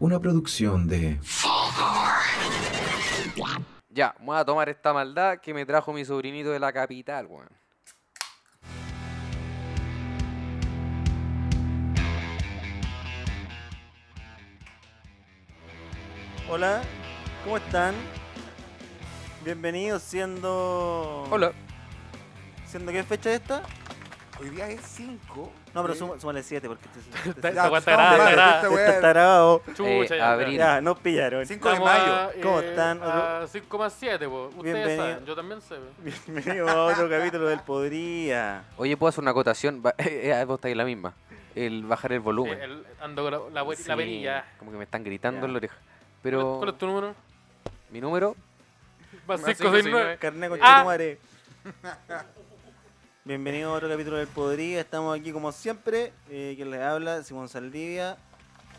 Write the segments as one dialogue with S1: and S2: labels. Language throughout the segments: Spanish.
S1: Una producción de...
S2: Ya, me voy a tomar esta maldad que me trajo mi sobrinito de la capital, weón.
S3: Hola, ¿cómo están? Bienvenidos siendo...
S2: Hola.
S3: ¿Siendo qué fecha es esta?
S4: Hoy día es 5.
S3: No, pero suma- súmale 7 porque este, este- este-
S4: Ya,
S5: Esta weá está
S4: estamos
S5: grabada,
S4: mal,
S5: está grabada.
S3: este está
S4: esta weá.
S3: grabado.
S5: Chucha,
S2: Eh,
S5: ya,
S2: abril.
S5: ya.
S3: Ya, nos pillaron.
S4: 5 de
S5: Estamos a,
S4: mayo.
S5: eh,
S3: ¿Cómo están?
S5: A 5,7, po. Ustedes
S3: Bienvenido.
S5: saben, yo también sé. po.
S3: Bienvenidos a otro capítulo del Podría.
S2: Oye, ¿puedo hacer una acotación? Va- eh, Vos estáis la misma. El bajar el
S5: Sí,
S2: volumen.
S5: Eh, el- ando con la, la, we-
S2: Sí,
S5: la perilla.
S2: Como que me están gritando
S3: Ya.
S2: en la oreja.
S5: ¿Cuál,
S2: Pero
S5: cuál es tu número?
S2: mi número,
S5: Más
S4: Más
S5: 5, 6, 9.
S3: Carné con
S5: Ah.
S3: madre. Bienvenidos a otro capítulo del Podría. Estamos aquí como siempre. Eh, quien les habla, Simón Saldivia,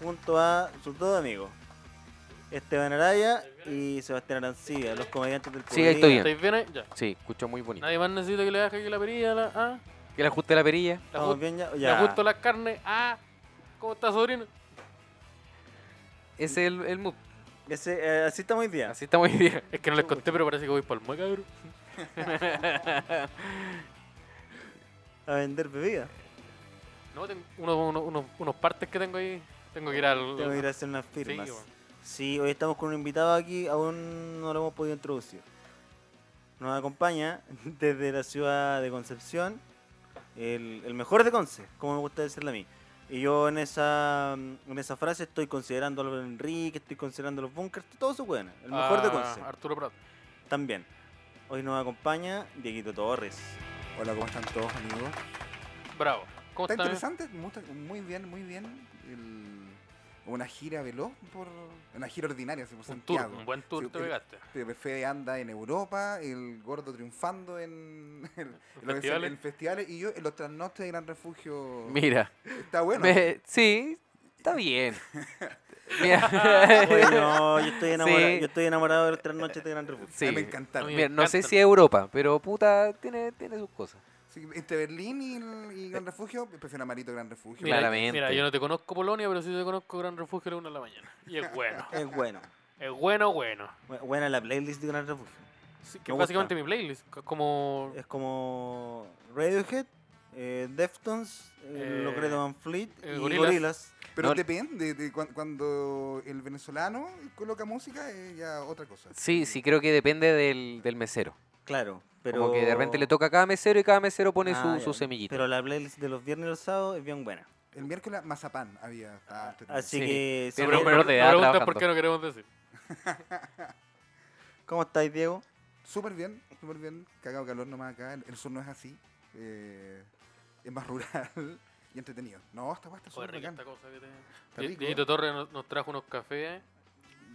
S3: junto a sus dos amigos. Esteban Araya y Sebastián Arancibia, los comediantes del
S2: Sí,
S3: Podría.
S2: ahí estoy bien.
S5: ¿Estáis bien ahí? Ya.
S2: sí, escucho muy bonito.
S5: Nadie más necesita que le baje aquí la perilla. La, ah,
S2: Que le ajuste la perilla.
S5: la
S3: ¿Estamos
S5: ju-
S3: bien ya?
S5: Le
S3: Ya.
S5: ajusto las carnes. Ah, ¿cómo estás, sobrino?
S2: Ese es el, el mood.
S3: Ese, eh, así estamos hoy día.
S2: Así estamos hoy día.
S5: Es que no les conté, pero parece que voy para el cabrón.
S3: A vender bebidas.
S5: No, tengo unos, unos, unos, unos partes que tengo ahí. Tengo que ir al.
S3: Tengo que ir a hacer unas
S5: Sí,
S3: firmas.
S5: weón.
S3: Sí, hoy estamos con un invitado aquí, aún no lo hemos podido introducir. Nos acompaña desde la ciudad de Concepción, el, el mejor de Conce, como me gusta decirle a mí. Y yo en esa, en esa frase estoy considerando a los Enrique, estoy considerando a los bunkers, todo eso bueno, el mejor de
S5: Ah,
S3: Conce,
S5: Arturo Prat.
S3: también. Hoy nos acompaña Dieguito Torres.
S4: Hola, ¿cómo están todos, amigos?
S5: Bravo. ¿Cómo
S4: Está
S5: estás?
S4: interesante, mucho- muy bien, muy bien. El- una gira veloz, por, una gira ordinaria, así por
S5: Un tour,
S4: Santiago.
S5: un buen tour
S4: Sí,
S5: te
S4: el-
S5: pegaste.
S4: Pe- Fede anda en Europa, el gordo triunfando en, en lo que sea,
S5: festivales.
S4: en festivales y yo en los trasnoches de Gran Refugio.
S2: Mira.
S4: Está bueno.
S2: me- sí, está bien. Mira.
S3: Bueno, yo estoy enamorado,
S2: Sí.
S3: yo estoy enamorado de las tres noches de Gran Refugio.
S2: sí.
S4: Ay, me encantaron.
S5: A mí
S2: Mira, no sé
S5: encantan.
S2: si es Europa, pero puta, tiene, tiene sus cosas.
S4: Sí, entre Berlín y, el- y Gran Refugio, prefiero a Marito Gran Refugio.
S5: Mira,
S2: Claramente.
S5: Mira, yo no te conozco Polonia, pero sí te conozco Gran Refugio a la una de la mañana. Y es bueno.
S3: Es bueno.
S5: es bueno, bueno.
S3: Bu- Buena la playlist de Gran Refugio.
S5: Sí, que
S3: Me
S5: básicamente mi playlist. c- Como.
S3: Es como Radiohead, eh, Deftones, eh,
S5: Eh,
S3: los Greta Van Fleet
S5: eh,
S3: y
S5: Gorillaz.
S3: Gorillaz.
S4: Pero
S2: No-
S4: depende, de cuan- cuando el venezolano coloca música es ya otra cosa.
S2: Sí, sí, creo que depende del, del mesero.
S3: Claro, pero
S2: Como que de repente le toca a cada mesero y cada mesero pone
S3: Ah,
S2: su,
S3: ya.
S2: su semillita.
S3: Pero la playlist de los viernes y los sábados es bien buena.
S4: El miércoles Mazapán había. estaba entretenido.
S3: Ah, Así
S2: Sí,
S3: que,
S2: pero-
S3: sobre-
S2: pero-
S5: no
S2: de edad
S5: preguntas
S2: trabajando.
S5: por qué no queremos decir.
S3: ¿cómo estáis, Diego?
S4: Súper bien, súper bien. Cagado calor nomás acá. El, el sur no es así. eh, es más rural y entretenido. No, esta guasta
S5: Joder,
S4: súper
S5: rica
S4: bacán.
S5: esta cosa que te.
S4: Está
S5: Die-
S4: rico.
S5: Dieguito Torres nos, nos trajo unos cafés.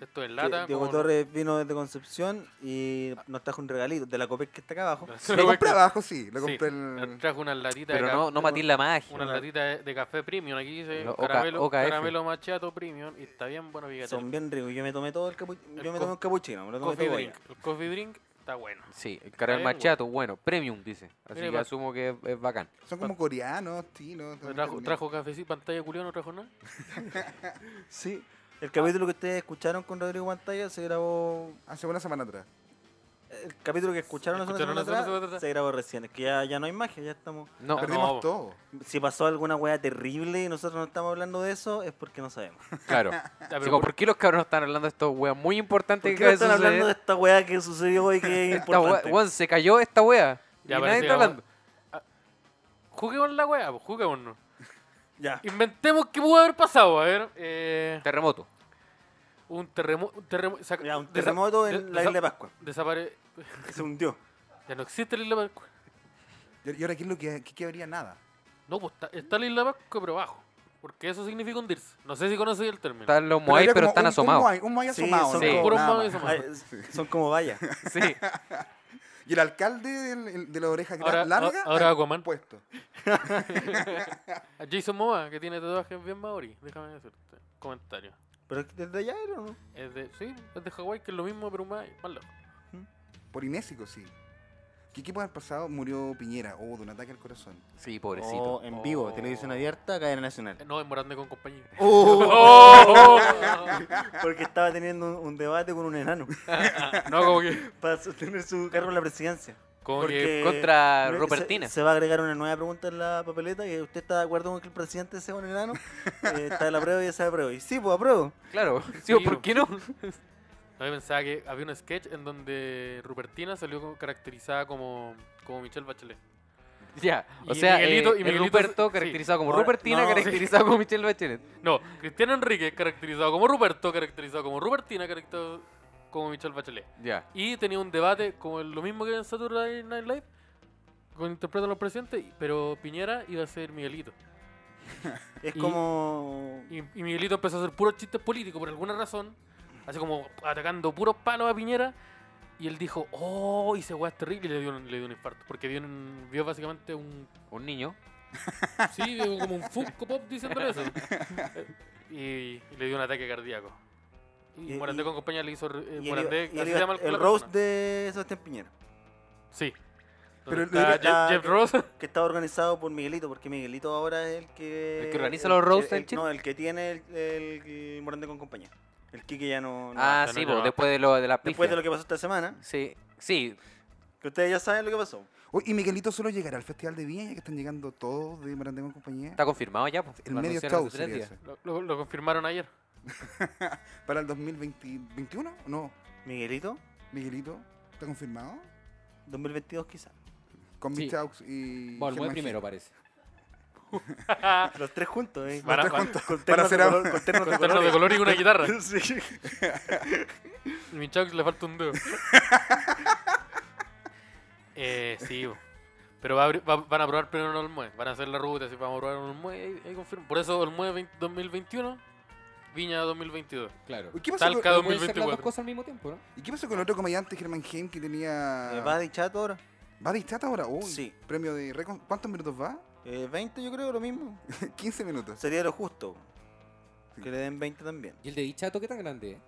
S5: Esto es
S3: Die-
S5: lata.
S3: Diego
S5: como no-
S3: Torres vino desde Concepción y nos trajo un regalito de la Copec que está acá abajo.
S5: Se
S4: Lo
S5: lo
S4: compré
S5: voy a-
S4: abajo, sí. Lo
S5: Sí,
S4: compré
S5: nos
S4: el.
S5: trajo unas latitas
S2: Pero
S5: de
S2: no,
S5: ca-
S2: no matís la magia.
S5: unas latitas de, de café premium. Aquí dice
S2: Lo- Oca-
S5: caramelo,
S2: OKF.
S5: caramelo machato premium. Y está bien bueno, fíjate.
S3: Son
S5: El
S3: bien ricos. Yo me tomé todo el capu-
S5: El
S3: Yo me
S5: co-
S3: tomé un capuchino, me lo tomé
S5: coffee
S3: todo
S5: drink. El coffee drink está bueno.
S2: Sí, el caramel
S5: bien,
S2: machato, bueno, premium, dice. Así
S5: Mira,
S2: que
S5: pa-
S2: asumo que es, es bacán.
S4: Son como coreanos, chinos.
S5: Me
S4: también
S5: Trajo,
S4: también.
S5: trajo cafecito, pantalla culiao, no trajo nada.
S3: allá. Sí. El capítulo que ustedes escucharon con Rodrigo Pantalla se grabó
S4: Hace una semana atrás.
S5: Ah,
S3: El capítulo que escucharon, hace una
S5: Escucharon
S3: semana
S5: hace
S3: atrás
S5: una semana atrás.
S3: se grabó recién. Es que ya, ya no hay magia, ya estamos.
S2: No,
S5: Ah,
S4: Perdimos
S5: no.
S4: todo.
S3: Si pasó alguna weá terrible y nosotros no estamos hablando de eso, es porque no sabemos.
S2: claro.
S5: Ya,
S2: Así
S5: Ah, pero
S2: como,
S5: por-
S2: ¿por qué los cabrones están hablando de estos weas muy importantes
S3: ¿Por
S2: que
S3: qué
S2: acaban
S3: no
S2: de
S3: están hablando de
S2: suceder?
S3: esta weá que sucedió hoy que es
S2: Esta wea-
S3: importante?
S2: weón, se cayó esta wea.
S5: Ya,
S2: y nadie
S5: parece que
S2: está
S5: vamos- Ah,
S2: hablando.
S5: Juguemos la weá, pues, juguémonos.
S3: Ya.
S5: Inventemos qué pudo haber pasado. A ver, eh,
S2: Terremoto.
S5: un terremoto. Un terremo- saca-
S3: Ya, un
S5: desa-
S3: terremoto
S5: de-
S3: en la
S5: desa-
S3: isla de Pascua.
S5: Desapare...
S3: Se hundió.
S5: Ya no existe la isla de Pascua.
S4: Y y ahora, ¿qué es lo que qué quedaría? Nada.
S5: No, pues está, está la isla de Pascua, pero abajo. Porque eso significa hundirse. No sé si conoces el término.
S2: Están los moai, pero,
S4: era como
S2: están
S4: un-
S2: asomados.
S4: Un moai, un moai
S3: Sí,
S4: asomado.
S3: son
S4: ¿no?
S5: como- Puros
S4: Nada
S5: moai
S4: más.
S5: asomados.
S3: Ah, es- Son como vallas.
S2: Sí.
S4: Y el alcalde del- el- de la oreja gra-
S5: Ahora-
S4: larga.
S5: a- ahora
S4: ahí
S5: Aquaman.
S3: Pues-
S4: Puesto.
S5: A Jason Momoa, que tiene tatuajes bien maori. Déjame decirte. Comentario.
S3: Pero es que desde allá era, ¿no?
S5: Es de, sí, es de Hawái, que es lo mismo, pero más, más lejos.
S4: Por Inésico, sí. ¿Qué equipo ha pasado? Murió Piñera, oh, de un ataque al corazón.
S2: Sí, pobrecito.
S3: O en vivo,
S5: Oh.
S3: televisión abierta, cadena nacional.
S5: Eh, No, en Morande con compañía.
S3: Oh, Porque estaba teniendo un, un debate con un enano
S5: no, como que.
S3: para sostener su cargo en la presidencia.
S5: Como
S3: Porque-
S5: que
S2: Contra
S3: Se-
S2: Ah, Robertina.
S3: Se, va a agregar una nueva pregunta en la papeleta que usted está de acuerdo con que el presidente sea un enano. Eh, está la prueba y esa apruebo. Y sí, pues apruebo.
S2: Claro. Sí,
S5: Sí,
S2: ¿por
S5: po.
S2: qué no?
S5: no, yo pensaba que había un sketch en donde Rupertina salió como- caracterizada como, como Michelle Bachelet.
S2: Ya. O
S5: Y
S2: sea,
S5: Miguelito-
S2: eh,
S5: y
S2: el
S5: Miguelito-
S2: Ruperto
S5: sí.
S2: caracterizado como
S3: Ahora-
S2: Rupertina,
S3: no, sí.
S2: caracterizado como Michelle Bachelet.
S5: No, Cristiano Enrique caracterizado como Ruperto, caracterizado como Rupertina, caracterizado como Michelle Bachelet.
S2: Ya.
S5: Y tenía un debate como lo mismo que en Saturday Night Live, con interpretan los presidentes, pero Piñera iba a ser Miguelito.
S3: Es
S5: Y-
S3: como.
S5: Y, y Miguelito empezó a hacer puros chistes políticos por alguna razón, así como atacando puros palos a Piñera. Y él dijo, oh, hice weas terrible y le dio, un- le dio un infarto. Porque vio, un- vio básicamente un.
S2: Un niño.
S5: Sí, vio como un Funko Pop diciéndole eso. Y, y le dio un ataque cardíaco. Y,
S3: Y-
S5: Morandé
S3: y-
S5: con compañía le hizo. eh,
S3: y él iba-
S5: Morandé,
S3: y él
S5: así
S3: iba-
S5: se llama
S3: el
S5: la
S3: roast
S5: persona.
S3: de Sebastián Piñera,
S5: Sí.
S4: Pero
S5: Pero
S4: le diría-
S5: Jeff,
S3: la-
S5: Jeff Ross.
S3: que estaba organizado por Miguelito, porque Miguelito ahora es el que.
S2: ¿El que organiza los roasts
S3: el-
S2: en Chile?
S3: No, el que tiene el, el, el Morandé con compañía. El Kike ya no. no
S2: ah,
S5: no,
S2: sí,
S5: no,
S2: po,
S5: no.
S2: después de lo de la
S3: Después de
S2: pifia.
S3: lo que pasó esta semana,
S2: Sí. Sí.
S3: que ustedes ya saben lo que pasó.
S4: Oh, y Miguelito solo llegará al Festival de Viña, ya que están llegando todos de Morandé con compañía.
S2: Está confirmado ya, po.
S4: el
S2: Lo
S4: medio
S2: anunciaron
S4: show
S2: hace tres
S4: sería
S2: días.
S4: ese.
S5: Lo, lo- lo confirmaron ayer.
S4: ¿Para el 2021? No,
S3: Miguelito,
S4: Miguelito, ¿está confirmado?
S3: 2022 quizás.
S4: Con
S2: Sí.
S4: Mitch Aux y
S2: Bueno, el
S4: Germán
S2: primero
S4: Gil.
S2: parece.
S3: Los tres juntos, ¿eh?
S5: Ah. Para-
S4: tres
S5: para-
S4: juntos.
S3: Con
S4: Para
S3: ternos de
S4: hacer
S3: color- con ternos de
S5: con ternos de
S3: colores.
S5: color y una guitarra.
S3: Sí.
S5: Y mi Chaux le falta un dedo. eh, sí, bo. pero va a abrir- va- van a probar primero en Olmue. Van a hacer la ruta, así vamos a probar en Olmue. ahí- ahí confirmo. Por eso Olmue 20 2021, Viña 2022.
S2: Claro.
S4: ¿Y qué pasó
S5: Talca
S4: con-
S5: No pueden ser las dos 2024.
S2: cosas al mismo tiempo, ¿no?
S4: ¿Y qué pasó con el otro comediante, Germán Heim, que tenía...
S3: Eh, ¿Va de chato ahora?
S4: ¿Va de Chata ahora? Uy,
S3: Sí.
S4: Premio de... récord. ¿Cuántos minutos va?
S3: Eh, 20 yo creo, lo mismo.
S4: 15 minutos.
S3: Sería lo justo.
S4: Sí.
S3: Que le den 20 también.
S2: ¿Y el de Dichato qué tan grande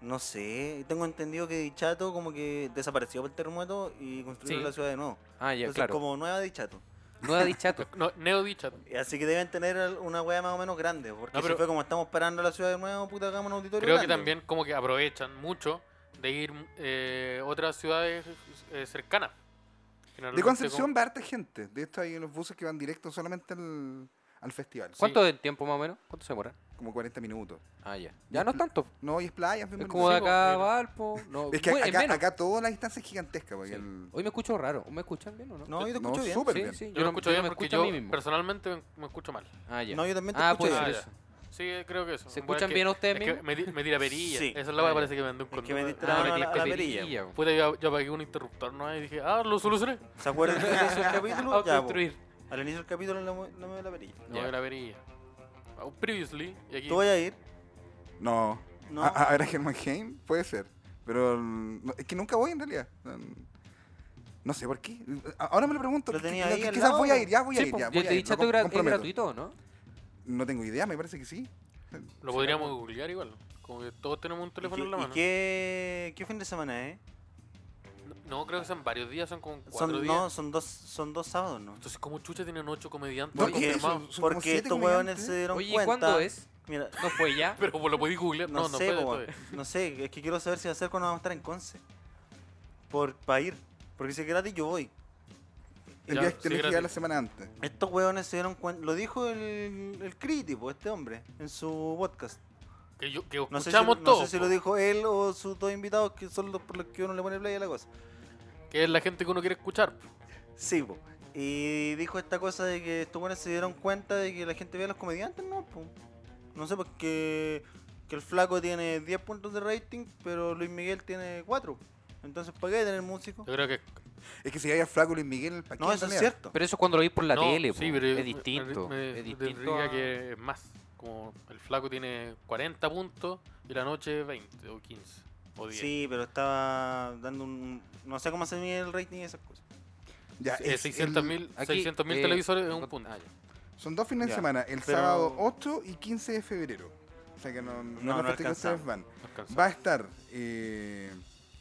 S3: No sé, tengo entendido que Dichato como que desapareció por el terremoto y construyeron
S2: Sí.
S3: la ciudad de nuevo.
S2: Ah, ya,
S3: Entonces
S2: claro.
S3: como nueva Dichato.
S2: No era Dichato.
S5: No, Neo Dichat.
S3: Así que deben tener al- una hueá más o menos grande. Porque
S5: No,
S3: si
S5: pero-
S3: fue como estamos parando la ciudad de nuevo, puta, hagamos un auditorio
S5: Creo que
S3: grande.
S5: también como que aprovechan mucho de ir eh, otras ciudades eh, cercanas.
S4: De
S5: Generalmente
S4: Concepción va harta gente. De hecho, hay unos buses que van directos solamente al, al festival.
S2: ¿Cuánto de tiempo más o menos? ¿Cuánto se demora?
S4: Como 40 minutos.
S2: Ah, ya. Ya no es tanto.
S4: No, y es playas. bien
S2: Es
S4: bonito.
S2: como de
S5: Sí, po,
S2: acá a
S5: pero-
S2: Valpo. No,
S4: Es que
S2: bueno,
S4: acá,
S2: menos.
S4: acá toda la distancia es gigantesca. Porque
S2: Sí.
S4: el-
S2: Hoy me escucho raro. ¿Me escuchan bien o no?
S3: No, yo te
S4: No,
S3: escucho bien.
S4: súper
S2: Sí,
S4: bien.
S2: sí,
S5: Yo, lo escucho
S2: yo
S5: bien
S2: me
S5: porque
S2: escucho
S5: yo
S2: a mí mismo.
S5: personalmente me, me escucho mal.
S2: Ah, ya.
S3: No, yo también te
S2: ah,
S3: escucho
S2: puede
S5: bien.
S2: ser
S5: Ah,
S2: eso.
S5: Sí, creo que eso.
S2: ¿Se
S5: Bueno, es
S2: escuchan
S5: que-
S2: bien ustedes
S5: es que
S2: mismos?
S5: me, di- me tira perilla.
S3: Sí.
S5: Esa es la hueá
S2: Ah,
S5: que parece que me andó un
S3: Es que me
S5: condón.
S3: diste
S5: Ah,
S3: la
S5: ahora
S3: mano a
S5: que
S3: la, a
S5: es
S3: la
S5: perilla.
S3: perilla.
S2: perilla, po.
S5: Puta, yo, yo apagué un interruptor, ¿no? Y dije, ah, lo solucioné.
S3: ¿Se acuerdan que al inicio del capítulo? Ya, po.
S2: Autodestruir.
S3: al inicio del capítulo le mu- le mueve la perilla.
S5: No,
S2: Ya.
S5: era perilla. Ah, Previously, y aquí.
S3: ¿Tú vas a ir?
S4: No. Ah,
S3: No.
S4: A- a- ¿Habrá Germán Heim? Puede ser. Pero mm, no, es que nunca voy en realidad. Mm, No sé por qué. A- Ahora me lo pregunto.
S3: Lo
S4: Qui-
S3: tenía
S4: qui-
S3: ahí al
S4: quizás
S3: lado,
S4: voy a
S3: po.
S4: ir, ya voy a
S2: Sí, pues,
S4: ir.
S2: po,
S4: Ya,
S2: y
S4: voy
S2: el
S4: a
S2: de
S4: ir, lo
S2: Dichato
S4: com-
S2: gra- es
S4: comprometo.
S2: gratuito, ¿no?
S4: No tengo idea, me parece que sí.
S5: Lo podríamos googlear igual. Como que todos tenemos un
S3: ¿Y,
S5: teléfono
S3: qué,
S5: en la
S3: y
S5: mano.
S3: qué, qué fin de semana eh? es?
S5: No, creo que son varios días, son como cuatro
S3: Son,
S5: días.
S3: no, son dos, son dos sábados, ¿no?
S5: Entonces, como chucha tienen ocho comediantes
S4: No,
S3: Porque,
S4: ¿y qué?
S5: confirmados?
S4: Son- son como
S3: porque
S4: siete
S3: estos huevones
S4: comediantes.
S3: se dieron
S2: Oye, ¿y
S3: cuenta.
S2: cuándo es?
S3: Mira,
S2: ¿No fue ya?
S5: Pero pues, lo podéis googlear.
S3: no,
S5: No, no,
S3: sé,
S5: puede,
S3: po,
S5: todavía.
S3: no sé, es que quiero saber si va a ser cuando vamos a estar en Conce. Por, para ir. Porque si es gratis, yo voy.
S4: El
S5: Ya,
S4: día
S5: sí,
S4: que tenés que llegar
S5: gratis.
S4: la semana antes.
S3: Estos huevones se dieron cuenta. Lo dijo el, el crítico, este hombre, en su podcast.
S5: Que, yo, que
S3: No sé, si,
S5: escuchamos
S3: no
S5: todos.
S3: sé si lo
S5: po,
S3: dijo él o sus dos invitados, que son los por los que uno le pone play a la cosa.
S5: Que es la gente que uno quiere escuchar. po.
S3: Sí, po. Y dijo esta cosa de que estos buenos se dieron cuenta de que la gente ve a los comediantes, ¿no? po. No sé, porque que el flaco tiene 10 puntos de rating, pero Luis Miguel tiene 4. Entonces, ¿para qué tener músico?
S5: Yo creo que.
S4: Es que si hay a Flaco Luis Miguel, ¿para qué
S3: No,
S4: en
S3: eso es
S4: realidad?
S3: cierto.
S2: Pero eso es cuando lo vi por la
S5: no,
S2: tele,
S5: sí,
S2: po.
S5: pero me-
S2: es distinto.
S5: me- me
S2: es distinto.
S5: diría
S2: a-
S5: que es más. Como el flaco tiene 40 puntos y la noche 20 o 15 o 10.
S3: Sí, pero estaba dando un... No sé cómo se mide el rating y esas cosas.
S4: Ya,
S5: Eh,
S4: es el-
S5: 600.000
S2: Aquí,
S5: 600.000
S2: eh,
S5: televisores es
S2: tengo-
S5: un punto.
S2: Ah, ya.
S4: Son dos fines
S3: Ya,
S4: de semana, el
S3: pero-
S4: sábado 8 y 15 de febrero. O sea que no, no,
S3: No,
S4: es la
S3: no
S4: fecha que ustedes
S3: alcanzamos.
S4: van.
S5: Alcanzamos.
S4: Va a estar eh,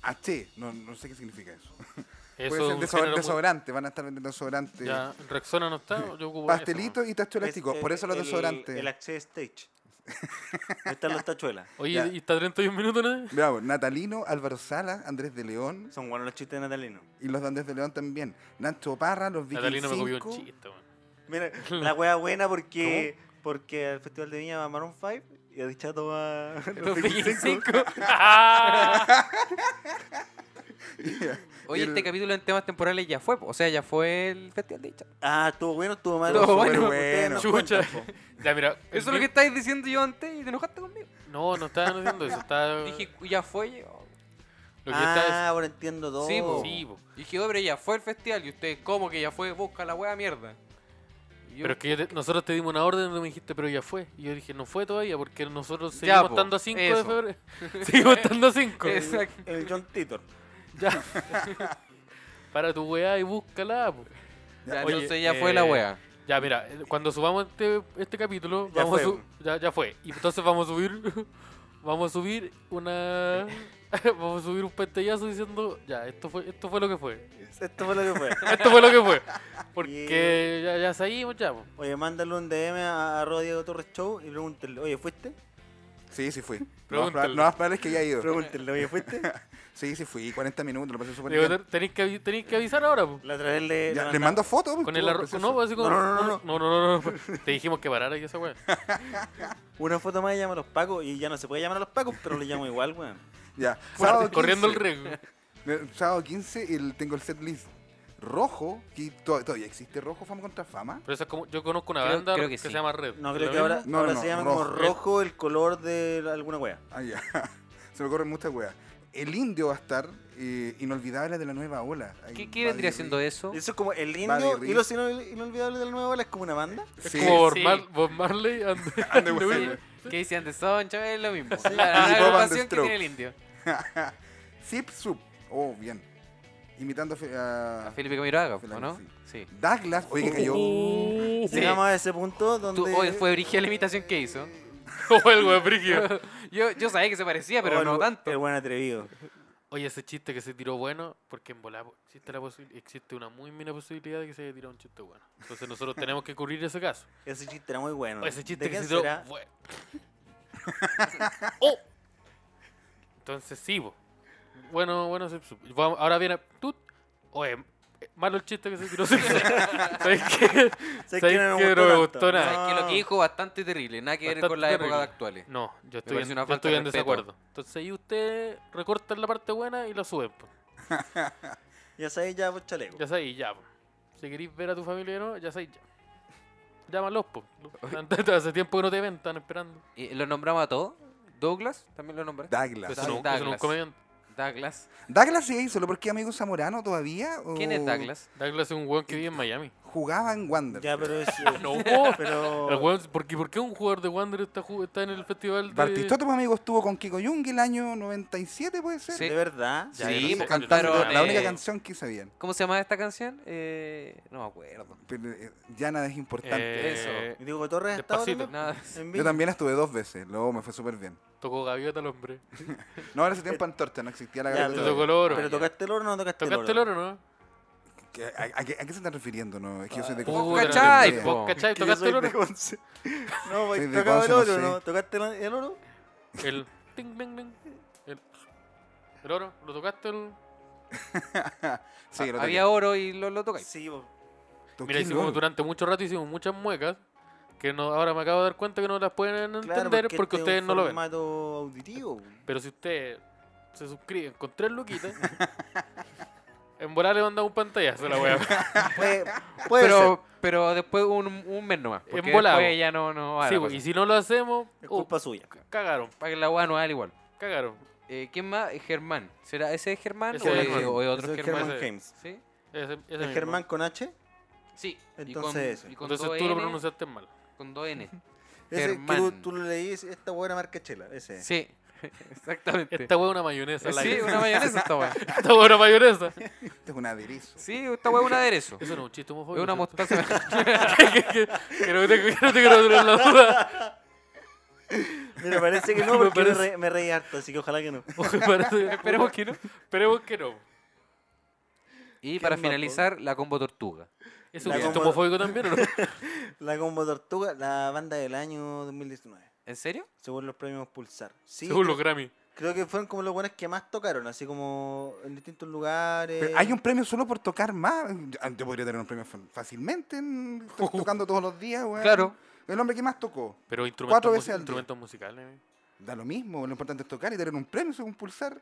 S4: AT, no, no sé qué significa eso. Puede ser
S5: Eso
S4: deso-
S5: genera mu-
S4: desodorante, van a estar vendiendo desodorante.
S5: Ya, Rexona no está, yo ocupo
S4: Pastelitos
S5: eso,
S4: y tacho elástico,
S3: Es
S4: por eso los
S3: el-
S4: desodorantes.
S3: El Access Stage. Ahí están las tachuelas.
S5: ¿no? Oye,
S4: Ya.
S5: ¿y está 31 minutos, no?
S4: Veamos, Natalino, Álvaro Sala, Andrés de León
S3: Son buenos los chistes de Natalino.
S4: y los de Andrés de León también. Nacho Parra, los Vikings
S5: Natalino me copió un
S4: 5.
S5: chiste, weón.
S3: Mira, la wea buena porque porque al Festival de Viña va Maroon 5 y a Dichato va
S5: Los
S3: Vikings
S5: Vikings
S3: cinco.
S5: 5. Ah,
S2: Oye,
S4: Y el-
S2: este capítulo en temas temporales ya fue, po. o sea, ya fue el festival de dicha.
S3: Ah, estuvo bueno, estuvo malo.
S2: Estuvo
S3: Ustedes
S2: bueno.
S3: no
S5: Chucha.
S3: cuentan, po.
S5: Ya, mira. el
S2: Eso es lo que
S5: mío-
S2: estáis diciendo yo antes y te enojaste conmigo.
S5: No, no estaba haciendo eso. Estaba...
S2: Dije, ya fue. ya-
S5: Lo que
S3: Ah,
S5: está
S3: ahora entiendo todo.
S2: Sí, po.
S5: Sí, po.
S2: Dije, hombre, ya fue el festival y usted, ¿cómo que ya fue? Busca la wea mierda. Y yo-
S5: Pero es que yo te- nosotros te dimos una orden donde me dijiste, pero ya fue. Y yo dije, no fue todavía, porque nosotros
S2: Ya,
S5: seguimos
S2: po,
S5: estando a 5 de
S2: eso.
S5: febrero. seguimos estando a 5.
S2: Exacto.
S3: El John Titor.
S5: Ya. Para tu weá y búscala. po.
S2: Ya,
S5: Oye,
S2: entonces ya fue
S5: eh,
S2: la wea.
S5: Ya, mira, eh, cuando subamos este, este capítulo,
S3: Ya
S5: vamos
S3: fue,
S5: a su- ya, ya fue. Y entonces vamos a subir. Vamos a subir una. Vamos a subir un pantallazo diciendo, ya, esto fue, esto fue lo que fue.
S3: Esto fue lo que fue.
S5: Esto fue lo que fue. Porque ya, ya salimos, ya. po.
S3: Oye, mándale un DM a, a arroba Diego Torres Show y pregúntenle, oye, ¿fuiste?
S4: Sí, sí fui. No más,
S5: Pregúntale.
S4: proba- lo más probable es que haya ido.
S3: Pregúntenle, oye, ¿fuiste?
S4: Sí, sí fui, 40 minutos, lo pasé súper
S5: Digo,
S4: bien.
S5: tenéis que, avi- tenéis que avisar ahora. po.
S3: La otra vez le...
S4: Ya,
S3: le manda-
S4: les mando fotos. pues,
S5: Con el arroz. No, pues, así como.
S4: No, no, no,
S5: no, no, no, no. Te dijimos que parara y esa weá.
S3: Una foto más y llama a los Pacos y ya no se puede llamar a los Pacos, pero le llamo igual, weón.
S4: Ya, sábado 15.
S5: Corriendo el riesgo.
S4: Eh, Sábado 15 el- tengo el set list rojo, que to- todavía existe rojo, fama contra fama.
S5: Pero eso es como. Yo conozco una
S2: Creo-
S5: banda
S2: creo
S5: que,
S2: que
S5: se
S2: sí.
S5: llama Red.
S3: No, creo
S5: ¿Lo
S3: que ahora,
S4: No,
S3: ahora
S4: no,
S3: se llama
S4: rojo.
S3: como rojo el color de la- alguna wea.
S4: Ah, ya. Se me ocurren muchas weas. El indio va a estar eh, inolvidable de la nueva ola. Ahí
S2: ¿Qué, qué
S4: va
S2: vendría
S4: Dirri.
S2: siendo eso?
S3: Eso es como el
S4: Buddy
S3: indio
S4: Rich.
S3: y los inol- inolvidables del nuevo es como una banda.
S5: mismo?
S4: Sí,
S5: Es como Bob,
S2: sí.
S5: Mar- Bob Marley and, and the Wailers.
S2: ¿Qué dicen de Soncho? Es lo mismo. La,
S4: Y Bob and the
S2: agrupación que
S4: Strokes.
S2: tiene el indio.
S4: Zip Sup. Oh, bien. Imitando a Fe- a.
S2: A Oh. Felipe Camiroaga,
S4: Felipe,
S2: ¿o no?
S4: sí.
S2: Sí.
S4: Douglas. Oye, que cayó. Uh.
S2: Sí.
S3: Llegamos a ese punto donde...
S2: Tú- oye, fue brigida la imitación que hizo.
S5: O el weón brígido.
S2: Yo, yo sabía que se parecía, pero
S3: oh, el
S2: no
S3: bu-
S2: tanto.
S3: El buen atrevido.
S5: Oye, ese chiste que se tiró bueno, porque en volada existe, la posi- existe una muy mina posibilidad de que se haya tirado un chiste bueno. Entonces nosotros tenemos que cubrir ese caso.
S3: Ese chiste era muy bueno.
S5: O Pues ese chiste
S3: ¿De
S5: que
S3: quién
S5: se tiró.
S3: será?
S5: fue- ¡Oh! Entonces sí, po. Bueno, bueno, se- se- vamos- ahora viene. ¡Tut! Oye, eh, malo el chiste que se tiró. ¿Sabes qué?
S3: ¿Sabes
S5: ¿Sabes
S3: que no me
S5: qué?
S3: gustó
S5: No me
S3: tanto?
S5: gustó
S2: O sea,
S5: nada.
S2: es que lo que dijo bastante terrible, nada que ver con
S5: Bastante
S2: la
S5: terrible.
S2: época actual.
S5: No, yo estoy,
S2: parece
S5: en,
S2: una
S5: yo
S2: falta
S5: estoy
S2: de
S5: en
S2: respeto.
S5: desacuerdo. Entonces ahí usted recortan la parte buena y la suben. po.
S3: Ya sabéis, ya por chaleco.
S5: Ya sabéis, ya. po. Si queréis ver a tu familia, ¿no? ya sabéis, ya. Llámalos, po. Hace tiempo que no te ven, están esperando.
S2: ¿Y lo nombramos a todos? ¿Douglas? ¿También lo nombré?
S4: Douglas.
S5: Eso no, eso no es un
S2: Douglas.
S5: comediante.
S2: Douglas.
S4: Douglas sigue ahí solo porque amigo Zamorano todavía. o-
S2: ¿Quién es Douglas?
S5: Douglas es un weón que vive en Miami.
S4: Jugaba en Wander.
S3: Ya, pero es...
S5: No,
S3: Pero...
S5: El weón- ¿por, qué, por qué un jugador de Wander está, ju- está en el festival de...
S4: Bartistoto, pues, amigo, estuvo con Kiko Jung el año 97, puede ser.
S2: Sí.
S3: De verdad.
S5: Ya,
S2: sí,
S5: yo no sé,
S2: pues,
S5: yo no sé,
S2: cantaron,
S5: yo no sé.
S4: la única
S2: eh,
S4: canción que sabían.
S2: ¿Cómo se llama esta canción? Eh, no me acuerdo.
S4: Pero, eh, ya nada es importante.
S5: Eh,
S2: eso.
S3: Y Diego Torres está ahora
S5: Despacito.
S3: también,
S2: Nada.
S3: en
S4: Yo
S3: Viña.
S4: también estuve dos veces, luego me fue súper bien.
S5: Tocó gaviota el hombre.
S4: No, en ese tiempo Antorcha, no existía la
S3: Eh, Ya,
S4: gaviota
S5: Te
S3: pero-
S5: tocó el
S4: todavía.
S5: oro.
S3: Pero tocaste el oro o no tocaste el oro.
S5: ¿Tocaste el oro, no?
S4: ¿Qué- ¿A, a qué, a qué se están refiriendo? No? Es que yo
S5: Ah,
S4: soy de
S2: Puta,
S4: Conce.
S2: ¿cachai?
S4: Sí,
S2: po.
S5: ¿Vos cachai?
S3: Que yo
S5: eh, ¿Tocaste
S3: soy
S5: el
S3: de
S5: oro?
S3: Conce. No,
S4: Soy
S3: pues
S4: de
S3: tocaba el
S4: Conce,
S3: oro,
S4: no sé.
S3: ¿no? ¿Tocaste el- el oro?
S5: El... ting, ting, ting. El... el oro, ¿lo tocaste? El...
S4: Sí, lo toqué.
S2: Ah, Había oro y lo, lo tocáis.
S3: Sí, pues, po.
S4: Toqué
S5: Mira,
S4: el
S5: hicimos
S4: oro.
S5: durante mucho rato hicimos muchas muecas que no, ahora me acabo de dar cuenta que no las pueden
S3: Claro,
S5: entender porque,
S3: este es
S5: ustedes
S3: un
S5: no lo ven.
S3: formato auditivo. po.
S5: Pero si ustedes se suscriben con tres luquitas, en volar le mandan un pantallazo a la wea.
S3: Puede, puede ser.
S2: Pero, pero después un, un mes nomás. Porque
S5: volado.
S2: después ya no, no va
S5: Sí,
S2: la
S5: po,
S2: cosa.
S5: y si no lo hacemos,
S3: Es
S5: uh,
S3: culpa suya.
S5: cagaron,
S2: Para que la weá no vale igual.
S5: cagaron.
S2: Eh, ¿Quién más? Germán. ¿Será ese es Germán
S5: Ese
S2: o,
S5: es
S2: es-
S5: Germán.
S2: o es
S3: Eso
S2: otro
S3: es
S2: Germán?
S3: Germán
S5: ese-
S3: James.
S2: ¿Sí.
S5: Ese- ese
S3: ¿El
S5: mismo.
S3: Germán con H?
S2: Sí.
S3: Entonces
S2: y con,
S3: ese.
S2: y con
S5: Entonces
S2: dos
S5: tú lo
S2: N,
S5: pronunciaste mal.
S2: Con dos N.
S3: Ese que tú,
S2: Germán.
S3: tú lo leís, esta buena marca chela. Ese.
S2: Sí, exactamente.
S5: Esta wea es una mayonesa. al
S2: sí,
S5: aire.
S2: una mayonesa esta weá.
S5: Esta wea es una mayonesa.
S4: Este es un aderezo.
S2: Sí, esta weá es un aderezo. Es
S5: Eso no es un chiste homofóbico.
S2: una
S5: ¿cierto?
S2: mostaza.
S5: que, que- que no te, que no te quiero tener la duda.
S3: Mira, parece que no,
S5: Me
S3: porque me,
S5: parece-
S3: re- me reí harto, así que ojalá que no.
S5: Ojo, parece- Esperemos que no. Esperemos que no.
S2: Y para
S3: ¿Quién más, po?
S2: finalizar, la combo tortuga.
S5: ¿Es un
S3: La
S5: gesto
S3: combo-
S5: homofóbico también o no?
S3: La Combo Tortuga, la banda del año 2019,
S2: ¿En serio?
S3: según los premios Pulsar. Sí,
S5: Según
S3: creo-
S5: los Grammy.
S3: creo que fueron como los buenos que más tocaron, así como en distintos lugares.
S4: Pero hay un premio solo por tocar más. Yo- Yo podría tener un premio fa- fácilmente en- to- tocando todos los días, weón.
S2: Claro.
S4: El hombre que más tocó.
S5: Pero
S4: Cuatro
S5: instrumentos,
S4: veces
S5: mus-
S4: al día.
S5: instrumentos musicales. eh.
S4: Da lo mismo, lo importante es tocar y tener un premio según pulsar.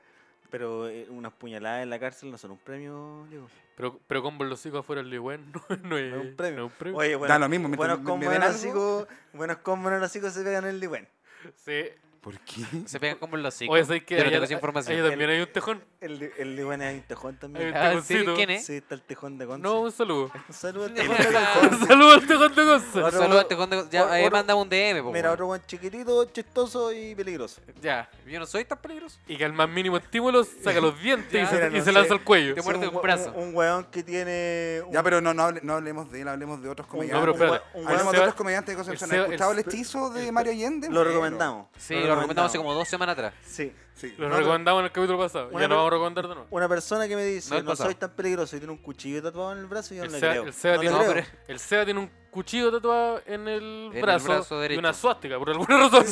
S3: Pero eh, unas puñaladas en la cárcel no son un premio, Diego.
S5: Pero, pero con los hijos afuera del Ligüen no, no es
S3: No es un premio.
S5: Eh, no es un premio.
S3: Oye,
S4: Da lo mismo, mientras
S3: buenos
S4: me- me
S3: combos
S4: den
S3: en el
S4: algo.
S3: hocico- buenos combos en el hocico se pegan en el Ligüen.
S5: Sí.
S4: ¿Por qué?
S2: Se pegan como en los cinco.
S5: Oye, ¿sabes qué?
S2: Yo no
S5: Allá-
S2: tengo esa información.
S5: allá también hay un tejón.
S3: El, li- el Ligüen es un tejón
S5: Hay
S3: también.
S5: un
S2: Ah, ¿en serio?
S5: tejoncito.
S2: ¿Quién es?
S3: Sí, está el tejón de Gonza.
S5: No, un saludo.
S3: Un saludo al tejón de Gonza.
S5: un saludo al tejón de Gonza.
S3: Ahora-
S2: Saludos a este conde- Ya,
S3: Otro-
S2: ahí
S3: otro-
S2: manda un DM, po,
S3: Mira,
S2: weón.
S3: otro buen chiquitito, chistoso y peligroso.
S2: Ya, yo no soy tan peligroso.
S5: Y que al más mínimo estímulo saca los dientes y
S2: Ya,
S5: se,
S3: mira,
S5: y
S3: no
S5: se lanza
S3: sé.
S5: al cuello.
S2: Te
S3: Sí,
S2: muerde
S3: un,
S2: un
S3: hue-
S2: brazo.
S3: Un, un weón que tiene. un-
S4: Ya, pero no, no, hable- no hablemos de él, hablemos de otros comediantes.
S5: pero espérate.
S3: un
S5: El
S4: Hablemos de
S5: Seba-
S4: otros comediantes de Concepción.
S5: el
S4: ¿Has
S5: Seba-
S4: escuchado el
S5: el-
S4: hechizo de
S5: el-
S4: Mario Allende?
S3: Lo
S4: Bueno.
S3: recomendamos.
S2: Sí, lo recomendamos hace como dos semanas atrás.
S3: Sí.
S4: Sí.
S5: Lo
S4: No,
S5: recomendamos en el capítulo pasado.
S3: Bueno,
S5: ya
S3: pero-
S5: no vamos a recomendar de nuevo.
S3: Una persona que me dice,
S2: No, el
S3: no,
S2: pasado.
S3: soy tan peligroso y tiene un cuchillo tatuado en el brazo, yo no
S5: El
S3: le
S5: Seba-
S3: creo.
S5: el Seba
S3: no le
S5: tiene-
S2: No,
S3: creo.
S2: pero-
S5: El SEA tiene un cuchillo tatuado en el
S2: En el
S5: brazo,
S2: brazo
S5: y
S2: derecho.
S5: una suástica, por alguna razón.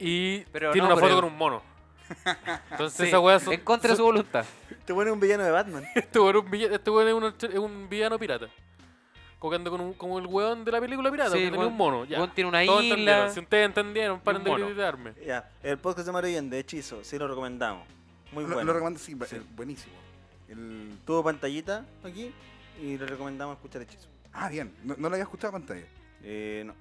S5: Y
S2: Pero
S5: tiene
S2: no,
S5: una foto
S2: pero-
S5: con un mono. Entonces
S2: Sí,
S5: esa weá son-
S2: en contra de su voluntad.
S3: Te pone un villano de Batman.
S5: Este weón es un villa- este weón es, un, es un villano pirata. Cogando con un, como el weón de la película pirata,
S2: Sí,
S5: que
S2: el
S5: tenía
S2: weón-
S5: un mono. Ya.
S2: Weón tiene una
S5: Todos
S2: isla.
S5: entendieron. Si ustedes entendieron, paren
S2: un
S5: de
S2: mono.
S5: gritarme.
S3: ya. El podcast de Mario Allende, hechizo, sí lo recomendamos. Muy
S4: Lo,
S3: bueno.
S4: lo recomiendo, sí,
S3: Sí.
S4: eh, buenísimo. El-
S3: Tuvo pantallita aquí y le recomendamos escuchar hechizo.
S4: Ah, bien. No, no lo había escuchado a pantalla.
S3: Eh, no.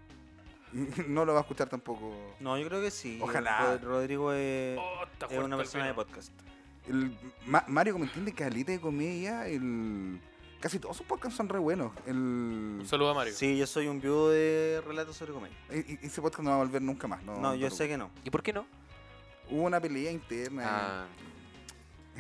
S4: No lo va a escuchar tampoco.
S3: no, yo creo que sí.
S4: Ojalá.
S3: Rod- Rodrigo es,
S5: Oh, está
S3: es
S5: fuerte
S3: una
S5: el
S3: persona de
S5: vino.
S3: podcast.
S4: El, Ma- Mario, como entiende, caleta de comedia. El... Casi todos sus podcasts son re buenos. El...
S5: Un saludo a Mario.
S3: Sí, yo soy un viudo de relatos sobre comedia.
S4: E- e- Ese podcast no va a volver nunca más. No,
S3: No, yo sé que no.
S2: ¿Y por qué no?
S4: Hubo una pelea interna.
S2: Ah.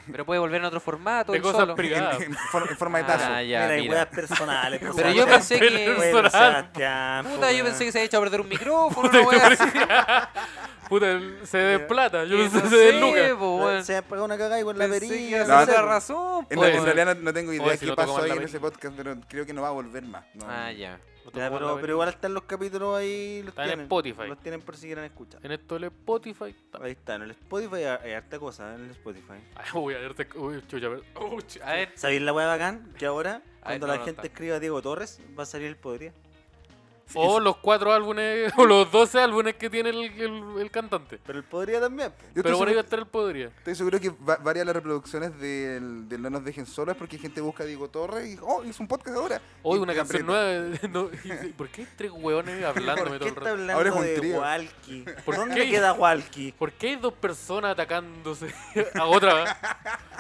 S2: Pero puede volver en otro formato.
S5: De
S2: él
S5: cosas
S2: solo.
S5: pri-
S4: en, en- en for- en forma de tazo.
S2: Ah, ya,
S3: mira, hay
S2: mira.
S3: weas personales. por
S2: Pero yo
S3: Sebastián.
S2: pensé que.
S3: Bueno,
S5: personal.
S3: Sebastián,
S2: Puta,
S3: pues,
S2: yo
S3: weón.
S2: pensé que se había hecho a perder un micrófono.
S5: Puta,
S2: una wea
S5: este
S2: así.
S5: Puta, el- se desplata. Yo
S2: Y
S5: no sé, se
S2: sé,
S5: desluca.
S2: po, weón.
S3: Se pegó una cagada y con la
S2: Pensé que iba
S3: perilla. pues.
S2: a
S4: No,
S2: ser
S4: no,
S2: otra
S4: no.
S2: razón. pues.
S4: En,
S2: po,
S4: en
S5: Puede ser.
S4: realidad no, no tengo idea
S5: Oye, si
S4: qué
S5: no
S4: pasó
S5: tocamos
S4: ahí
S5: la
S4: en
S5: verga.
S4: ese podcast, pero creo que no va a volver más. No.
S2: Ah, ya.
S3: Ya, pero, pero igual están los capítulos ahí. Los
S5: Está en
S3: tienen,
S5: Spotify.
S3: Los tienen por si quieren escuchar.
S5: En esto el Spotify. está.
S3: Ahí está, en el Spotify hay, hay harta cosa en el Spotify.
S5: Ay, uy, a ver, te- uy, chucha, a ver. Uy, chucha.
S2: A ver,
S3: ¿Sabéis la wea bacán? Que ahora, cuando
S2: no,
S3: la
S2: no
S3: gente
S2: está.
S3: escriba Diego Torres, va a salir el podría.
S5: O los cuatro álbumes, o los 12 álbumes que tiene el, el- el cantante.
S3: Pero el podría también. po.
S4: Yo estoy,
S5: Pero bueno,
S4: seguro,
S5: iba a estar el podría.
S4: estoy seguro que va- varias de las reproducciones del, del No nos dejen solas porque gente busca a Diego Torres y oh, hizo un podcast ahora.
S5: Hoy
S4: Y
S5: una
S4: te
S5: canción
S4: aprieta.
S5: nueva. eh, no, y- y- ¿Por qué hay tres hueones hablándome
S3: ¿Por
S5: todo
S3: qué
S5: el
S3: está
S5: rato?
S3: hablando
S4: Ahora es un
S3: de
S4: trío.
S3: Walkie?
S5: ¿Por
S3: ¿Dónde
S5: qué?
S3: queda Walkie?
S5: ¿Por qué hay dos personas atacándose a otra?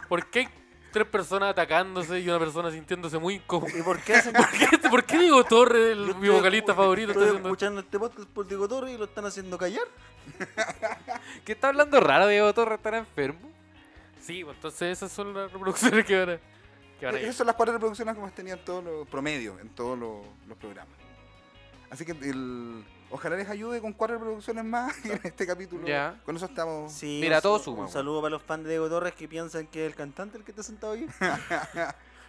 S5: ¿Por qué hay tres personas atacándose y una persona sintiéndose muy incómoda?
S3: ¿Y por qué hacen
S5: ¿Por qué, por qué Diego Torres, el- mi vocalista favorito, está
S3: Estoy
S4: pues.
S3: escuchando
S5: haciendo
S3: este podcast por Diego Torres y lo están haciendo callar.
S2: ¿qué está hablando raro, Diego Torres? ¿Estará enfermo?
S5: Sí, pues, entonces esas son las reproducciones que van a, que van a ir.
S4: Esas son las cuatro reproducciones que más tenían todos los promedio en todos los, los programas. Así que el, ojalá les ayude con cuatro reproducciones más en este capítulo.
S2: Ya.
S4: Con eso estamos.
S3: Sí,
S2: Mira,
S3: un
S2: todo
S3: sa-
S2: suma,
S3: Un
S2: weón.
S3: saludo para los fans de Diego Torres que piensan que es el cantante el que está sentado aquí.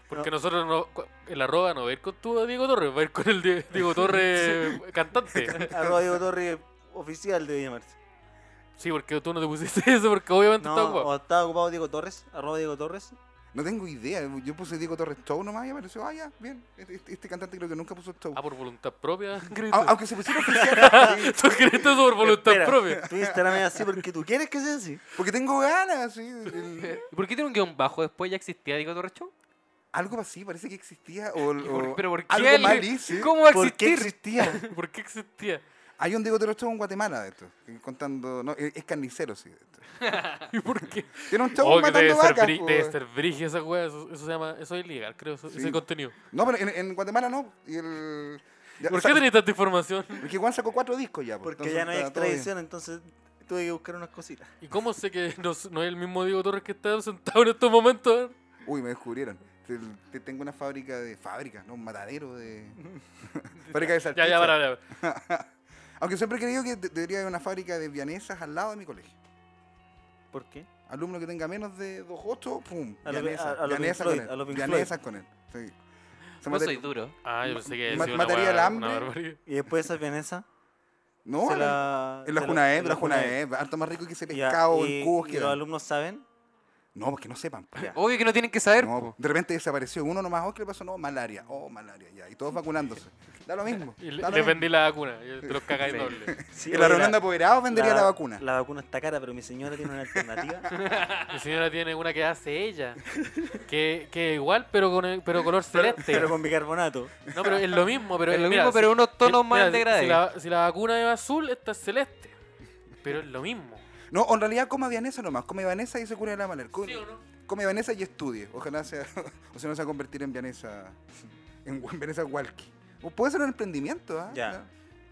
S5: Porque nosotros no, cu- el arroba no va a ir con tu Diego Torres, va a ir con el Die- Diego Torres cantante.
S3: Arroba Diego Torres oficial debe llamarse.
S5: Sí, porque tú no te pusiste eso, porque obviamente
S3: No,
S5: está
S3: o
S5: ocupado.
S3: estaba ocupado Diego Torres, arroba Diego Torres.
S4: No tengo idea. Yo puse Diego Torres Show nomás y apareció, ah, ya, bien. Este, este- este cantante creo que nunca puso Show.
S5: Ah, por voluntad propia, Cristo.
S4: Au- Aunque se pusiera oficial. Ah, sí,
S5: Tú crees eso por voluntad
S3: Espera,
S5: propia.
S3: Tu Instagram es así porque tú quieres que sea así.
S4: porque tengo ganas, sí. El-
S2: ¿Y Eh, por qué tiene un guión bajo después? ¿Ya existía Diego Torres Show?
S4: algo así, parece que existía. O,
S2: ¿Y por-
S4: o
S2: ¿Pero por qué?
S4: algo
S2: él-
S4: mal dice.
S2: ¿Cómo va a
S3: ¿Por qué
S2: existir?
S3: existía?
S5: ¿Por qué existía?
S4: Hay un Diego Torres Show en Guatemala de esto. que Contando. No, es, es carnicero, sí. de esto.
S5: ¿Y por qué?
S4: Tiene un show
S5: Oh, que
S4: matando
S5: debe ser,
S4: vacas.
S5: bri-
S4: po,
S5: debe
S4: weón.
S5: ser brígida esa weá, eso, eso se llama, eso es ilegal, creo, eso-
S4: Sí.
S5: ese contenido.
S4: No, pero en, en Guatemala no. Y el, ya,
S5: ¿Por
S4: sa-
S5: qué tenés tanta información?
S4: Porque Juan sacó cuatro discos ya. po,
S3: Porque
S4: entonces
S3: ya no hay
S4: está todo bien.
S3: extradición, entonces tuve que buscar unas cositas.
S5: ¿Y cómo sé que no, s- no es el mismo Diego Torres que está sentado en estos momentos?
S4: Uy, me descubrieron. Te, te tengo una fábrica de. Fábrica, no, un matadero de. fábrica de
S5: Ya,
S4: salchichas.
S5: ya, para, para.
S4: Aunque siempre he creído que de- debería haber una fábrica de vianesas al lado de mi colegio.
S3: ¿Por qué?
S4: Alumno que tenga menos de 2.8, pum.
S3: A lo
S4: gané
S3: que-
S4: esa-
S3: a- a lo
S4: gané
S3: Pink
S4: esa con
S3: Floyd, a lo
S4: él.
S3: Pink
S4: Gané
S3: Floyd.
S4: esa con él. Sí.
S2: No
S4: Se mate-
S2: soy duro.
S5: Ah, yo pensé que
S4: Ma-
S5: decía una
S4: ¿mataría
S5: weá-
S4: el hambre?
S5: una barbaridad.
S3: Y después esa vienesa.
S4: No,
S3: se
S4: en la,
S3: la,
S4: en la
S3: se
S4: Junaed,
S3: en
S4: la
S3: Junaed.
S4: Junaed, harto más rico que ese
S3: Ya,
S4: pescado
S3: y-
S4: en cubos
S3: y
S4: que
S3: los
S4: dan.
S3: alumnos saben.
S4: No, porque no sepan. po, ya.
S2: Obvio que no tienen que saber.
S4: No,
S2: po.
S4: de repente desapareció uno nomás, oh, ¿qué le pasó? No, malaria, oh, malaria, ya. Y todos vacunándose. Da lo mismo. da
S5: Y le-
S4: lo
S5: les
S4: mismo.
S5: vendí la vacuna. y Te los cagáis
S2: Sí.
S5: doble.
S3: Sí,
S4: El
S3: oye,
S4: reunión de apoderados pues, vendería la, vacuna.
S3: La vacuna está cara, pero mi señora tiene una alternativa.
S5: Mi señora tiene una que hace ella. Que, que igual, pero con el- pero color celeste.
S3: pero con bicarbonato.
S5: No, pero es lo mismo, pero
S2: Es lo
S5: mira,
S2: mismo, pero unos tonos más
S5: mira, si-
S2: degradados.
S5: Si la, si la vacuna es azul, esta es celeste. Pero es lo mismo.
S4: No, en realidad come Vanessa nomás. Come Vanessa y se cura de la malaria. Come,
S5: ¿Sí o no?
S4: come Vanessa y estudie. Ojalá sea. o sea, no se va a convertir en Vanessa. En Vanessa Walkie. O puede ser un emprendimiento, ¿ah?
S3: Ya.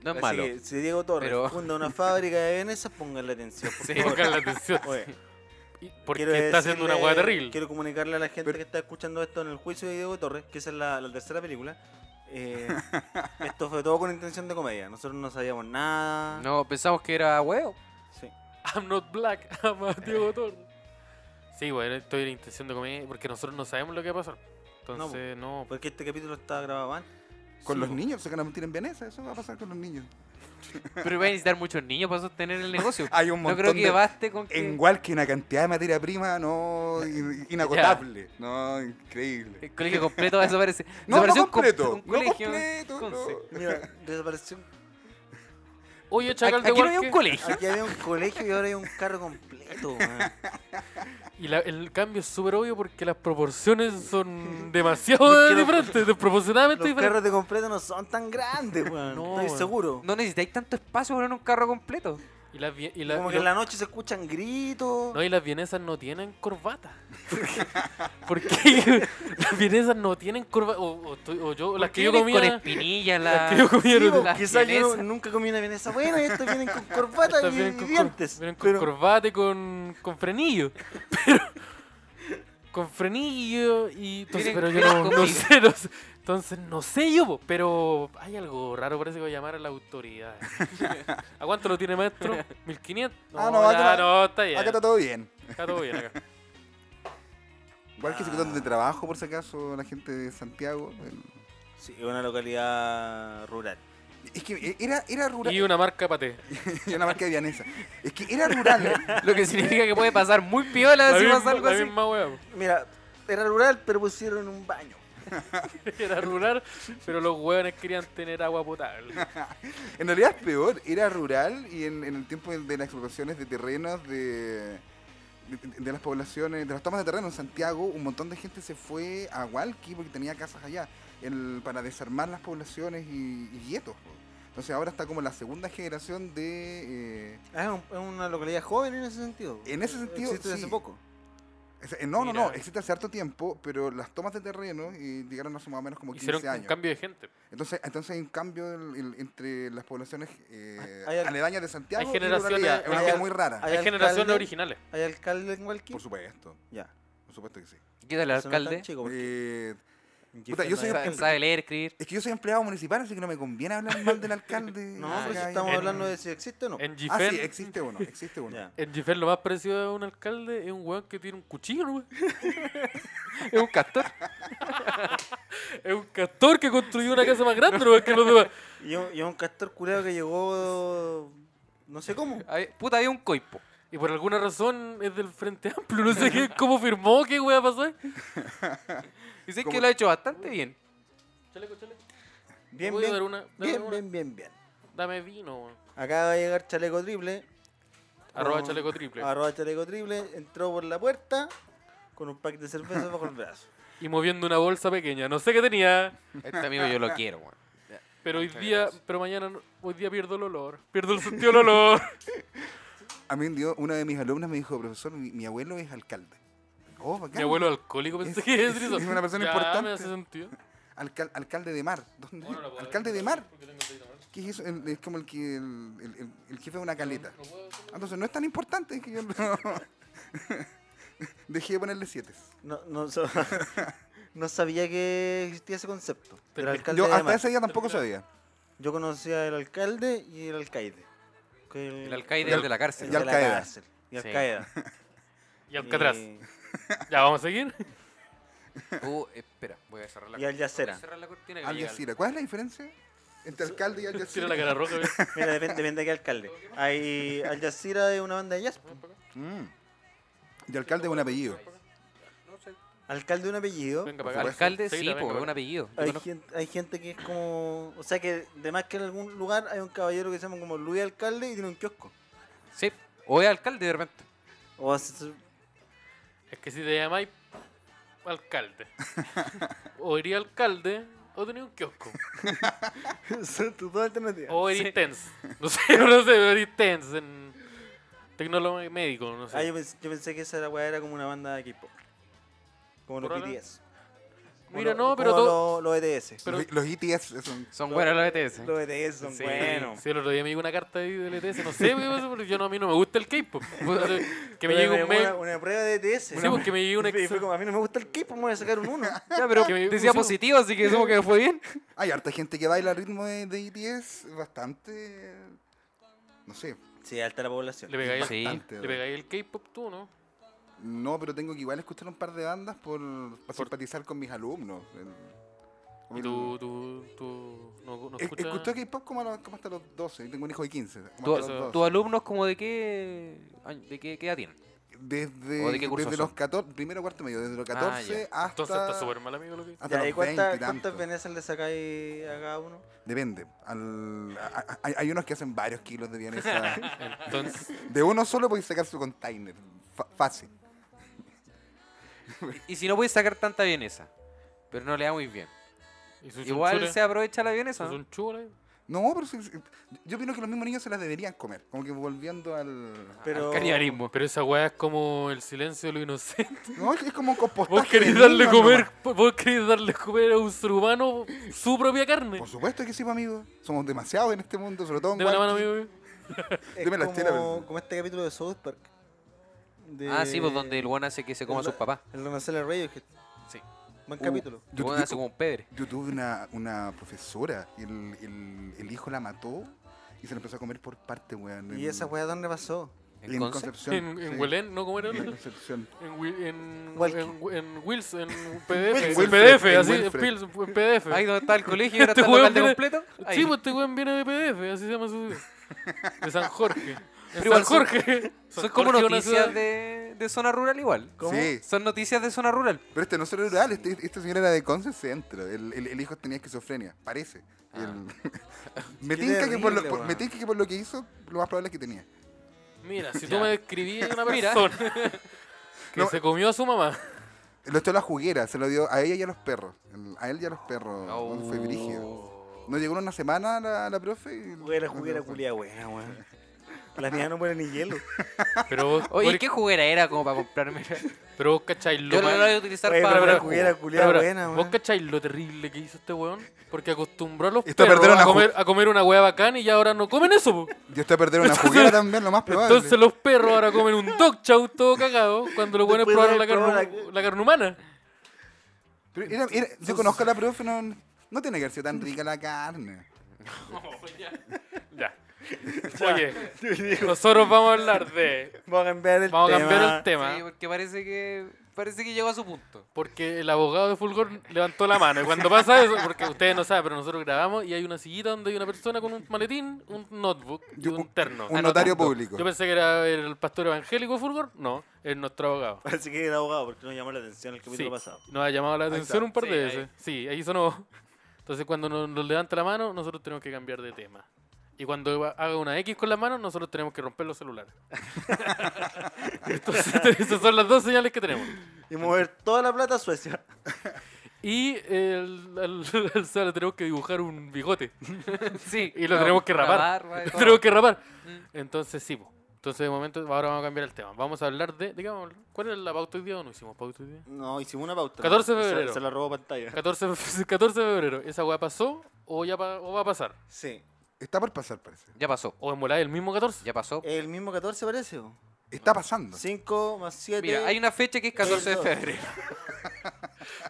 S2: No es
S3: Así
S2: malo.
S3: que si Diego Torres
S2: pero-
S3: funda una fábrica de vienesa, pónganle atención. Por
S2: Sí.
S3: favor.
S5: Pongan la atención.
S3: Oye,
S5: Y- Porque
S3: quiero
S5: está haciendo una
S3: decirle-
S5: hueá terrible.
S3: Quiero comunicarle a la gente
S4: Pero-
S3: que está escuchando esto en el juicio de Diego Torres, que esa es la, la tercera película. eh, esto fue todo con intención de comedia. Nosotros no sabíamos nada.
S2: No, pensamos que era huevo.
S3: Sí.
S5: I'm not black, I'm a Diego Torres. Sí, bueno, estoy en intención de comer porque nosotros no sabemos lo que va a pasar. Entonces, no.
S3: Porque este capítulo está grabado antes.
S4: Con
S5: sí,
S4: los
S5: po.
S4: niños, se van a meter en Vanessa. Eso va a pasar con los niños.
S2: Pero iba a necesitar muchos niños para sostener el negocio.
S4: Hay Ah, un
S2: no
S4: montón
S2: creo que
S4: de-
S2: baste con que...
S4: En Walkie, una cantidad de materia prima no in- inagotable. No, increíble.
S2: El colegio completo va a desaparecer.
S4: No, no
S2: Desapareció un co-
S4: completo.
S2: un
S4: no
S2: colegio.
S4: completo.
S2: con-
S4: no.
S3: Mira, desapareció.
S5: Oye, chacal
S2: Aquí
S5: de
S2: no había
S5: Huarque.
S2: un colegio.
S3: Aquí había un colegio y ahora hay un carro completo. weón.
S5: Y la- el cambio es súper obvio porque las proporciones son demasiado
S3: Porque los-
S5: diferentes, desproporcionadamente
S3: Los
S5: diferentes.
S3: carros de completo no son tan grandes, weón.
S5: No,
S3: Estoy
S5: weón.
S3: seguro.
S2: No necesitáis tanto espacio para poner un carro completo.
S5: Y las, vie- y la-
S3: Como
S5: y
S3: que en
S5: lo-
S3: la noche se escuchan gritos.
S5: no, y las vienesas no tienen corbata. ¿Por qué? las vienesas no tienen corbata. O, o estoy- o yo, las que yo
S2: Vienen
S5: comía.
S2: Con espinilla, la...
S5: Las que yo comía
S3: Sí,
S5: eran
S3: po,
S2: las
S3: quizás yo no-
S2: vienesas.
S3: nunca comí una vienesa buena y estos vienen con corbata
S5: estas
S3: y,
S5: vienen
S3: y
S5: con, cor-
S3: dientes.
S5: vienen con
S3: pero
S5: corbata y con, con frenillo. Pero. Con frenillo y. Entonces,
S2: Vienen
S5: pero yo
S2: con
S5: no, no
S2: comida.
S5: sé, no sé. Entonces, no sé yo, po, pero hay algo raro, parece que voy a llamar a la autoridad. ¿A cuánto lo tiene maestro? ¿1500?
S4: Ah, no, acá
S5: ya,
S4: está-
S5: no, está bien.
S4: Acá está todo bien.
S5: Está todo bien acá.
S4: Walkie
S2: Ah.
S4: se quedó donde trabajo, por si acaso, la gente de Santiago. el-
S3: Sí, es una localidad rural.
S4: Es que eh, era, era rural.
S5: Y una marca paté.
S4: Y una marca de Vianesa. Es que era rural.
S2: Lo que significa que puede pasar muy piola
S5: La
S2: si
S5: misma-
S2: pasa algo
S5: la
S2: así.
S5: misma hueá, po.
S3: Mira, era rural, pero pusieron un baño.
S5: Era rural, pero los hueones querían tener agua potable.
S4: En realidad es peor. Era rural y en, en el tiempo de, de las explotaciones de terrenos, de, de, de las poblaciones, de las tomas de terreno en Santiago, un montón de gente se fue a Hualqui porque tenía casas allá el- para desarmar las poblaciones y, y guetos. po. Entonces ahora está como la segunda generación de... eh,
S3: Ah, es, un- es una localidad joven en ese sentido.
S4: En ese sentido,
S3: Existe desde
S4: sí.
S3: hace poco.
S4: es- eh, no, no, no,
S5: Mira.
S4: existe hace harto tiempo, pero las tomas de terreno eh, llegaron hace más o menos como 15
S5: Hicieron un
S4: años.
S5: cambio de gente.
S4: Entonces, entonces hay un cambio el- el- entre las poblaciones eh,
S3: Hay al-
S4: aledañas de Santiago.
S5: hay
S4: y
S5: generaciones-
S4: ruralidad. Es una
S3: hay
S4: cosa
S3: al-
S4: muy rara.
S3: hay
S5: Hay generaciones
S3: alcalde-
S5: originales.
S3: ¿Hay alcalde en Walkie?
S4: Por supuesto,
S3: Ya.
S4: por supuesto que sí.
S2: ¿Qué tal el
S3: Eso no es tan
S2: alcalde?
S3: chico, porque
S4: Eh,
S3: Jefferson
S4: yo soy
S3: es-
S2: Sa- Sabe leer, escribir.
S4: es que yo soy empleado municipal, así que no me conviene hablar mal del alcalde.
S3: No,
S4: Ah,
S3: pero si
S4: ya,
S3: estamos
S4: ya.
S3: hablando de si existe o no.
S5: En
S4: Ah,
S5: Gifen,
S4: sí, existe uno, existe uno.
S3: Ya.
S5: en Gifen lo más parecido a un alcalde es un weón que tiene un cuchillo, ¿no?
S2: Es un castor.
S5: Es un castor que construyó una casa más grande, ¿no? Es que los demás.
S3: Y un, y un castor curado que llegó. No sé cómo.
S2: Ay, Puta, había un coipo.
S5: Y por alguna razón es del Frente Amplio. No sé qué, cómo firmó, qué weá pasó.
S2: Y sé
S4: Como-
S2: que lo ha hecho bastante bien.
S5: Chaleco, chaleco.
S3: Bien,
S5: Voy a
S3: bien.
S5: dar una- dame
S3: bien,
S5: una.
S3: bien, bien, bien.
S5: Dame vino, weón.
S3: Acá va a llegar Chaleco Triple.
S5: Arroba
S3: con-
S5: chaleco triple.
S4: Ah.
S3: Arroba Chaleco Triple. Entró por la puerta con un pack de cerveza bajo el brazo.
S5: Y moviendo una bolsa pequeña. No sé qué tenía.
S2: Este amigo yo lo quiero, weón.
S5: Pero hoy
S2: Muchas
S5: día,
S2: gracias.
S5: pero mañana, no- hoy día pierdo el olor. Pierdo el sentido del olor.
S4: A mí un día una de mis alumnas me dijo, profesor, mi, mi abuelo es alcalde. Oh, bacán.
S5: Mi abuelo alcohólico pensé
S4: Es-
S5: que
S4: es-
S5: es eso.
S4: es una persona
S5: Ya, Me
S4: importante.
S5: hace sentido.
S4: Alcal- alcalde de mar. ¿Dónde?
S5: Oh, no la puedo
S4: alcalde
S5: abrir,
S4: de mar.
S5: porque tengo que ir a ver.
S4: ¿Qué es eso? El- es como el que el, el- el- el jefe de una caleta.
S5: No puedo hacerlo.
S4: Ah, Entonces no es tan importante que yo no- dejé de ponerle siete.
S3: No, no, so- no sabía que existía ese concepto. del
S5: Yo
S3: alcalde
S4: Yo
S3: de
S4: hasta
S3: Mar.
S4: ese día tampoco sabía.
S3: Yo conocía al alcalde y el alcaide. Que
S2: El alcaide es el de la
S3: el
S2: cárcel.
S4: Y
S3: de
S4: Al Qaeda.
S3: cárcel. Y
S2: Sí.
S3: Al Qaeda.
S5: Y Alcatraz.
S3: Eh,
S5: Ya, vamos a seguir.
S2: Tú, espera, voy a cerrar la
S3: Y Al Jazeera.
S2: Voy a cerrar la cortina que me
S4: Al
S2: llega
S4: Jazeera. ¿Cuál es la diferencia entre alcalde y Al
S5: Tira la
S4: Jazeera?
S5: cara roja. ¿ves?
S3: mira, depende, depende de qué alcalde. Hay, Al Jazeera es una banda de jazz. po.
S4: Mm. Y Mm. alcalde es un apellido.
S2: No sé.
S3: Alcalde de un apellido.
S5: Venga para acá.
S2: Alcalde,
S5: Sí,
S2: sí,
S5: la venga,
S2: po, es
S5: venga.
S2: un apellido. Yo
S3: Hay
S2: conozco-
S3: gente, hay gente que es como. O sea, que de más que en algún lugar hay un caballero que se llama como Luis Alcalde y tiene un kiosco.
S2: Sí, o es alcalde de repente.
S3: O hace-
S5: Es que si te llamáis alcalde. O eres alcalde o tenés un kiosco.
S3: son tus dos alternativas.
S5: O eres tense. No sé, no sé, eres tense en tecnólogo médico, no sé.
S3: Ah, yo, pens- yo pensé que esa era, weá, era como una banda de K-pop. Como los
S5: Probable-
S3: BTS. Como
S5: Mira,
S3: lo-
S5: no,
S3: como
S5: pero todo.
S3: lo- Los ETS.
S5: Pero-
S4: Los, los ETS son...
S2: Son
S3: Lo-
S2: buenos los ETS.
S3: Los ETS son
S2: Sí.
S3: buenos.
S5: Si el otro día me llegó una carta ahí del ETS, no sé, weón, porque yo no, a mí no me gusta el K-pop. Que
S3: Pero
S5: me llegue
S3: llegó
S5: un mail.
S3: Una, una prueba de ETS.
S5: Sí, porque me llegue un
S3: Y
S5: ex.
S3: fue como, a mí no me gusta el K-pop, me voy a sacar un 1.
S2: Ya, pero
S5: Que me-
S2: decía
S5: sí, po.
S2: positivo, así que supongo que me fue bien.
S4: Hay harta gente que baila al ritmo de, de ETS bastante... No sé.
S3: sí, alta la población.
S5: Le pegáis
S2: Sí.
S5: el- le pegáis el K-pop tú, ¿no?
S4: No, pero tengo que igual escuchar un par de bandas por, para simpatizar con mis alumnos. El-
S5: Y
S3: Mm.
S5: tú, tú, tú no, no
S4: Eh,
S5: escuchas.
S4: Escucho K-pop como, a los- como hasta los 12. Yo tengo un hijo de 15. como
S2: ¿Tus
S4: hasta los
S5: eso-
S2: tus
S4: 12.
S2: alumnos como de qué, año- de qué, qué edad tienen?
S4: Desde,
S2: ¿O de qué curso
S4: desde los
S2: son?
S4: 14, primero cuarto medio, desde los
S2: Ah,
S4: 14 hasta,
S5: Entonces está súper mal, amigo, lo que
S4: hasta
S3: Ya, ¿y
S4: los 20
S3: cuántas,
S4: y tanto.
S3: cuántas venezas le sacáis a cada uno?
S4: Depende. Al- a- a- hay, hay unos que hacen varios kilos de vienesa.
S5: Entonces,
S4: de uno solo podéis sacar su container. Fa- fácil.
S2: Y si no puedes sacar tanta vienesa, pero no le da muy bien.
S5: y sus
S2: Igual
S5: chunchules,
S2: se aprovecha la vienesa.
S5: sus
S2: ¿no?
S5: chunchules.
S4: No, pero sí- sí, yo opino que los mismos niños se las deberían comer. Como que volviendo al...
S5: Ah,
S3: Pero-
S2: Al canibalismo.
S5: Pero esa weá es como el silencio de lo inocente.
S4: No, es es como un compostaje.
S5: Vos querés
S4: de
S5: darle
S4: niños
S5: comer,
S4: nomás.
S5: vos querés darle comer a un ser humano su propia carne.
S4: Por supuesto que sí, pues, amigo. Somos demasiados en este mundo, sobre todo en
S5: De una mano,
S4: Guayaquil.
S5: amigo.
S3: Es
S4: Deme la
S3: como,
S4: chela, pero-
S3: como este capítulo de South Park. De-
S2: Ah, sí, pues donde el guan hace que se coma a
S3: el-
S2: sus papás.
S3: El Donacela Reyes. Que...
S2: Sí.
S3: Buen
S4: Uh,
S3: capítulo.
S2: El
S4: Yo,
S2: guan
S4: yo-
S2: hace como un pedre.
S4: yo tuve una, una profesora y el, el- el hijo la mató y se la empezó a comer por parte, weón.
S3: ¿Y
S4: en-
S3: esa weá dónde pasó?
S4: en
S2: Entonces,
S4: Concepción.
S5: En, en
S4: sí.
S5: Huelén, ¿no? ¿Cómo era?
S4: En
S5: En,
S4: Concepción.
S5: Wi- en,
S3: Walkie.
S5: en, en Wilson, en PDF.
S4: Wilfred,
S5: en PDF,
S4: en
S5: así, en,
S4: Wilfred.
S5: Pils- en PDF.
S2: ahí donde está el colegio y ahora
S5: Este
S2: está el
S5: weón
S2: local de
S5: tiene-
S2: completo.
S5: Sí,
S2: Ahí.
S5: pues este weón viene de PDF, así se llama su De San Jorge. En
S2: igual
S5: San
S2: son-
S5: Jorge.
S2: Son como
S5: Jorge es una
S2: noticias
S5: ciudad-
S2: de, de zona rural igual.
S3: ¿Cómo?
S4: Sí,
S2: Son noticias de zona rural.
S4: pero este no solo era rural, este, esta señora era de Conce Centro. El, el- el hijo tenía esquizofrenia, parece.
S2: Ah.
S4: El- me,
S3: Qué
S4: tinca que por lo,
S3: terrible,
S4: por- me
S3: weón.
S4: tinca que por lo que hizo, lo más probable es que tenía.
S5: Mira, si tú
S2: Ya.
S5: me describías una
S2: Mira.
S5: persona que
S4: No.
S5: se comió a su mamá.
S4: Lo echó a la juguera, se lo dio a ella y a los perros. El- A él y a los perros.
S2: Oh.
S4: weón, Fue brígido. No llegó en una semana la, la profe. y-
S3: Juguera,
S4: no se
S3: juguera,
S4: lo fue.
S3: culia, buena, weón. La mía no pone ni hielo.
S5: Pero vos,
S2: Oye,
S5: vos-
S2: ¿y ¿qué juguera era como para comprarme?
S5: pero vos cacháis lo
S2: Yo no
S5: mal-
S2: la voy a utilizar
S3: Oye,
S2: para...
S3: pero
S2: para-
S3: la juguera, culia,
S5: Pero, pero,
S3: buena,
S5: ¿Vos
S3: weón.
S5: cacháis lo terrible que hizo este weón? Porque acostumbró a los
S4: Esto
S5: perros
S4: perdieron
S5: a
S4: la ju-
S5: comer, a comer una hueá bacán y ya ahora no comen eso, po.
S4: Yo estoy a perder una juguera también, lo más probable.
S5: Entonces los perros ahora comen un dog chow todo cagado cuando los buenos
S3: Después
S5: probaron
S3: de
S5: la carne,
S3: probar
S5: hu- la carne humana.
S4: Pero era- era- yo conozco a la profe, no, no tiene que haber sido tan rica la carne.
S5: Ya. Oye, nosotros vamos a hablar de...
S3: Vamos a cambiar el
S5: Vamos a
S3: tema.
S5: cambiar el
S2: Sí,
S5: tema.
S2: porque parece que, parece que llegó a su punto.
S5: Porque el abogado de Fulgor levantó la mano. Y cuando pasa eso, porque ustedes no saben, pero nosotros grabamos y hay una sillita donde hay una persona con un maletín, un notebook y
S4: Yo-
S5: un terno.
S4: Un
S5: Ah,
S4: notario
S5: notando.
S4: público.
S5: Yo pensé que era el pastor evangélico de Fulgor. No, es nuestro abogado.
S3: Parece que era abogado porque nos llamó la atención el capítulo
S5: Sí,
S3: pasado.
S5: Nos ha llamado la
S4: está.
S5: atención un par de
S2: Sí, ahí.
S5: veces. Sí, ahí sonó. Entonces, cuando nos, nos levanta la mano, nosotros tenemos que cambiar de tema. Y cuando va- haga una X con las manos, nosotros tenemos que romper los celulares. Entonces, esas son las dos señales que tenemos.
S3: Y mover toda la plata a Suecia.
S5: Y el, al- al Seba le tenemos que dibujar un bigote.
S2: Sí.
S5: Y lo tenemos que
S2: una
S5: rapar.
S2: barba y todo.
S5: tenemos que rapar.
S2: Mm.
S5: Entonces, sí, po. Entonces, de momento, ahora vamos a cambiar el tema. Vamos a hablar de. de qué vamos a hablar? ¿Cuál era la pauta hoy día o no hicimos pauta hoy día?
S3: No, hicimos una pauta.
S5: 14 de
S3: Se-
S5: febrero.
S3: Se, la robó pantalla.
S5: 14, de fe- 14 de febrero. ¿Esa weá pasó o ya pa- o va a pasar?
S3: Sí.
S4: Está por pasar, parece.
S2: Ya pasó.
S5: ¿O en volada el mismo 14?
S2: Ya pasó.
S3: El mismo 14 parece.
S4: Está pasando.
S3: 5 más 7.
S2: Mira, hay una fecha que es 14 de
S3: dos.
S2: febrero.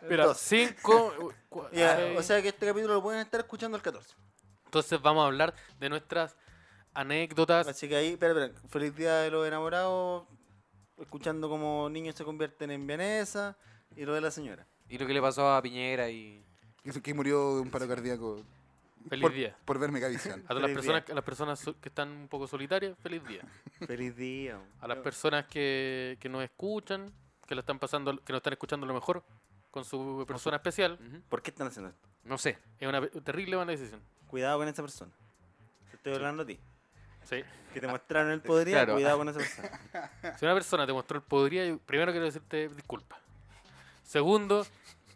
S5: Mira, 5. Ah, eh.
S3: o sea que este capítulo lo pueden estar escuchando el 14.
S5: Entonces vamos a hablar de nunuestras anécdotas.
S3: Así que ahí, espera, espera. Feliz día de los enamorados. escuchando como niños se convierten en vienesa y lo de la señora.
S2: Y lo que le pasó a Piñera y.
S4: Que, que murió de un paro cardíaco.
S5: Feliz
S4: por,
S5: día.
S4: Por ver Megavisión.
S5: A todas las
S3: Feliz día.
S5: personas, a las personas so- que están un poco solitarias, feliz día.
S3: Feliz día. weón.
S5: A las personas que, que nos escuchan, que lo están pasando, que nos están escuchando a lo mejor con su persona especial,
S2: Ujú.
S3: ¿Por qué están haciendo esto?
S2: No sé.
S5: es una pe- terrible mala decisión.
S3: Cuidado con esa persona. Te estoy hablando a ti.
S5: Sí.
S3: Que te mostraron el poder,
S2: Claro.
S3: cuidado con esa persona.
S5: Si una persona te mostró el podría, yo primero quiero decirte disculpa. Segundo,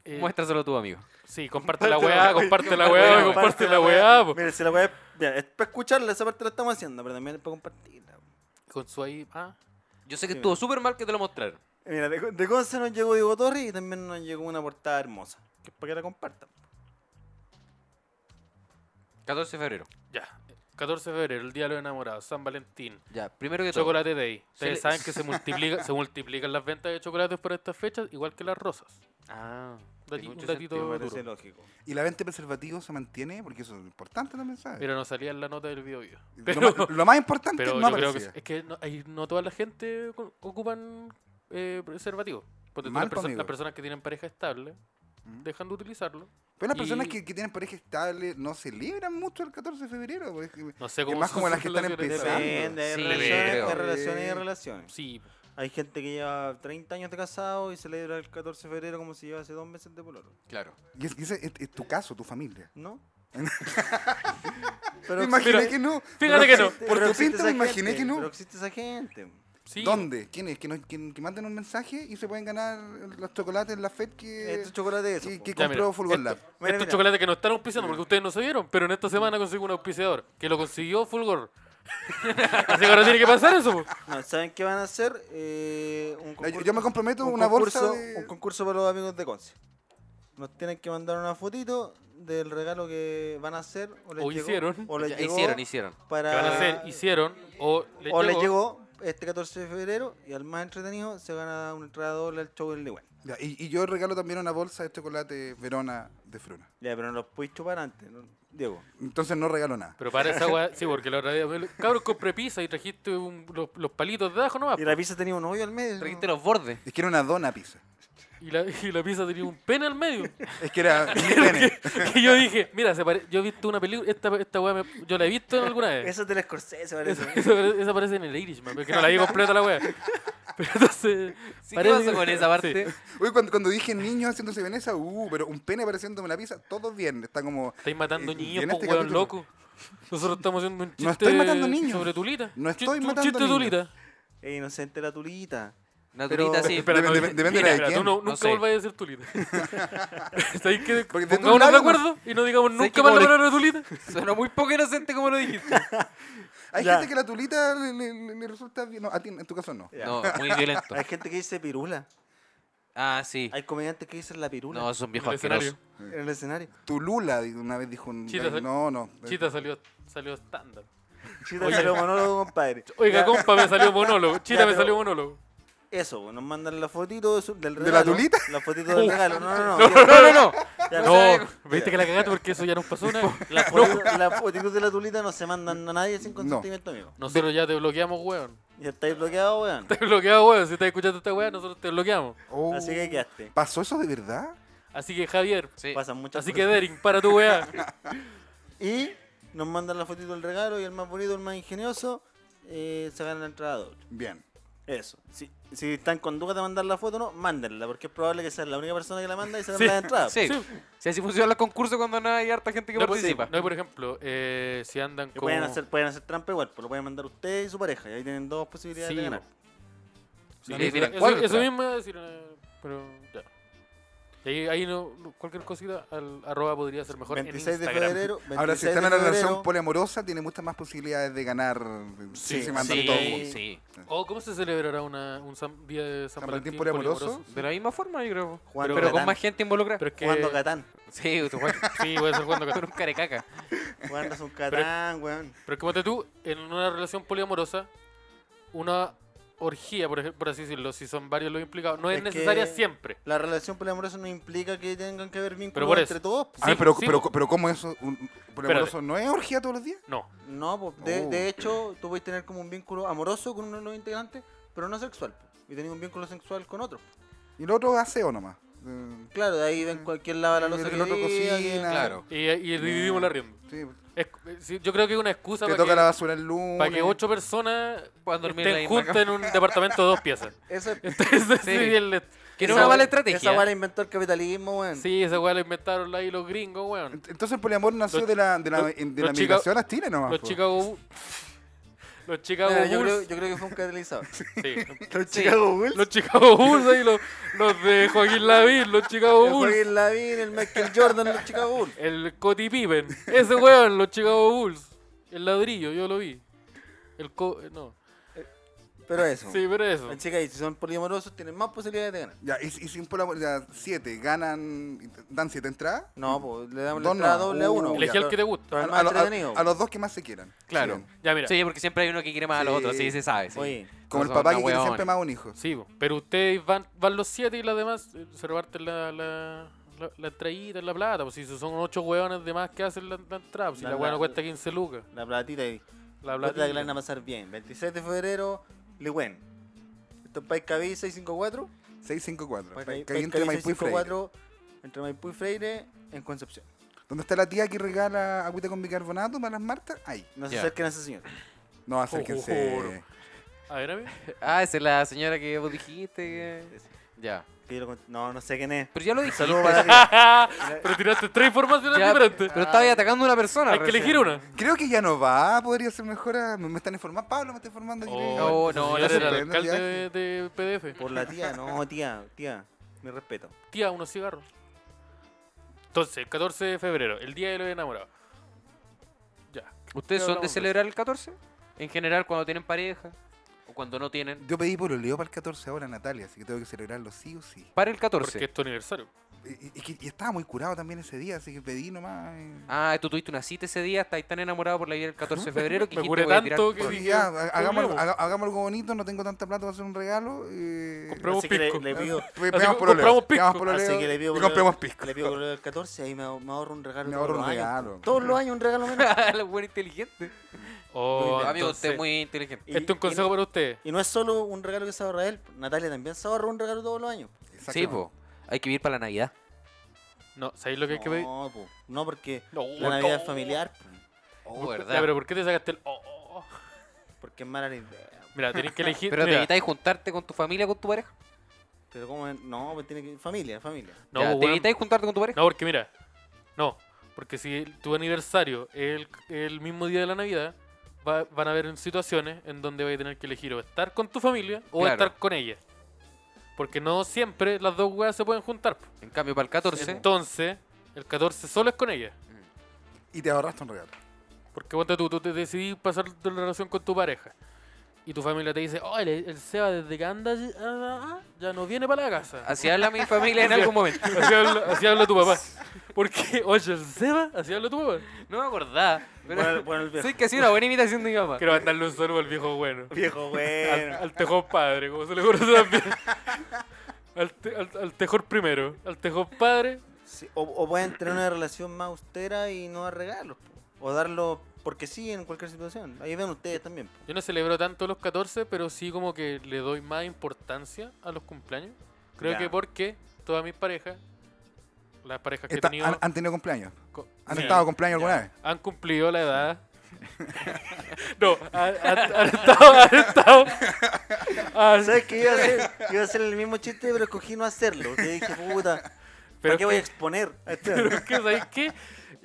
S5: eh,
S2: Muéstraselo a tu amigo.
S5: sí, comparte la weá, comparte la weá,
S3: Bueno,
S5: comparte la
S3: parte de
S5: weá. po.
S3: Mira, si la weá. mira, es para escucharla, esa parte la estamos haciendo, pero también es para compartirla. weón.
S5: Con su ahí, ah,
S2: Yo sé que
S3: Sí,
S2: estuvo súper mal que te lo mostraron.
S3: Mira, de, de Conce nos llegó Diego Torres y también nos llegó una portada hermosa. Que es para que la compartan.
S2: 14 de febrero.
S5: ya. 14 de febrero, el Día de los Enamorados, San Valentín,
S2: Ya, primero que todo.
S5: Chocolate Day.
S2: Se
S5: Ustedes
S2: le-
S5: saben que se, multiplica, se multiplican las ventas de chocolates por estas fechas, igual que las rosas.
S2: Ah,
S5: Dati-
S2: tiene
S5: un
S2: mucho
S5: datito
S2: sentido.
S3: Me parece
S5: duro.
S3: lógico.
S4: ¿Y la venta de preservativos se mantiene? Porque eso es importante también, ¿sabes?
S5: Mira, no salía en la nota del video video.
S4: Lo
S5: Pero,
S4: más- lo, más, importante
S5: pero
S4: no
S5: yo creo que
S4: aparecía.
S5: es que no, ahí no toda la gente co- ocupan eh, preservativo. Porque
S4: Mal,
S5: las,
S4: po,
S5: perso-
S4: amigo.
S5: las personas que tienen pareja estable
S4: Mm.
S5: dejan de utilizarlo.
S4: Pero las personas
S5: y-
S4: que, que tienen pareja estable no celebran mucho el 14 de febrero. pues, que-
S5: No sé
S4: Es
S5: cómo
S4: más
S5: son
S4: como las
S5: sus
S4: que están
S5: relaciones de-
S4: empezando.
S3: Depende, hay
S2: Sí,
S3: relaciones,
S2: creo.
S3: hay relaciones y
S4: Sí.
S3: relaciones.
S5: Sí,
S3: Hay gente que lleva 30 años de casado y celebra el 14 de febrero como si llevase dos meses de poloro.
S2: Claro.
S4: Y, es- y ese es, es tu caso, tu familia.
S3: ¿No?
S4: Pero me imaginé
S5: mira,
S4: que no.
S5: fíjate que no.
S3: existe-
S4: Por
S3: pero
S4: tu
S3: existe
S4: pinta me
S3: esa
S4: imaginé
S3: gente,
S4: que no.
S3: Pero existe esa gente.
S5: sí.
S4: ¿Dónde? ¿Quién es? Que, nos- que- que manden un mensaje y se pueden ganar los chocolates en la FED
S5: Eh,
S4: que,
S3: Estos chocolates
S4: que,
S3: eso.
S4: que
S3: po.
S5: Ya, mira,
S4: compró Fulgor
S5: esto-
S4: Lab.
S3: Mira,
S5: Estos
S3: mira.
S5: chocolates que no están auspiciando porque ustedes no se vieron, pero en esta semana consigo un auspiciador que lo consiguió Fulgor. Así que ahora tiene que pasar eso. po.
S3: No, ¿Saben qué van a hacer? Eh, un
S4: Ya, Yo,
S3: concurso,
S4: yo me comprometo
S3: un
S4: una bolsa
S3: concurso-
S4: de...
S3: Un concurso para los amigos de Conce. Nos tienen que mandar una fotito del regalo que van a hacer. O, les
S5: O
S3: llegó-
S5: hicieron.
S3: O les
S2: Ya,
S3: llegó
S2: hicieron, hicieron.
S3: Para,
S5: Que van a hacer, Ah. hicieron, o les
S3: o les
S5: llegó.
S3: llegó este 14 de febrero y al más entretenido se gana una entrada doble al show del Ligüen.
S4: Ya, y, y yo regalo también una bolsa de chocolate Verona de Fruna.
S3: Ya, pero no los puedes chupar antes, ¿no? Diego.
S4: Entonces no regalo nada.
S5: Pero para esa weá, sí, porque la otra día, me- cabros, compré pizza y trajiste un- los, los palitos de ajo nomás.
S3: Y la pizza tenía un hoyo al medio. ¿no?
S2: Trajiste los bordes.
S4: Es que era una dona pizza.
S5: Y la, y la pizza tenía un pene al medio.
S4: Es que era mi pene.
S5: que yo dije, mira, se pare- yo he visto una película, esta, esta weá me- yo la he visto en alguna vez.
S3: Eso es del Scorsese, parece.
S5: Esa, pare- esa parece en el Irishman, porque no la vi completa la weá. Pero entonces.
S2: Sí, ¿Qué pasó con esa parte?
S5: sí.
S4: Uy, cuando, cuando dije niños haciéndose veneza, uh, pero un pene pareciéndome una pizza, todo bien. Está como,
S5: Estáis matando
S4: Y- y
S5: niños,
S4: en
S5: po,
S4: este
S5: weón
S4: capítulo-
S5: loco. Nosotros estamos haciendo un chiste
S4: No estoy matando niños.
S5: sobre Tulita.
S4: No estoy
S5: Chiste- un
S4: matando
S5: chiste de
S4: niños.
S5: Tulita.
S3: Es inocente la tulita.
S2: Naturita,
S4: Pero-
S2: sí.
S4: Espera, Depende-
S5: no,
S4: depende de
S5: mira,
S4: la de
S5: espera, tú
S4: quién.
S5: no-
S2: No
S5: nunca
S2: sé.
S5: volváis a decir Tulita. ¿Sabéis que
S4: Porque de tu
S5: pongámonos
S4: lado
S5: de
S4: no-
S5: acuerdo y no digamos
S2: ¿Sabéis
S5: nunca
S2: que
S5: más
S2: como
S5: la
S2: le-
S5: palabra Tulita?
S2: Suena muy poco inocente como lo dijiste.
S4: Hay
S3: Ya.
S4: gente que la tulita le, le- le resulta bien. No, a ti, en tu caso no.
S3: Ya.
S2: No, muy violento.
S3: Hay gente que dice pirula.
S2: Ah, sí.
S3: Hay comediantes que dicen la pirula
S2: No, son
S5: En
S2: viejos
S5: el escenario.
S2: asquerosos.
S3: en el escenario.
S4: Tulula, di- una vez dijo un.
S5: Chita,
S4: no, no.
S5: Chita salió salió estándar.
S3: Chita
S5: Oye.
S3: salió monólogo, compadre.
S5: Oiga,
S3: Ya,
S5: compa, me salió monólogo. Chita
S3: Ya,
S5: me
S3: pero-
S5: salió monólogo.
S3: Eso, pues, nos mandan la fotito de su- del
S4: ¿De
S3: regalo.
S4: la tulita?
S3: La fotito del regalo. No, no, no.
S5: No, no, no, no.
S3: Ya,
S5: No, viste que la cagaste porque eso ya nos pasó una vez.
S3: La fotito, la fotito de la tulita no se mandan a nadie sin consentimiento, amigo.
S5: Nosotros ya te bloqueamos, weón.
S3: Ya estáis bloqueado, weón.
S5: Te bloqueamos, weón. Si estás escuchando esta weá, nosotros te bloqueamos.
S4: Oh.
S3: Así que quedaste.
S4: ¿Pasó eso de verdad?
S5: Así que, Javier.
S2: Sí.
S3: Pasan muchas
S5: Así que,
S3: cosas.
S5: Dering, para tu weá.
S3: Y nos mandan la fotito del regalo y el más bonito, el más ingenioso, eh, se gana la entrada doble.
S4: Bien.
S3: Eso. Si, si están con dudas de mandar la foto, no, mándenla, porque es probable que sea la única persona que la manda y se
S5: Sí,
S3: gana la entrada.
S2: Sí. Si así funcionan los concursos cuando no hay harta gente que
S5: No, pues
S2: participa.
S5: No, por ejemplo, eh, si andan
S3: Que
S5: como...
S3: pueden hacer, pueden hacer trampa igual, pues lo pueden mandar ustedes y su pareja, y ahí tienen dos posibilidades
S5: Sí,
S3: de ganar.
S5: bo.
S2: Sí,
S5: No,
S2: le
S5: eso-
S2: tiran
S5: eso,
S2: cuatro
S5: eso
S2: entradas.
S5: mismo iba a decir, eh, pero ya. Y ahí, ahí no, no, cualquier cosita, al, arroba podría ser mejor
S3: 26
S5: en
S3: de
S5: Instagram.
S3: febrero. 26
S4: Ahora, si
S3: de
S4: está en una relación
S3: febrero,
S4: poliamorosa, tiene muchas más posibilidades de ganar. eh,
S3: Sí,
S4: si se mandan
S3: sí.
S4: todo.
S3: Sí.
S5: O Oh, cómo se celebrará una, un sam- día de San,
S4: San Valentín
S5: Valentín,
S4: poliamoroso.
S5: poliamoroso?
S2: De la misma forma, yo creo.
S3: Jugando
S2: pero con
S3: Catán.
S2: más gente involucrada.
S5: Pero es que...
S3: Jugando Catán.
S2: Sí, tú juegas
S5: Sí, voy a ser jugando
S2: con
S5: Catán.
S2: un carecaca.
S3: Jugando un Catán, weón.
S5: Pero como tú, en una relación poliamorosa, una orgía, por, ej- por así decirlo, si son varios los implicados, no es,
S3: Es que-
S5: necesaria siempre.
S3: La relación poliamorosa no implica que tengan que haber
S5: Pero
S3: vínculos
S5: por
S3: entre
S5: eso.
S3: todos. pues. po.
S4: A ver,
S5: Sí,
S4: pero,
S5: sí,
S4: pero,
S5: po.
S4: pero ¿cómo es eso? ¿Un un poliamoroso no es orgía todos los días?
S5: No.
S3: No, po. de,
S4: Oh.
S3: de hecho, tú puedes tener como un vínculo amoroso con uno de los integrantes, pero no sexual. po. y tenéis un vínculo sexual con otro.
S4: Y lo otro aseo nomás. Eh,
S3: Claro, de ahí ven cualquier lava la losa
S4: el
S3: que
S4: otro
S3: diga,
S4: cocina.
S2: Claro.
S5: Y, y dividimos la rienda.
S4: Sí,
S5: Es- eh, sí, yo creo que es una excusa
S4: te
S5: para
S4: toca
S5: que,
S4: la basura el lunes.
S5: para que ocho personas
S2: Puedan dormir en la
S5: estén
S2: misma
S5: juntas en un departamento de dos piezas.
S3: que- Eso es-
S5: Entonces, sí,
S2: Sí.
S5: el-
S2: Que no es
S5: esa
S2: una mala
S5: weá-
S2: estrategia.
S3: Esa weá la inventó el capitalismo, weón.
S5: Sí, esa weá la inventaron ahí los gringos, weón.
S4: Ent- Entonces el poliamor nació
S5: Los-
S4: de la, de la,
S5: los-
S4: en- de
S5: los
S4: la
S5: Chica-
S4: migración a Chile nomás.
S5: Los
S4: po.
S5: Chicago Bu- Los Chicago
S3: Mira, yo, creo,
S5: Bulls.
S3: yo creo que fue un catalizador.
S5: sí.
S3: Los
S2: Sí.
S3: Chicago Bulls.
S5: Los Chicago Bulls ahí, los, los de Joaquín Lavín, los Chicago
S3: El
S5: Bulls.
S3: Joaquín Lavín, el Michael Jordan, los Chicago Bulls.
S5: El Cody Pippen. Ese weón, los Chicago Bulls. El ladrillo, yo lo vi. El co no.
S3: Pero eso.
S5: Sí, pero eso.
S3: En Chicago, si son poliamorosos, tienen más posibilidades de ganar.
S4: Ya, y, y sin poliamor, ya, siete, ganan, dan siete entradas.
S3: No, pues le damos la
S4: Dos no.
S3: entrada doble a uno.
S4: Uh,
S5: Mm. Elegí al que te gusta.
S4: A,
S3: Pero el
S4: a
S3: más
S4: lo- a-
S3: entretenido.
S4: a los dos que más se quieran.
S5: Claro.
S4: Sí.
S5: Ya, mira. Sí,
S2: Sí, porque siempre hay uno que quiere más a los
S4: Sí.
S2: otros, sí, se sabe. sí.
S3: Oye,
S4: Como el
S2: Son
S4: papá
S2: unos
S4: que quiere
S2: hueones.
S4: siempre más un hijo.
S5: bo. pero ustedes van, van los siete y las demás eh, se reparten la, la, la, la entradita en la plata. Pues si son ocho weones de más que hacen la, la entrada. pues si
S3: La-
S5: la, weá no
S3: la-
S5: cuesta 15 lucas.
S3: la platita ahí.
S5: La
S3: La plata que la
S5: plata.
S3: van a pasar bien. 26 de febrero, Ligüen. Esto es País Cabí 654.
S4: 654.
S3: País
S4: Caí entre
S3: Cabí
S4: Maipú y Freire.
S3: 654, entre Maipú y Freire, en Concepción.
S4: ¿Dónde está la tía que regala agüita con bicarbonato para las martas? Ahí.
S3: No se
S2: Ya.
S3: acerquen a ese señor.
S4: No, acérquense.
S5: Juro. A ver, a ver.
S2: Ah, esa es la señora que vos dijiste. que-
S3: Sí,
S2: Ya.
S3: que yo lo cont- No, no sé quién es.
S2: Pero ya lo dijiste.
S3: Saludos para ti.
S5: pero tiraste tres informaciones
S2: Ya,
S5: diferentes.
S2: pero estaba ahí atacando a una persona.
S5: Hay que
S2: recién.
S5: elegir una.
S4: Creo que ya no va, podría ser mejor. ah, Me, me están informando, Pablo me está informando. creo.
S2: Oh,
S5: ese
S2: no,
S5: señor
S2: la
S5: era el
S4: sorprende,
S5: alcalde de,
S4: ya.
S5: de PDF.
S3: Por la tía, no, tía, tía. Mi respeto.
S5: Tía, unos cigarros. Entonces, el 14 de febrero, el día de los enamorados. Ya.
S2: ¿Ustedes son de
S5: Hablamos de
S2: celebrar el 14? En general, cuando tienen pareja o cuando no tienen.
S4: Yo pedí por leo para el 14 ahora, Natalia, así que tengo que celebrarlo sí o sí.
S2: Para el
S5: Porque
S2: 14.
S5: es tu aniversario.
S4: Y, y- y que- y estaba muy curado también ese día, así que pedí nomás. eh.
S2: Ah, tú tuviste una cita ese día, estáis tan enamorado por la vida del 14 de febrero que
S5: Me
S2: dijiste,
S5: curé
S2: "Voy a tirar
S5: tanto
S4: Pues
S5: que
S4: ya,
S5: dije,
S4: ha- hagámoslo,
S5: "Problema".
S4: haga- hagamos algo bonito, no tengo tanta plata para hacer un regalo. eh,
S5: Compremos
S3: Así que le-
S5: pisco.
S3: le pido-
S4: pe-
S5: Así
S4: pegamos
S5: que
S4: pololeo,
S5: compramos
S4: pegamos
S5: pisco.
S4: pololeo
S3: Así que le pido
S4: y
S3: por
S4: compramos
S3: el-
S4: pisco.
S3: Le pido por el 14, ahí me, ahor- me ahorro un regalo.
S4: Me
S3: todos
S4: ahorro
S3: los
S4: un
S3: años.
S4: regalo.
S3: Todos los años un regalo menos.
S2: el buen inteligente.
S5: Oh,
S2: Amigo, usted
S5: entonces,
S2: es muy inteligente.
S5: Este es un
S3: Y- y-
S5: consejo para usted.
S3: Y no es solo un regalo que se ahorra él, Natalia también se ahorra un regalo todos los años.
S2: Sí,
S4: Exactamente.
S2: po. Hay que vivir para la Navidad.
S5: No, ¿sabéis lo que hay que pedir?
S3: No, po, no porque
S5: No,
S3: la Navidad
S5: no.
S3: es familiar, po,
S2: Oh,
S5: Ya,
S2: verdad.
S5: pero ¿por qué te sacaste el.? oh, oh, oh?
S3: porque es mala la idea.
S5: Mira, tenés que elegir.
S2: Pero te
S5: mira.
S2: evitáis juntarte con tu familia, con tu pareja.
S3: Pero como no, pues tiene que familia, familia.
S5: No, pues,
S2: Ya, te
S5: weón.
S2: evitáis juntarte con tu pareja.
S5: No, porque mira. No. Porque si tu aniversario es el, el mismo día de la Navidad, va- van a haber situaciones en donde vas a tener que elegir o estar con tu familia o
S2: Claro.
S5: estar con ella. Porque no siempre las dos weas se pueden juntar. po.
S2: En cambio, para el 14.
S5: Entonces, el 14 solo es con ella.
S4: Y te ahorraste un regalo.
S5: Porque ponte tú, tú te decidís pasar de la relación con tu pareja. Y tu familia te dice, oh, el, el Seba desde que anda allí, ah, ah, ya no viene para la casa.
S2: Así habla mi familia en algún momento.
S5: Así habla, así habla tu papá. Ah. Porque, oye, el Seba, así habla tu papá.
S2: No me acordaba. Pero
S3: Bueno, bueno, el viejo.
S2: sé que ha sido una buena imitación de mi mamá.
S5: Quiero mandarle un saludo al viejo bueno.
S3: Viejo
S5: Al,
S3: bueno.
S5: al tejón padre, como se le conoce también. Al, te- al, al tejón primero. Al tejón padre.
S3: Sí, o, o pueden tener una relación más austera y no dar regalos, po, o darlo porque sí en cualquier situación. Ahí ven ustedes también. po.
S5: Yo no celebro tanto los 14, pero sí como que le doy más importancia a los cumpleaños. Creo
S3: Ya.
S5: que porque todas mis parejas, las parejas que
S4: Está-
S5: he tenido,
S4: han, han tenido cumpleaños.
S5: co-
S4: ¿Han
S5: sí,
S4: estado cumpleaños
S5: ya.
S4: alguna vez?
S5: han cumplido la edad. no, han, han- han estado, han estado. han-
S3: ¿Sabes qué? Iba a, hacer, iba a hacer el mismo chiste, pero escogí no hacerlo. Que dije, puta, ¿para
S5: pero
S3: qué voy a exponer? a este hombre?
S5: Pero es que, ¿sabes qué?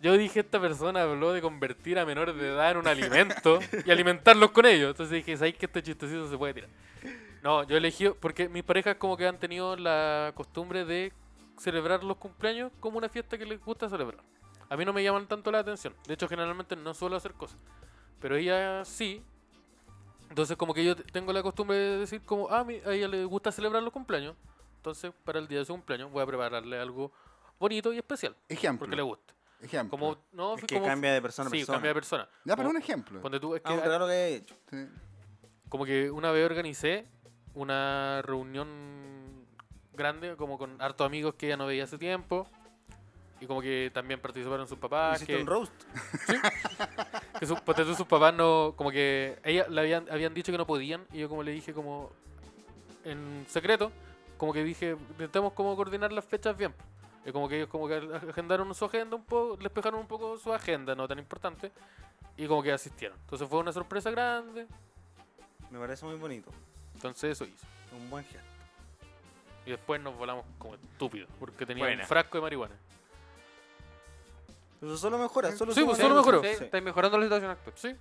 S5: Yo dije, esta persona habló de convertir a menores de edad en un alimento y alimentarlos con ellos. Entonces dije, ¿sabes qué? Este chistecito se puede tirar. No, yo elegí, porque mis parejas como que han tenido la costumbre de celebrar los cumpleaños como una fiesta que les gusta celebrar. A mí no me llaman tanto la atención. De hecho, generalmente no suelo hacer cosas. Pero ella sí. Entonces como que yo t- tengo la costumbre de decir como, ah, mi- a ella le gusta celebrar los cumpleaños. Entonces, para el día de su cumpleaños voy a prepararle algo bonito y especial.
S4: Ejemplo.
S5: Porque le gusta.
S4: Ejemplo.
S5: Como, no,
S3: Es
S5: fui
S3: que
S5: como-
S3: cambia de persona a
S5: Sí,
S3: persona.
S5: cambia de persona.
S4: Ya, pero
S5: Como-
S4: un ejemplo.
S5: ponte tú, es que
S3: Ah, un regalo que haya hecho.
S4: Sí.
S5: como que una vez organicé una reunión grande, como con hartos amigos que ya no veía hace tiempo. Y como que también participaron sus papás.
S3: Hiciste
S5: Ah, Que,
S3: un roast.
S5: que pues, sus, ponte tú, sus papás no. Como que ella le habían, habían dicho que no podían. Y yo como le dije como. en secreto, como que dije, intentemos como coordinar las fechas bien. Y como que ellos como que agendaron su agenda un poco, les pejaron un poco su agenda, no tan importante, y como que asistieron. Entonces fue una sorpresa grande,
S3: Me parece muy bonito.
S5: entonces eso hizo.
S3: Un buen gesto.
S5: Y después nos volamos como estúpidos, porque tenía
S1: Buena.
S5: un frasco de marihuana.
S3: Eso solo mejora, solo
S5: Sí,
S3: suma
S5: pues,
S3: la
S5: solo
S3: evolución.
S5: mejoró.
S2: Sí,
S3: Sí.
S2: Estáis mejorando la situación actual.
S5: Sí,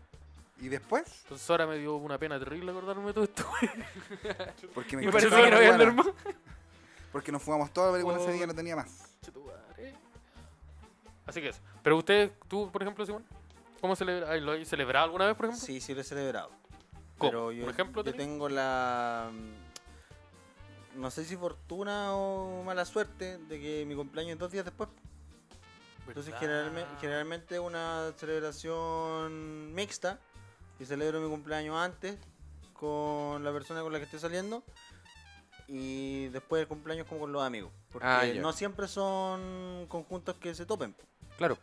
S4: Y después,
S5: entonces ahora me dio una pena terrible acordarme de todo esto.
S4: porque me
S2: Me parece
S4: encanta la
S2: que no voy a andar
S4: marihuana,
S2: más.
S4: Porque nos fumamos toda la marihuana ese
S5: Oh.
S4: día, no tenía más.
S5: Chetumare. Así que eso. Pero usted, tú, por ejemplo, Simón, ¿cómo celebra? ay, ¿Lo has celebrado alguna vez, por ejemplo?
S3: Sí, sí lo he celebrado.
S5: ¿Cómo?
S3: Pero yo,
S5: Por ejemplo,
S3: yo
S5: tenés-
S3: tengo la... mm, No sé si fortuna o mala suerte de que mi cumpleaños es dos días después. Entonces generalme-
S5: ¿Verdad?
S3: generalmente es una celebración mixta. Yo celebro mi cumpleaños antes con la persona con la que estoy saliendo y después el cumpleaños como con los amigos. Porque
S2: Ah, ya.
S3: no siempre son conjuntos que se topen. po,
S2: Claro.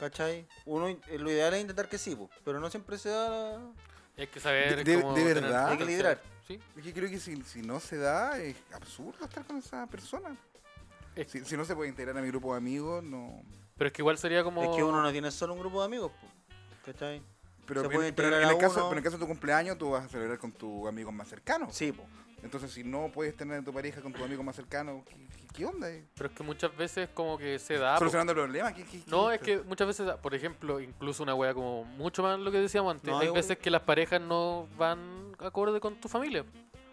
S3: ¿Cachai? Uno, in- eh, lo ideal es intentar que sí, po, pero no siempre se da... la-
S5: Hay que saber.
S4: De- de-
S5: cómo
S4: de
S5: tener-
S4: verdad. Hay
S3: que liderar.
S5: Ah, Sí.
S4: Es que creo que si, si no se da, es absurdo estar con esa persona.
S5: Es-
S4: Si, si no se puede integrar a mi grupo de amigos, no.
S5: Pero es que igual sería como.
S3: Es que uno no tiene solo un grupo de amigos, po, ¿cachai?
S4: Pero,
S3: Se
S4: en-
S3: puede
S4: pero en,
S3: integrar a
S4: el caso,
S3: uno.
S4: pero en el caso de tu cumpleaños, tú vas a celebrar con tus amigos más cercanos.
S3: Sí, po.
S4: Entonces, si no puedes tener a tu pareja con tus amigos más cercanos, ¿qué, qué- qué onda? eh?
S5: Pero es que muchas veces, como que se da. po.
S4: ¿Solucionando problemas? ¿Qué- qué- qué
S5: Ah, pues, No, es
S4: esto?
S5: que muchas veces, por ejemplo, incluso una wea como mucho más lo que decíamos antes.
S3: No,
S5: hay
S3: yo-
S5: veces que las parejas no van acorde con tu familia.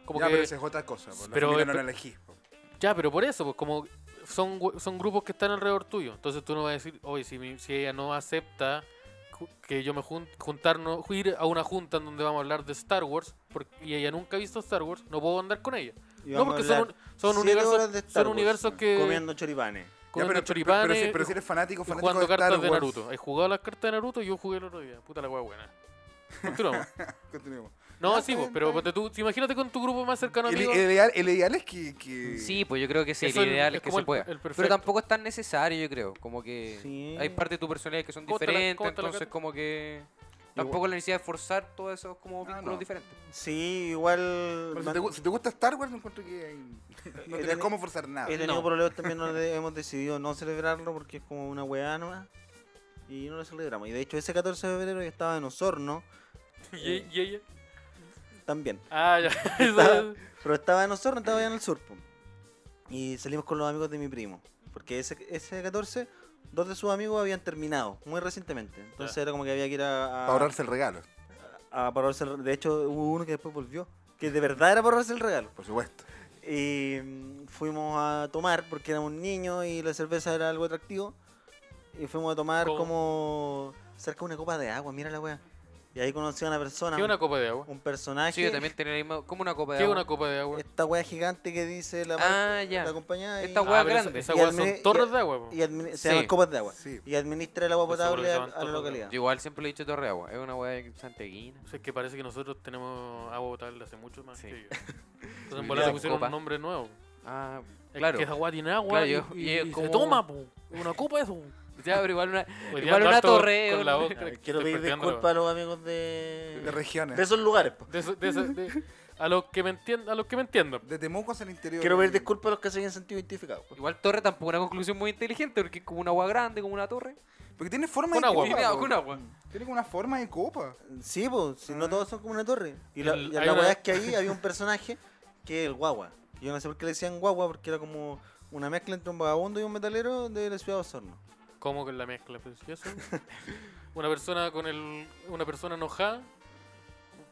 S5: Como
S4: ya,
S5: que.
S4: pero esa es otra cosa. po. La
S5: Pero-
S4: familia no la pues.
S5: pero-
S4: elegí. po.
S5: Ya, pero por eso, pues como son, gu- son grupos que están alrededor tuyo. Entonces tú no vas a decir, oye, si, mi- si ella no acepta ju- que yo me jun- juntarnos, ir a una junta en donde vamos a hablar de Star Wars, porque, y ella nunca ha visto Star Wars, no puedo andar con ella.
S3: Y
S5: No,
S3: vamos a
S5: porque son,
S3: hablar
S5: un- son
S3: siete horas de
S5: universos,
S3: Star
S5: son
S3: Wars,
S5: universos que
S3: comiendo choripanes.
S4: Ya, pero, pero-
S5: comen
S4: pero
S5: choripanes
S4: si, pero
S5: y-
S4: si eres fanático,
S5: y
S4: fanático
S5: jugando
S4: de Star
S5: cartas de
S4: Wars.
S5: Naruto. ¿Has jugado las cartas de Naruto? Yo jugué el otro día. Puta la wea buena. Continuamos.
S4: Continuemos. Ya,
S5: No, sí,
S4: está
S5: pues,
S4: bien,
S5: pero
S4: está bien.
S5: ponte tú, imagínate con tu grupo más cercano a
S4: El,
S5: ti.
S4: el ideal, el ideal es que. que-
S2: Sí, pues yo creo que sí,
S5: Eso
S2: lo
S5: es-
S2: ideal
S5: es
S2: es que se
S5: como el-
S2: pueda.
S5: el
S2: Pero
S5: perfecto.
S2: tampoco es tan necesario, yo creo. Como que
S3: Sí.
S2: hay partes de tu personalidad que son
S5: ¿Cómo te la-
S2: diferentes,
S5: cómo te la
S2: entonces
S5: cata?
S2: como que tampoco la necesidad de forzar todos esos como
S4: Ah,
S2: vínculos
S4: no.
S2: diferentes.
S3: Sí, igual...
S4: Pero si,
S3: man-
S4: te, gu- si te gusta Star Wars, no encuentro que hay- no
S3: he
S4: tienes
S3: teni-
S4: cómo forzar nada.
S3: He tenido
S5: Ah, No.
S3: problemas también donde hemos decidido no celebrarlo porque es como una weá nomás. Y no lo celebramos. Y de hecho ese 14 de febrero yo estaba en Osorno
S5: Y, y ella.
S3: también.
S5: Ah, ya. eso es-
S3: Pero estaba en Osorno, estaba allá en el sur. po. Y salimos con los amigos de mi primo. Porque ese, ese 14, dos de sus amigos habían terminado muy recientemente. Entonces
S5: Ya.
S3: era como que había que ir a... a-
S4: Para ahorrarse el regalo,
S3: a para ahorrarse el- De hecho hubo uno que después volvió. Que de verdad era para ahorrarse el regalo.
S4: por supuesto.
S3: Y mm, fuimos a tomar, porque era un niño y la cerveza era algo atractivo. Y fuimos a tomar
S5: ¿Cómo?
S3: como cerca de una copa de agua, mira la wea. Y ahí conocí a una persona,
S5: ¿Qué es
S3: un,
S5: una copa de agua?
S3: un personaje.
S2: Sí, yo también tenía la misma- como una copa de
S5: ¿Qué es
S2: agua.
S5: una copa de agua?
S3: Esta wea gigante que dice la, marca-
S2: Ah, ya.
S3: la compañía. y-
S2: Esta
S5: Ah,
S2: hueá
S5: pero esa-
S2: grande.
S5: Esa
S3: Y
S5: hueá
S3: admi-
S5: son
S3: y
S5: torres
S3: ad-
S5: de agua. po.
S3: y admini- se
S2: Sí.
S3: llaman copas de agua.
S4: Sí.
S3: Y administra el agua
S5: Pues seguro
S3: potable
S5: que
S3: a,
S5: se llaman
S3: a la
S5: torres de
S3: localidad.
S2: Yo igual siempre le he dicho torre de agua, es una hueá santeguina.
S5: O sea, es que parece que nosotros tenemos agua potable hace mucho más
S2: Sí.
S5: que ellos. Entonces, en
S2: Ya,
S5: volar se pusieron
S2: copa.
S5: un nombre nuevo.
S2: Ah,
S5: Es
S2: claro.
S5: que esa agua tiene agua
S2: Claro,
S5: y-
S2: yo-
S5: y,
S2: y es
S5: y se
S2: como-
S5: toma, po. Una copa eso. Hoy
S2: Ya, pero igual una,
S5: día
S2: Igual
S5: ando
S2: una
S5: harto
S2: torre,
S5: Con
S2: un-
S5: la boca.
S3: Eh, Quiero pedir
S5: Despertando
S3: disculpas a los amigos de,
S4: De regiones.
S3: de esos lugares. po.
S5: la- de eso- de eso- de- A los que me entiendan, a los que me entiendan.
S4: De Temuco hacia el interior.
S3: Quiero pedir
S4: de-
S3: disculpas a los que se hayan sentido identificados. po.
S2: igual torre tampoco es una conclusión muy inteligente porque es como una hueá grande, como una torre.
S4: Porque tiene forma
S5: Con
S4: de
S5: agua,
S4: copa.
S2: Tiene
S4: po.
S2: una hueá.
S4: Tiene como una forma de copa.
S3: Sí, pues, si no
S4: Ah.
S3: todos son como una torre. Y la,
S5: El-
S3: y la
S5: hay una-
S3: weá es que ahí había un personaje que es el guagua. Yo no sé por qué le decían guagua, porque era como una mezcla entre un vagabundo y un metalero de la ciudad de Osorno.
S5: ¿Cómo con la mezcla? Pues, ¿qué es eso? una persona con el. Una persona enojada.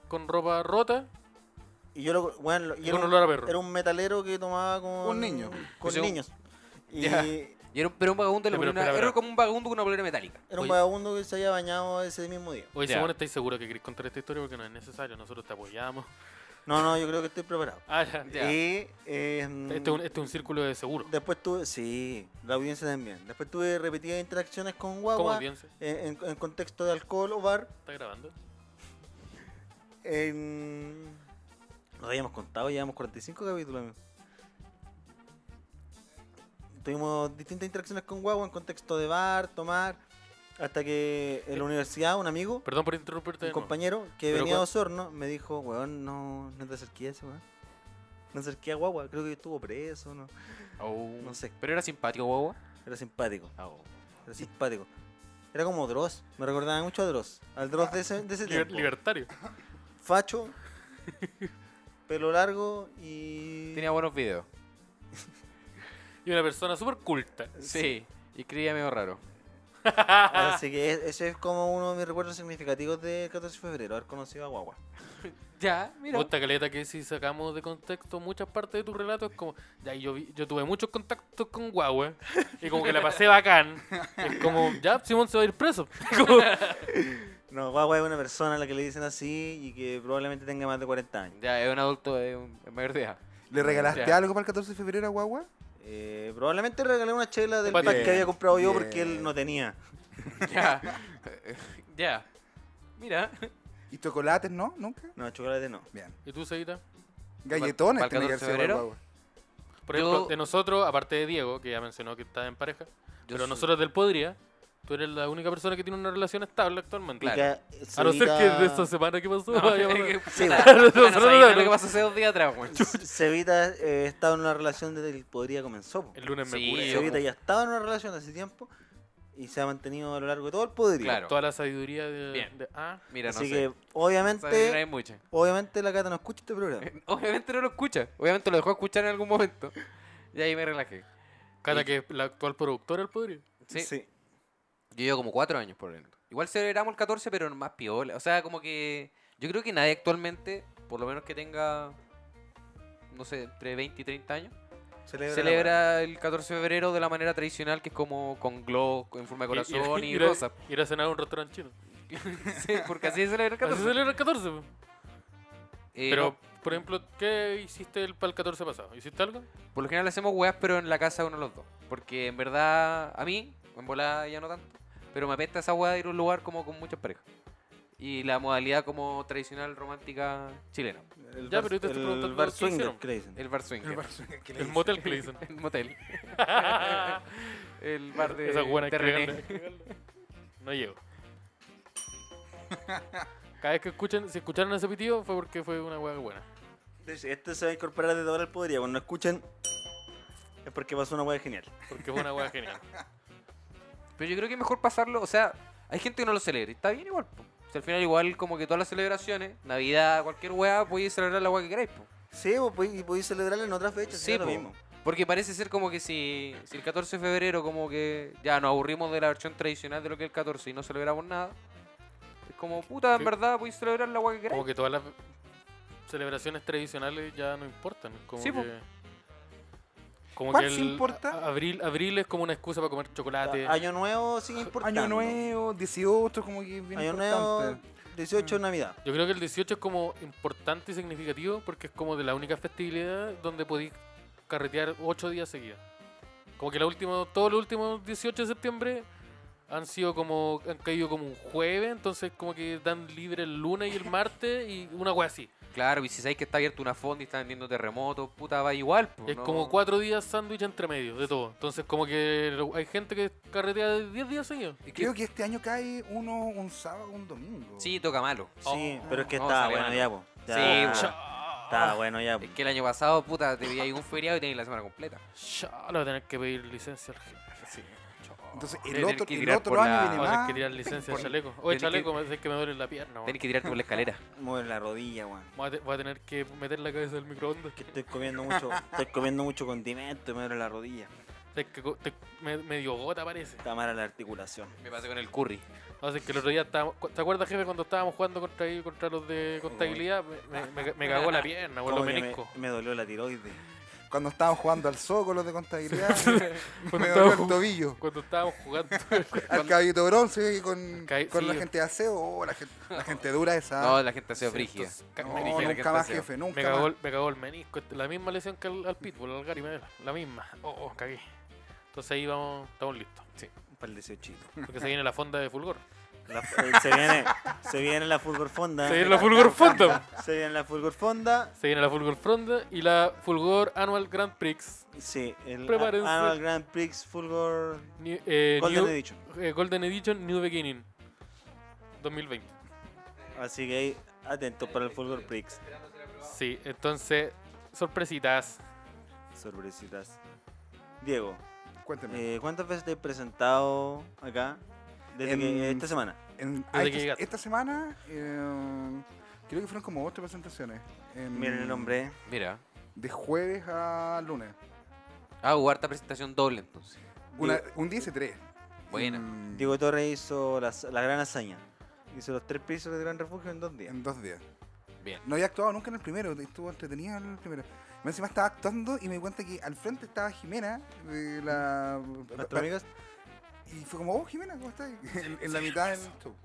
S5: Con ropa rota.
S3: Y yo lo, weón, lo- y
S5: Y
S3: era,
S5: con
S3: un,
S5: olor a perro.
S3: era un metalero que tomaba con.
S4: Un niño.
S3: Con
S2: Pues era un-
S3: niños. Y
S2: Ya. Y era un, pero un vagabundo le
S5: Ya, pero
S2: ponía una-
S5: espera,
S2: era
S5: espera.
S2: como un vagabundo con una bolera metálica.
S3: era un
S5: Oye.
S3: vagabundo que se había bañado ese mismo día.
S5: Oye,
S2: Ya.
S5: Simón, ¿estáis seguro que queréis contar esta historia? Porque no es necesario. Nosotros te apoyamos.
S3: No, no, yo creo que estoy preparado.
S5: Ah, ya.
S2: Ya.
S3: Y. eh, mm,
S5: Este es un, este es un círculo de seguro.
S3: Después tuve. Sí, la audiencia también. Después tuve repetidas interacciones con
S5: ¿Cómo
S3: guagua.
S5: audiencia?
S3: En, en- en contexto de alcohol o bar.
S5: ¿Está grabando?
S3: En... Nos habíamos contado, llevamos 45 capítulos. amigo. Tuvimos distintas interacciones con Guagua en contexto de bar, tomar, hasta que
S5: Eh,
S3: en la universidad un amigo,
S5: Perdón por interrumpirte. de
S3: un
S5: nuevo.
S3: compañero que
S5: Pero
S3: venía de
S5: cua-
S3: Osorno, me dijo, weón, no, no te acerques, weón. No acerqué a Guagua, creo que estuvo preso, no,
S5: Oh.
S3: no sé.
S5: Pero era simpático, guagua.
S3: Era simpático,
S5: Ah,
S3: era simpático. Era como Dross, me recordaba mucho a Dross, al Dross de ese, de ese
S5: Liber-
S3: tiempo.
S5: libertario.
S3: Facho, pelo largo y...
S2: Tenía buenos videos.
S5: Y una persona súper culta.
S2: Sí. Y creía medio raro.
S3: Así que e- ese es como uno de mis recuerdos significativos del 14 de febrero, haber conocido a Guagua.
S2: Ya,
S5: Me
S2: mira.
S5: gusta caleta que si sacamos de contexto muchas partes de tu relato es como, ya yo, vi- yo tuve muchos contactos con guagua y como que la pasé bacán. Es como, ya Simón se va a ir preso. Como-
S3: No, Guagua es una persona a la que le dicen así y que probablemente tenga más de 40 años.
S2: Ya, es un adulto de un, es mayor de edad.
S4: ¿Le regalaste
S2: Ya.
S4: algo para el 14 de febrero a Guagua?
S3: Eh, probablemente le regalé una chela del
S5: Bien,
S3: pack que había comprado yo
S4: bien.
S3: porque él no tenía.
S2: Ya. ya. Mira.
S4: ¿Y chocolates no? ¿Nunca?
S3: No, chocolate no.
S4: Bien.
S5: ¿Y tú, Seguita?
S4: Galletones
S2: pa'l
S4: tenía
S2: 14
S4: que
S2: de
S4: haber sido
S2: febrero?
S4: Guagua.
S5: Por ejemplo,
S2: Yo-
S5: de nosotros, aparte de Diego, que ya mencionó que está en pareja, pero
S2: soy-
S5: nosotros del Podría, tú eres la única persona que tiene una relación estable actualmente.
S2: Claro.
S3: Y que eh,
S5: A no ser
S3: Cevita-
S5: que de esta semana que pasó
S2: No,
S5: vaya a pasar.
S2: que-
S3: Sí,
S2: Ah,
S5: bueno.
S2: no, no sabía
S5: No, no.
S2: lo que pasó hace dos días atrás, weón.
S3: Cevita eh, estaba en una relación desde que podría comenzó. po.
S5: El lunes
S2: Sí,
S5: me curé.
S2: yo-
S3: Cevita ya estaba en una relación hace tiempo y se ha mantenido a lo largo de todo el poderío.
S2: Claro.
S5: Toda la sabiduría de...
S2: Bien.
S5: de- ah,
S2: Mira, no
S3: Así
S2: sé.
S3: que
S2: Esa señora
S3: obviamente,
S2: es mucha.
S3: obviamente la Cata no escucha este programa.
S2: Obviamente no lo escucha. Obviamente lo dejó escuchar en algún momento. Y ahí me relajé.
S5: Cata, que es la actual productora del Podría.
S2: Sí. Yo llevo como cuatro años por dentro. Igual celebramos el 14, pero más piola. O sea, como que yo creo que nadie actualmente, por lo menos que tenga, no sé, entre 20 y 30 años,
S3: Celebra, la
S2: celebra el 14 de febrero de la manera tradicional, que es como con glow, en forma de corazón y,
S5: ir, a-
S2: rosas.
S5: ir a cenar a un restaurante chino.
S2: Sí, porque así se celebra el
S5: Así
S2: 14.
S5: celebra el 14. po.
S2: Eh,
S5: Pero,
S2: no,
S5: por ejemplo, ¿qué hiciste el, para el 14 pasado? ¿Hiciste algo?
S2: por lo general hacemos weas, pero en la casa de uno de los dos. Porque en verdad, a mí, en volada ya no tanto, pero me apesta esa wea de ir a un lugar como con muchas parejas. Y la modalidad como tradicional romántica chilena.
S3: verdad. El
S5: Ya,
S3: bar-
S5: pero yo te estoy
S3: el
S5: preguntando
S3: bar
S5: qué
S3: swinger,
S5: hicieron.
S3: que le dicen.
S2: El bar swinger.
S5: El motel que le dicen.
S2: El motel. el bar de,
S5: Esa buena
S2: de René.
S5: No llego. Cada vez que escuchan, si escucharon ese pitido fue porque fue una hueá buena.
S3: De hecho, Este se va a incorporar desde ahora al poderío. Cuando no escuchen, es porque pasó una hueá genial.
S5: Porque fue una hueá genial.
S2: Pero yo creo que es mejor pasarlo, o sea, hay gente que no lo celebra. y Está bien igual, po. O sea, al final igual como que todas las celebraciones, Navidad, cualquier weá, podéis celebrar la weá que queráis, po.
S3: Sí, pues, vos podí- y podéis celebrarla en otras fechas.
S2: Sí,
S3: Sí, lo
S2: po.
S3: mismo.
S2: Porque parece ser como que si, si el 14 de febrero como que ya nos aburrimos de la versión tradicional de lo que es el 14 y no celebramos nada. Es como, puta, en
S5: Sí.
S2: verdad podéis celebrar la weá que
S5: Como
S2: queráis.
S5: que todas las celebraciones tradicionales ya no importan. Como
S2: Sí, po.
S5: que, como
S4: ¿Cuál
S5: que
S4: sí
S5: el
S4: importa?
S5: a- Abril, abril es como una excusa para comer chocolate.
S3: Año nuevo sigue importando.
S4: Año nuevo, 18, como que bien
S3: Año nuevo,
S4: importante.
S3: 18 de Navidad.
S5: Yo creo que el 18 es como importante y significativo porque es como de la única festividad donde podéis carretear 8 días seguidos. Como que la última, todos los últimos 18 de septiembre han sido como han caído como un jueves, entonces como que dan libre el lunes y el martes y una wea así.
S2: Claro, y si sabéis que está abierto una fonda y están vendiendo terremotos, puta, va igual, po,
S5: es
S2: no-
S5: como cuatro días sándwich entre medio de todo. Entonces como que lo- hay gente que carretea de 10 días seguidos.
S4: Y creo que este año cae uno un sábado, un domingo.
S2: Sí, toca malo.
S3: Sí, pero es que
S2: no,
S3: estaba
S2: sale
S3: bueno
S2: bueno.
S3: ya, po. Ya,
S2: Sí, po.
S3: Estaba bueno ya, po.
S2: Es que el año pasado, puta, te veía ahí un feriado y tenías la semana completa.
S5: Ya, le voy a tener que pedir licencia al jefe.
S4: Entonces
S2: Debe
S4: el
S2: tener
S4: otro,
S2: que
S4: el
S2: tirar
S4: otro
S2: por
S4: año
S2: la-
S4: viene
S5: Voy a tener que
S4: más.
S5: tirar licencia al
S2: por-
S5: chaleco. Oye,
S2: tenés que-
S5: chaleco, me dice que me duele la pierna. weón.
S2: Tenés que tirarte por la escalera.
S3: Mueve la rodilla, weón.
S5: Voy a, te- voy a tener que meter la cabeza en el microondas.
S3: Que estoy comiendo mucho, estoy comiendo mucho condimento y me duele la rodilla.
S5: Es que co- te- me, medio gota parece.
S3: Está mala la articulación.
S2: Me pasé con el curry.
S5: Así que el otro día estábamos. cu- ¿Te acuerdas, jefe, cuando estábamos jugando contra, ahí- contra los de contabilidad? Me, me- me- me cagó la pierna, por los
S3: Como que me,
S5: meniscos.
S3: me dolió la tiroides.
S4: Cuando estábamos jugando al zoo con los de contabilidad,
S5: Cuando
S4: me dolió el
S5: estábamos-
S4: tobillo.
S5: Cuando estábamos jugando.
S4: Al caballito bronce y con,
S5: Ca-
S4: con
S5: sí,
S4: la
S5: yo-
S4: gente de aseo. Oh, la, gente, la gente dura esa.
S2: No, la gente ha sido
S5: Sí,
S2: frígida.
S5: entonces, ca-
S4: No,
S5: me,
S2: dije la gente
S4: nunca más,
S2: de aseo.
S4: jefe, nunca
S5: me cagó,
S4: más.
S5: el- me cagó el menisco. este, La misma lesión que al, al Pitbull, al Gary Medel, La misma. Oh, oh, cagué. Entonces ahí vamos, estamos listos. Sí.
S3: Para el 18.
S5: Porque se viene la fonda de Fulgor.
S3: La- eh, se, viene, se viene la Fulgor Fonda.
S5: Se viene la Fulgor Fonda.
S3: Se viene la Fulgor Fonda.
S5: Se viene la Fulgor Fonda y la Fulgor Annual Grand Prix.
S3: Sí, el
S5: Prepárense.
S3: a- Annual Grand Prix Fulgor
S5: Ni- eh,
S3: Golden
S5: New-
S3: Edition.
S5: Eh, Golden Edition New Beginning 2020.
S3: Así que ahí, atentos para el Fulgor Prix.
S5: Sí, entonces Sorpresitas.
S3: Sorpresitas. Diego,
S4: Cuénteme.
S3: eh, ¿cuántas veces te he presentado acá? Desde que-
S4: En-
S3: esta semana.
S4: En-
S5: desde
S4: ah,
S5: que
S4: esta,
S5: llegaste.
S4: esta semana eh, creo que fueron como ocho presentaciones. En-
S3: Miren el nombre.
S2: Mira.
S4: De jueves a lunes.
S2: Ah, hubo harta presentación doble entonces.
S4: Una- un 13.
S2: Buena.
S4: En,
S3: Diego Torres hizo la, la gran hazaña. Hizo los tres pisos del Gran Refugio en dos días.
S4: en dos días.
S2: Bien.
S4: No había actuado nunca en el primero, estuvo entretenido en el primero. Me encima estaba actuando y me di cuenta que al frente estaba Jimena, de la.
S3: Nuestra amiga,
S4: Y fue como, oh, Jimena, ¿cómo estás? en, en la mitad del show.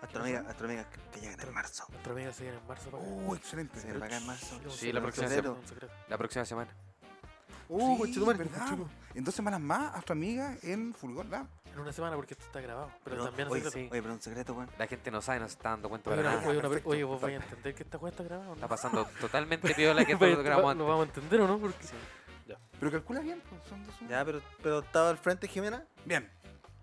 S3: nuestra amiga, nuestra amiga que, que llegan en marzo.
S5: Nuestra amiga se viene en marzo. para acá.
S4: Oh, excelente.
S3: Se va acá en marzo.
S2: Uh, Sí, la próxima
S3: Febrero.
S5: Un secreto.
S2: La próxima semana.
S4: Oh,
S3: Sí,
S4: conchetumare,
S3: verdad,
S4: conchetumare. En dos semanas más, a tu amiga en Fulgor Lab.
S5: En una semana porque esto está grabado. Pero,
S3: Pero-
S5: también es
S3: oye,
S5: secreto.
S2: sí.
S3: oye, pero un secreto, weón.
S2: La gente no sabe, no se está dando cuenta
S5: Oye,
S2: para
S5: una-
S2: nada.
S5: oye, una-
S4: perfecto,
S5: oye, vos vais a
S4: perfecto.
S5: entender que esta weá está grabada. o
S2: Está
S5: no?
S2: pasando totalmente piola que esto
S5: Vaya,
S2: lo grabamos
S5: Lo
S2: antes.
S5: vamos a entender o no? Porque
S4: Pero calcula bien, pues, son dos.
S3: Ya, pero, pero estaba al frente Jimena.
S4: Bien.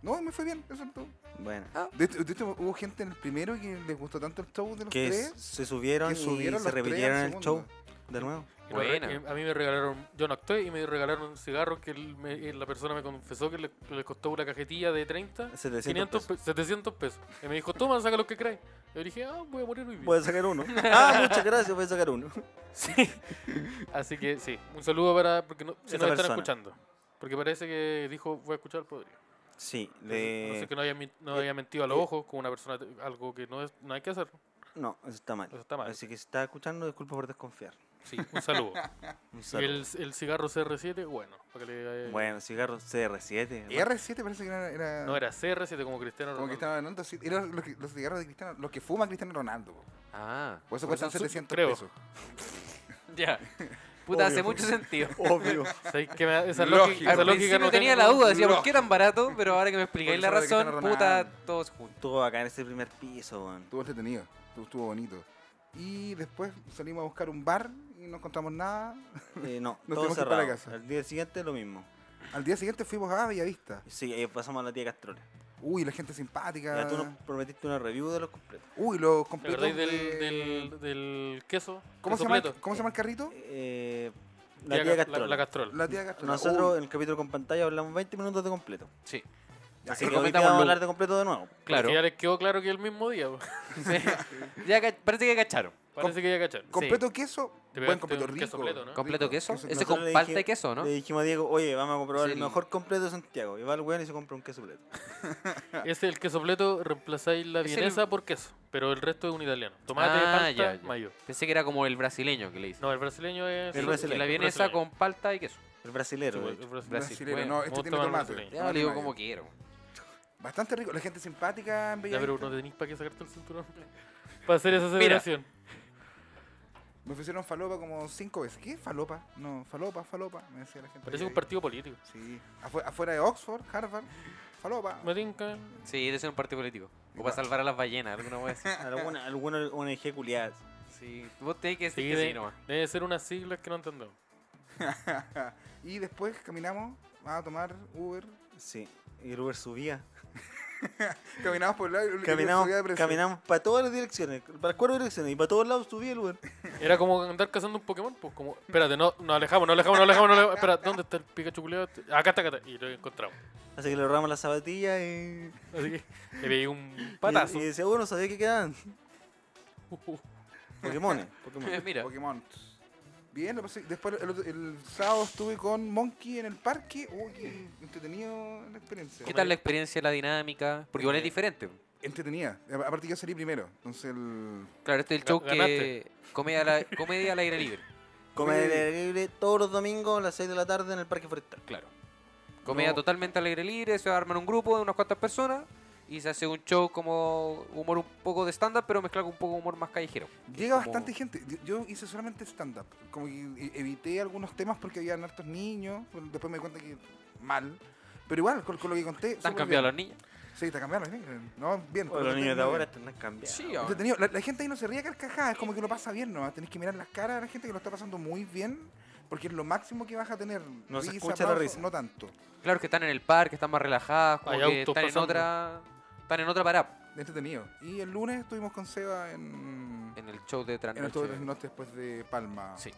S4: No, me fue bien, eso es todo.
S3: Bueno.
S4: De hecho, de hecho, hubo gente en el primero que les gustó tanto el show de los
S3: Que
S4: tres.
S3: se subieron,
S4: que subieron
S3: y se
S4: los tres al
S3: repitieron el
S4: segundo.
S3: show de nuevo.
S5: y lo re-
S2: Buena.
S5: eh, a mí me regalaron, yo no actué y me regalaron un cigarro que el- me- eh, la persona me confesó que le, que le costó una cajetilla de 30,
S3: 700
S5: 500
S3: pesos.
S5: pe- 700 pesos. Y me dijo, toma, saca lo que crees. Yo dije, ah, voy a morir hoy día.
S3: Puedes sacar uno. Ah, muchas gracias, puedes sacar uno.
S5: Sí. Así que sí, un saludo para. Porque no, si
S3: Esa
S5: nos están
S3: persona.
S5: escuchando. Porque parece que dijo, voy a escuchar al podrido.
S3: Sí,
S5: Entonces, No sé
S3: le...
S5: que no haya, mi- no haya mentido a los ojos con una persona, algo que no, es, no hay que hacer.
S3: No, eso está mal.
S5: Eso está mal.
S3: Así que si está escuchando, disculpa por desconfiar.
S5: Sí, un saludo.
S3: Un
S5: y
S3: saludo.
S5: el, el cigarro CR7, bueno. para que le- eh,
S3: Bueno, cigarro CR7. ¿no?
S4: R7 parece que era. era-
S5: No era CR7 como Cristiano
S4: Como que
S5: Ronaldo.
S4: estaban hablando así. Eran los, que- los cigarros de Cristiano, los que fuma Cristiano Ronaldo. po.
S2: Ah,
S4: Por eso
S5: Por
S4: cuestan
S5: eso su-
S4: 700
S5: creo.
S4: pesos.
S2: ya. Puta, hace
S3: Obvio.
S2: mucho sentido.
S3: Obvio.
S5: ¿Sabes qué me da- esa
S4: Lógico.
S5: lógica,
S2: Al
S5: esa lógica
S2: principio
S5: no
S2: tenía
S5: tiene-
S2: la duda, decía, ¿por
S4: Lógico.
S2: qué tan barato? Pero ahora que me explicáis
S4: Porque
S2: la
S4: solo de
S2: razón,
S4: Cristiano
S2: puta,
S4: Ronaldo.
S2: todos juntos.
S3: Estuvo acá en ese primer piso, weón.
S4: Estuvo entretenido, estuvo, estuvo bonito. Y después salimos a buscar un bar y no encontramos nada.
S3: Eh, no,
S4: Nos
S3: todo
S4: tenemos que ir para la
S3: cerrado.
S4: casa.
S3: Al día siguiente lo mismo.
S4: Al día siguiente fuimos a Bellavista.
S3: Sí, ahí pasamos a la tía Castrola.
S4: Uy, la gente simpática.
S3: Ya tú nos prometiste una review de los completos.
S4: Uy, los
S5: ¿Te
S4: completos.
S5: acordáis
S4: de-
S2: eh".
S5: del, del, del queso?
S4: ¿Cómo,
S5: Queso
S4: se llama, el-
S5: pleto.
S4: ¿Cómo se llama el carrito?
S3: Eh, la tía,
S5: Tía Ca- La,
S3: Castrola.
S5: la Castrol.
S4: La tía Castro.
S3: Nosotros en el capítulo con pantalla hablamos 20 minutos de completo.
S2: Ah, Sí.
S3: Así
S2: y
S3: que hoy día
S2: comentamos
S3: vamos a
S2: lo-
S3: hablar de completo de nuevo.
S2: Claro.
S5: Que ya les quedó claro que el mismo día. po.
S2: Sí. Ya ca- parece que cacharon.
S5: Parece que ya cacharon.
S4: completo queso,
S5: Te
S4: buen
S5: pegaste
S4: completo
S5: un
S4: rico.
S5: queso pleto, ¿no?
S2: ¿Completo
S4: Rico.
S2: queso?
S4: Queso-
S2: Ese
S3: nosotros
S2: con
S3: le
S2: palta
S3: dije-
S2: y queso, ¿no?
S3: Le dijimos a Diego, oye, vamos a comprobar
S2: Sí,
S3: el
S2: el-
S3: mejor completo de Santiago. Y va el weón y se compra un queso pleto.
S5: Este, el queso pleto, reemplazáis la
S2: Es el-
S5: vienesa por queso. Pero el resto es un italiano. Tomate,
S2: Ah,
S5: palta,
S2: ya, ya.
S5: mayo.
S2: Pensé que era como el brasileño que le hice.
S5: No, el brasileño es...
S3: El
S5: sí,
S3: brasileño.
S2: Y la vienesa con palta y queso.
S3: El brasilero, de
S5: brasileño.
S3: hecho.
S5: El brasileño.
S2: Brasil.
S4: Brasilero,
S2: Bueno,
S4: no, este
S5: vamos
S4: tiene
S5: a tomar
S4: tomate.
S5: brasileño.
S2: Ya le digo
S4: Tomate
S2: como
S4: mayo.
S2: quiero.
S4: Bastante rico, la gente simpática en
S5: Ya, pero
S4: Bellavista.
S5: no tenéis para qué sacarte el cinturón. para hacer esa
S2: Mira.
S5: celebración.
S4: Me ofrecieron falopa como cinco veces. ¿Qué falopa? No, falopa, falopa, me decía la gente.
S5: Parece
S4: de
S5: un
S4: ahí.
S5: partido político.
S4: Sí, afu- afuera de Oxford, Harvard, falopa.
S5: Me tinca.
S2: Sí, debe ser un partido político. O
S4: Igual.
S2: para salvar a las ballenas, alguna vez.
S3: Alguna, alguna ONG culiada.
S2: Sí, vos tenés que decir
S5: Sí,
S2: que sí
S5: de-
S2: nomás.
S5: debe ser unas siglas que no entendemos.
S4: y después caminamos, vamos a tomar Uber.
S3: Sí. Y el Uber subía.
S4: Caminamos por el lado y el Uber
S3: Caminamos,
S4: subía de precio.
S3: caminamos para todas las direcciones, para las cuatro direcciones y para todos lados subía el Uber.
S5: Era como andar cazando un Pokémon, pues como, espérate, no, nos alejamos, nos alejamos, nos alejamos, nos alejamos. Espera, ¿dónde está el Pikachu culiado? Acá está, acá está. Y lo encontramos.
S3: Así que le robamos las zapatillas y.
S5: Así que le pegué un patazo.
S3: Y, y decía, bueno, sabía que quedaban.
S5: Uh, uh.
S3: Pokémones. Pokémones.
S2: Mira,
S4: Pokémon. Bien, lo pasé- Después el, otro- el sábado estuve con Monkey en el parque. Uy, qué entretenido la experiencia.
S2: ¿qué tal la experiencia, la dinámica? Porque igual es diferente.
S4: Entretenida. A- Aparte yo salí primero. Entonces el...
S2: Claro, este es el
S5: Ga-
S2: show
S5: ganaste.
S2: que. Comedia, al a- comedia al aire libre.
S3: Come al aire libre todos los domingos a las 6 de la tarde en el Parque Forestal.
S2: Claro. Comedia
S4: No.
S2: totalmente al aire libre, se arman un grupo de unas cuantas personas y se hace un show como humor un poco de estándar, pero mezclado con un poco de humor más callejero.
S4: Llega
S2: Como-
S4: bastante gente. Yo, yo hice solamente stand-up. Como que e- evité algunos temas porque había hartos niños. pues, Después me di cuenta que mal. Pero igual, con, con lo que conté...
S2: ¿Están
S4: súper
S2: cambiados
S4: bien.
S2: los niños?
S4: Sí, están cambiados los niños. No, bien.
S3: O Pues los niños de
S4: bien.
S3: ahora están cambiados.
S2: Sí, ahora.
S4: Entretenido. La, la gente ahí no se ríe a carcajadas, es como que lo pasa bien, ¿no? Tenés que mirar las caras de la gente que lo está pasando muy bien, porque es lo máximo que vas a tener.
S3: No se escucha la risa.
S4: No tanto.
S2: Claro que están en el parque, están más relajadas, como
S5: Hay
S2: que
S5: autos
S2: están en
S5: pasando.
S2: otra. Están en otra parada.
S4: Entretenido. Y el lunes estuvimos con Seba en.
S2: En el show de
S4: En el Tour de
S2: Transnoche.
S4: Noches después de Palma.
S2: Sí.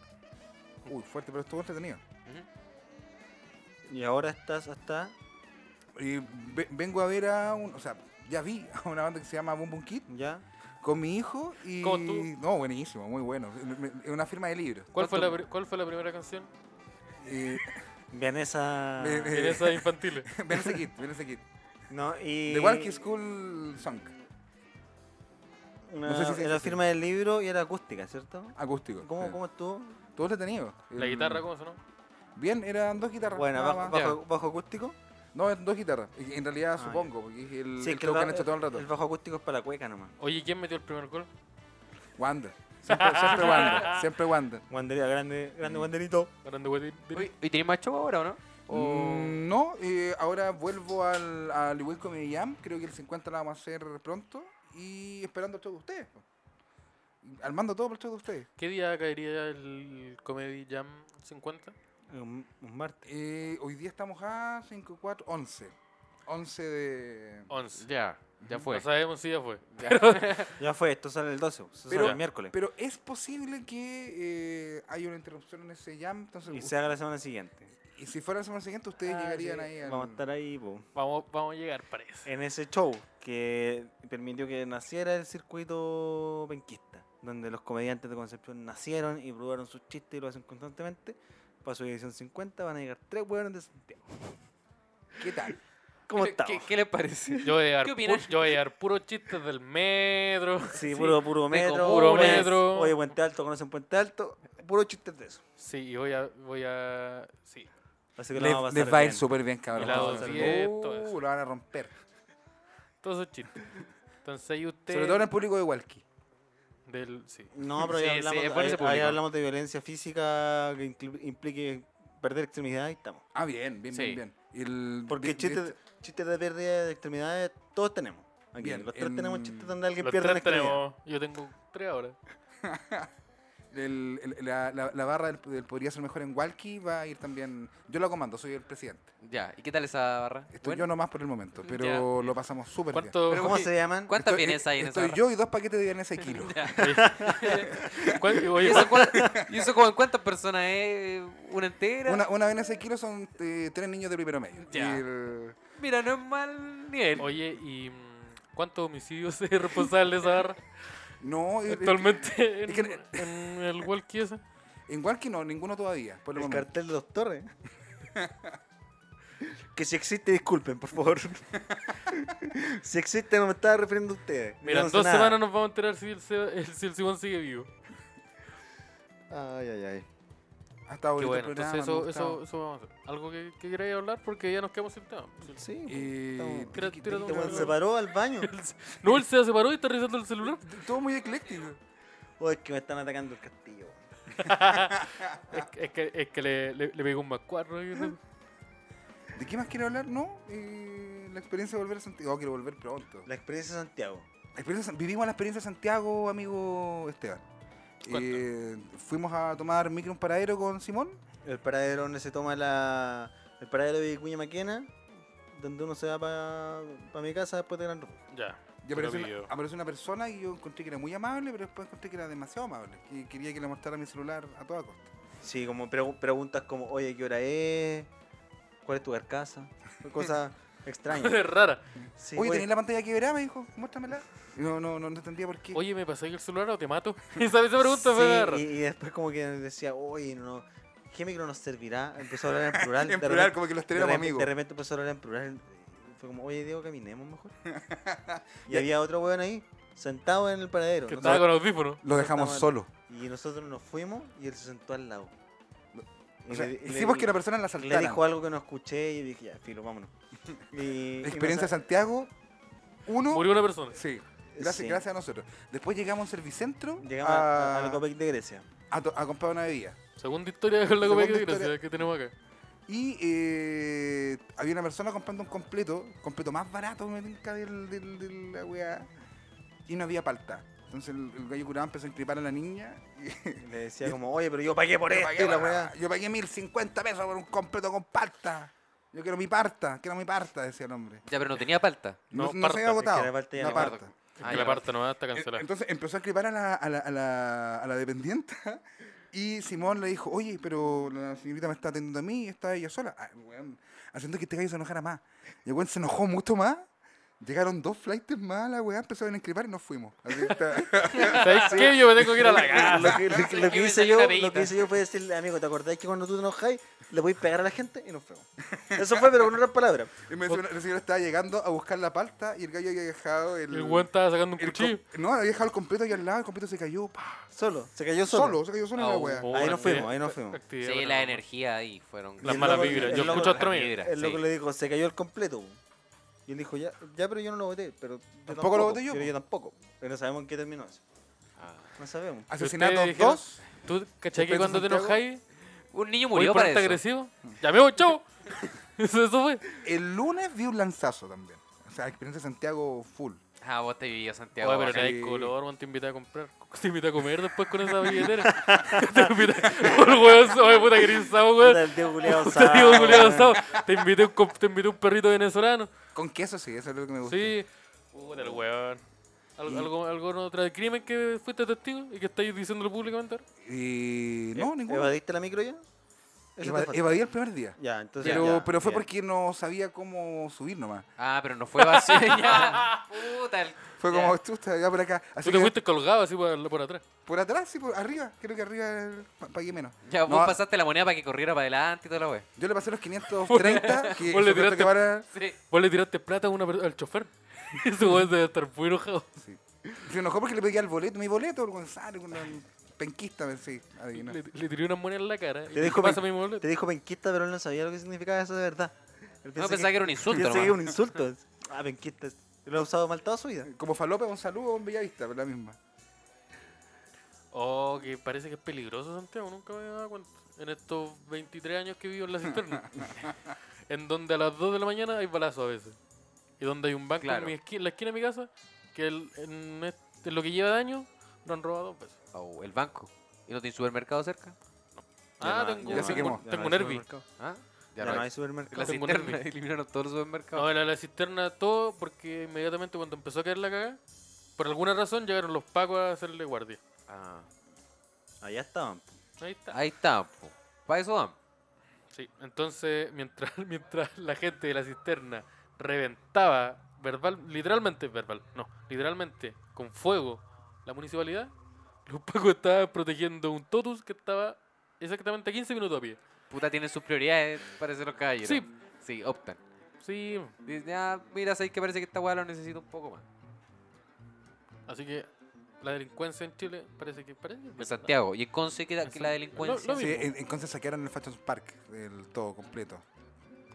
S4: Uy, fuerte, pero estuvo entretenido.
S2: Ujú.
S3: Y ahora estás hasta.
S4: Y ve- vengo a ver a un. O sea, ya vi a una banda que se llama Boom Boom Kid
S3: ¿Ya?
S4: con mi hijo y.
S5: Como tú.
S4: No, buenísimo, muy bueno. Es una firma de libros.
S5: ¿Cuál fue, la,
S2: ¿Cuánto?
S5: pri- ¿Cuál fue la primera canción?
S4: Eh,
S3: Vianesa.
S4: Ve- ve-
S5: En esas infantiles.
S4: ven ese kit, ven ese kit.
S3: No, y.
S4: The Walkie School Song,
S3: una-
S4: no sé si se
S3: era
S4: dice
S3: firma del libro y era acústica, ¿cierto?
S4: acústico.
S3: ¿Cómo,
S4: Sí.
S3: cómo estuvo?
S4: Todo entretenido.
S5: ¿La
S4: El-
S5: guitarra cómo sonó?
S4: Bien, eran dos guitarras.
S3: Bueno,
S4: nada
S3: bajo,
S4: más.
S3: bajo, bajo acústico.
S4: No, eran dos guitarras. Y En realidad,
S3: ya.
S4: supongo, porque es el,
S3: Sí,
S4: el
S3: que
S4: show
S3: ba-
S4: que han hecho todo el rato.
S3: el bajo acústico es para la cueca nomás.
S5: Oye, ¿quién metió el primer gol?
S4: Wander. Siempre, siempre Wander. Siempre Wander.
S3: Wandería, grande, grande
S4: Mm.
S3: wanderito.
S5: Grande güey, di- di-
S2: Oye, ¿Y tenéis más show ahora o no? O-
S4: Mm, No, eh, ahora vuelvo al, al Igual Comedy Jam. Creo que el 50 la vamos a hacer pronto. Y esperando el show de ustedes. po. Armando todo para el show de ustedes.
S5: ¿Qué día caería el Comedy Jam 50?
S3: Un, un martes.
S4: Eh, hoy día estamos a 5, 4, 11. 11 de.
S5: 11.
S2: Ya, ya fue.
S5: No sabemos si ya fue.
S3: Ya fue, esto sale el 12. Esto
S4: Pero-
S3: sale el miércoles.
S4: Pero es posible que eh, haya una interrupción en ese jam. Entonces,
S3: y se haga la semana siguiente.
S4: Y si fuera la semana siguiente, ustedes
S3: Ah,
S4: llegarían
S3: sí,
S4: ahí al...
S3: Vamos a estar ahí, po.
S5: Vamos, vamos a llegar,
S2: Eh,
S5: parece.
S3: en ese show que permitió que naciera el circuito penquista, donde los comediantes de Concepción nacieron y probaron sus chistes y lo hacen constantemente. Para su edición 50 van a llegar tres hueones de Santiago.
S4: ¿Qué tal?
S3: ¿Cómo
S2: ¿Qué, le- qué,
S3: estamos?
S2: qué les parece?
S5: Yo voy a llegar,
S2: ¿Qué
S5: pu-
S2: opinas?
S5: yo voy a llegar puros chistes del metro.
S3: Sí, puro, puro
S2: de
S3: metro.
S5: puro
S3: oye,
S5: metro.
S3: Oye, Puente Alto, ¿conocen Puente Alto? Puro chistes de eso.
S5: Sí, y voy a. Voy a sí.
S3: Así que lo vamos a pasar
S4: les va a ir
S3: bien.
S4: súper bien, cabrón.
S5: Helado
S4: Vamos a hacer-
S5: diez,
S4: Uh,
S5: todo eso.
S4: lo van a romper.
S5: Todos esos chistes. Entonces ahí usted.
S4: Sobre todo en el público de Walkie.
S5: del, sí.
S3: No, pero ahí,
S2: Sí, sí,
S3: hablamos,
S2: es por ese
S3: ahí- ahí
S2: público.
S3: hablamos de violencia física que inclu- implique perder extremidad y estamos.
S4: Ah, bien, bien,
S2: Sí.
S4: bien, bien. Y el-
S3: Porque
S4: bien-
S3: chistes,
S4: bien-
S3: chistes de pérdida de extremidades todos tenemos. Aquí,
S4: Bien,
S3: los tres
S4: en-
S3: tenemos chistes donde alguien
S5: Los
S3: pierde una
S5: tres
S3: extremidad.
S5: tenemos. Yo tengo tres ahora.
S4: el- el- la, la- la barra del, del podría ser mejor en Walkie va a ir también... Yo la comando, soy el presidente.
S2: Ya, ¿y qué tal esa barra?
S4: Estoy
S2: Bueno,
S4: yo nomás por el momento, pero
S2: Ya.
S4: lo pasamos súper bien.
S5: ¿Cuánto,
S2: Pero
S3: ¿Cómo
S2: oye,
S3: se llaman?
S2: ¿Cuántas
S4: Estoy-
S2: vienes ahí en esa
S4: Estoy
S2: barra?
S4: yo y dos paquetes de vienesa de kilo.
S5: cuál-
S2: ¿Y
S5: oye,
S2: eso, cua- y eso como en cuántas personas es? ¿Una entera?
S4: Una, una vienesa de kilo son eh, tres niños de primero medio.
S2: Ya.
S4: Y el-
S2: Mira, no es mal nivel.
S5: Oye, ¿y mm, cuántos homicidios es responsable esa barra?
S4: no, el- el-
S5: Actualmente
S4: es que-
S5: en, en el walkie ese.
S4: en Walkie no, ninguno todavía. Por el
S3: El
S4: momento.
S3: cartel de los torres. que si existe, disculpen, por favor. si existe, no me estaba refiriendo a ustedes. Yo
S5: Mira,
S3: no
S5: en
S3: sé
S5: dos
S3: nada.
S5: semanas nos vamos a enterar si el, Seba- el- si el Simón sigue vivo.
S3: Ay, ay, ay.
S4: Ha estado
S5: Qué
S4: bonito el
S5: bueno, entonces
S4: programa, me
S5: eso,
S4: ha
S5: eso,
S4: gustado.
S5: eso vamos a hacer. ¿Algo que, que queráis hablar? Porque ya nos quedamos sin tema.
S3: Sí.
S4: Eh,
S3: estamos-
S5: Tira-
S4: tiki-
S5: tira
S4: tiki-
S3: Este weón
S5: no,
S3: se
S5: no.
S3: paró al baño.
S5: No, él se separó y está revisando el celular.
S4: Todo muy ecléctico.
S3: Oh, es que me están atacando el castillo.
S5: Es que, es que, es que le, le, le pegó un macuarro. ahí, ¿no?
S4: ¿De qué más quiero hablar? No, eh, la experiencia de volver a Santiago. Oh, quiero volver pronto.
S3: La experiencia de Santiago.
S4: La experiencia- vivimos la experiencia de Santiago, amigo Esteban. Eh, fuimos a tomar micro en paradero con Simón.
S3: El paradero donde se toma la. El paradero de Vicuña Maquena. Donde uno se va para mi casa después de Gran Rojo.
S5: Ya.
S4: Y apareció una,
S5: Lo vio.
S4: apareció una persona y yo encontré que era muy amable, pero después encontré que era demasiado amable. Que quería que le mostrara mi celular a toda costa.
S3: Sí, como pregu- preguntas como, oye, ¿qué hora es? ¿Cuál es tu carcasa? Cosas extrañas.
S5: Es rara.
S3: Sí,
S4: Oye,
S3: oye,
S4: ¿tenés la pantalla quebrada? Me dijo, muéstramela. Y No, no, no, no entendía por qué.
S5: Oye, ¿me pasáis el celular o te mato? Esa, esa pregunta fue
S3: sí,
S5: rara.
S3: y, y después como que decía, oye, no, ¿qué micro nos servirá? Empezó a hablar en plural.
S4: en
S3: de
S4: plural,
S3: repente-
S4: como que los
S3: de
S4: tres éramos
S3: repente-
S4: amigos.
S3: De repente empezó a hablar en plural. y Fue como, oye, Diego, caminemos mejor. y había otro weón ahí, sentado en el paradero.
S5: Que
S3: Nos-
S5: estaba con audífono.
S4: Lo dejamos
S3: Estaba-
S4: solo.
S3: Y nosotros nos fuimos y él se sentó al lado.
S4: O sea,
S3: le- le-
S4: hicimos que la persona la
S3: le
S4: saltara.
S3: dijo algo que no escuché y dije, ya, filo, vámonos. Y, y nos-
S4: Experiencia Santiago, uno.
S5: Murió una persona.
S4: Sí. Gracias,
S3: Sí.
S4: gracias a nosotros. Después llegamos al servicentro
S3: Llegamos a-
S4: a,
S3: al Copec de Grecia.
S4: a to- a comprar una bebida.
S5: Segunda historia con la
S4: Segunda
S5: comedia que,
S4: historia.
S5: gracias, que tenemos acá.
S4: Y eh, había una persona comprando un completo, completo más barato, me tinca, del, del- de la weá. Y no había palta. Entonces el, el gallo curado empezó a increpar a la niña. y-
S3: Y Le decía como, oye, pero yo pagué por
S4: yo,
S3: esto
S4: pagué,
S3: y la
S4: por-
S3: weá.
S4: yo pagué 1050 pesos por un completo con palta. Yo quiero mi parta, quiero mi parta, decía el hombre.
S2: Ya, pero no tenía palta.
S5: No,
S4: No, no,
S5: parta,
S4: se
S5: es que
S4: había agotado.
S3: la palta ya
S4: una
S3: no-
S4: parta.
S5: Es
S2: Ah,
S5: que
S2: ya.
S5: la parte nomás está
S4: En-
S5: cancelada.
S4: Entonces empezó a escribir a la, a la, a la, a la dependiente Y Simón le dijo, oye, pero la señorita me está atendiendo a mí y está ella sola. Ah, weón, haciendo que este gallo se enojara más. Y el weón se enojó mucho más. Llegaron dos flights más, la weá empezó a encripar y nos fuimos. Así que está-
S5: ¿Sabes qué? Yo me tengo que ir a la
S3: Lo
S5: casa.
S3: que, lo que- lo que hice yo, lo que hice yo fue decirle, amigo, ¿te acordás que cuando tú te enojáis, le voy a pegar a la gente y nos fuimos? Eso fue, pero con otras palabras.
S4: y me decía, la señora estaba llegando a buscar la palta y el gallo había dejado el.
S5: El weón estaba sacando un
S4: el
S5: cuchillo.
S4: com- no, había dejado el completo ahí al lado, el completo se cayó. pa.
S3: Solo, se cayó solo.
S4: Solo, se cayó solo en la
S5: Ah,
S4: weá.
S5: oh,
S3: Ahí nos
S5: actividad-
S3: fuimos, ahí nos fuimos.
S2: Sí,
S5: actividad,
S2: la
S5: bueno.
S2: energía ahí fueron.
S5: Las
S3: el
S5: malas
S3: loco-
S5: vibras.
S3: el
S5: Yo
S3: loco-
S5: escucho
S2: Las
S5: otro medio.
S2: vibras,
S3: El loco
S2: sí.
S3: le dijo, se cayó el completo. Y él dijo, ya, ya pero yo no lo voté. Pero yo
S4: Tampoco lo voté yo,
S3: Pero
S4: po.
S3: yo tampoco. Pero no sabemos en qué terminó eso.
S2: Ah.
S3: No sabemos.
S4: Asesinato
S5: Ustedes dijeron-
S4: 2.
S5: ¿Tú cachai que
S4: Después de
S5: cuando te
S4: Santiago-
S5: enojáis,
S2: Un niño
S5: voy
S2: murió
S5: por
S2: para
S5: este
S2: eso.
S5: agresivo? Ya me voy, chavo. Eso, eso fue.
S4: El lunes vi un lanzazo también. O sea, experiencia de Santiago full.
S2: Ah, vos te vivías Santiago.
S5: Oye, pero
S2: ahora.
S5: no hay
S4: sí.
S5: color, man, te invité a comprar. Te invité a comer después con esa billetera. te invité. Por weón, oye, puta que eres sabo,
S3: Puta,
S5: weón.
S3: el tío culiao
S5: Te digo,
S3: sabe,
S5: culiao,
S3: weón.
S5: sabo. Te invité, un, co- te invité un perrito venezolano.
S4: Con queso sí, eso es lo que me gusta.
S5: Sí. Puta el weón. Al- ¿Algo, algo en otra de crimen que fuiste testigo y que estáis diciéndolo públicamente ahora?
S4: Y no, ninguno.
S3: ¿Evadiste la micro ya? Eso te
S4: Eva-
S3: falta.
S4: evadí el primer día.
S3: Ya, entonces.
S4: Pero,
S3: ya,
S4: pero fue
S3: ya.
S4: porque no sabía cómo subir nomás.
S2: Ah, pero no fue vacío. ya. Puta. el-
S4: Fue
S2: ya.
S4: como, tú estás acá por acá. Así
S5: Tú te
S4: que
S5: fuiste colgado así por, por atrás.
S4: por atrás, sí, por arriba. Creo que arriba el- pa- pagué menos.
S2: Ya, vos
S3: ah.
S4: No,
S2: pasaste la moneda para que corriera para adelante y toda la wea.
S4: Yo le pasé los 530. que
S5: Vos le
S4: supuesto que
S5: tiraste-
S4: ahora-
S2: Sí.
S5: Vos le tiraste plata a una, per- al chofer. Ese weón debe estar muy enojado.
S4: sí. Se enojó porque le pedía el boleto, mi boleto, el Gonzalo, con un penquista, me- sí, adivinó.
S5: Le, le tiré una moneda en la cara.
S3: Te dijo,
S5: pasa
S3: pen-
S5: mi boleto?
S3: te dijo penquista, pero él no sabía lo que significaba eso de verdad. Él
S2: No,
S3: piensa
S2: pensaba que era un insulto.
S3: Pensé
S2: nomás.
S3: que era un insulto. Ah, penquista. Lo ha usado mal toda su vida.
S4: Como Falope, un saludo, un Bellavista, pero la misma.
S5: Oh, que parece que es peligroso Santiago, nunca me había dado cuenta. En estos 23 años que vivo en la cisterna. en donde a las 2 de la mañana hay balazos a veces. Y donde hay un banco
S2: Claro.
S5: en, mi esqui- en la esquina de mi casa, que el- en, este- en lo que lleva de año, lo han robado dos veces.
S2: Oh, el banco. ¿Y no tiene supermercado cerca?
S5: Ah,
S3: no hay-
S4: ya
S5: tengo,
S4: no hay-
S5: tengo,
S4: ya
S3: no
S5: tengo
S3: hay
S5: un Herbie.
S3: supermercado.
S2: ¿Ah?
S3: Ya,
S2: hay.
S3: no hay
S2: La
S3: supermercado.
S5: Tengo un
S2: cisterna,
S5: Herbie.
S2: eliminaron todos los supermercados.
S5: No, la, la cisterna todo, porque inmediatamente cuando empezó a caer la caga, por alguna razón llegaron los pacos a hacerle guardia.
S3: eh.
S2: Ah,
S3: Allá estaban.
S5: Ahí está.
S2: ahí está, po. Para eso van.
S5: Sí, entonces mientras, mientras la gente de la cisterna reventaba verbal, literalmente verbal, no, literalmente con fuego la municipalidad, los pacos estaban protegiendo un totus que estaba exactamente a 15 minutos a pie.
S2: Puta, tienen sus prioridades, parece los caballeros.
S5: Sí.
S2: Sí, optan.
S5: Sí,
S2: Dicen, ah, mira, sabéis que parece que esta weá lo necesito un poco más.
S5: así que la delincuencia en Chile parece que parece que es
S2: En
S5: verdad.
S2: Santiago. Y en Conce queda que la
S5: Lo-
S2: delincuencia.
S5: lo
S4: Sí,
S5: mismo.
S4: en- entonces saquearon el Fashion Park, el todo completo.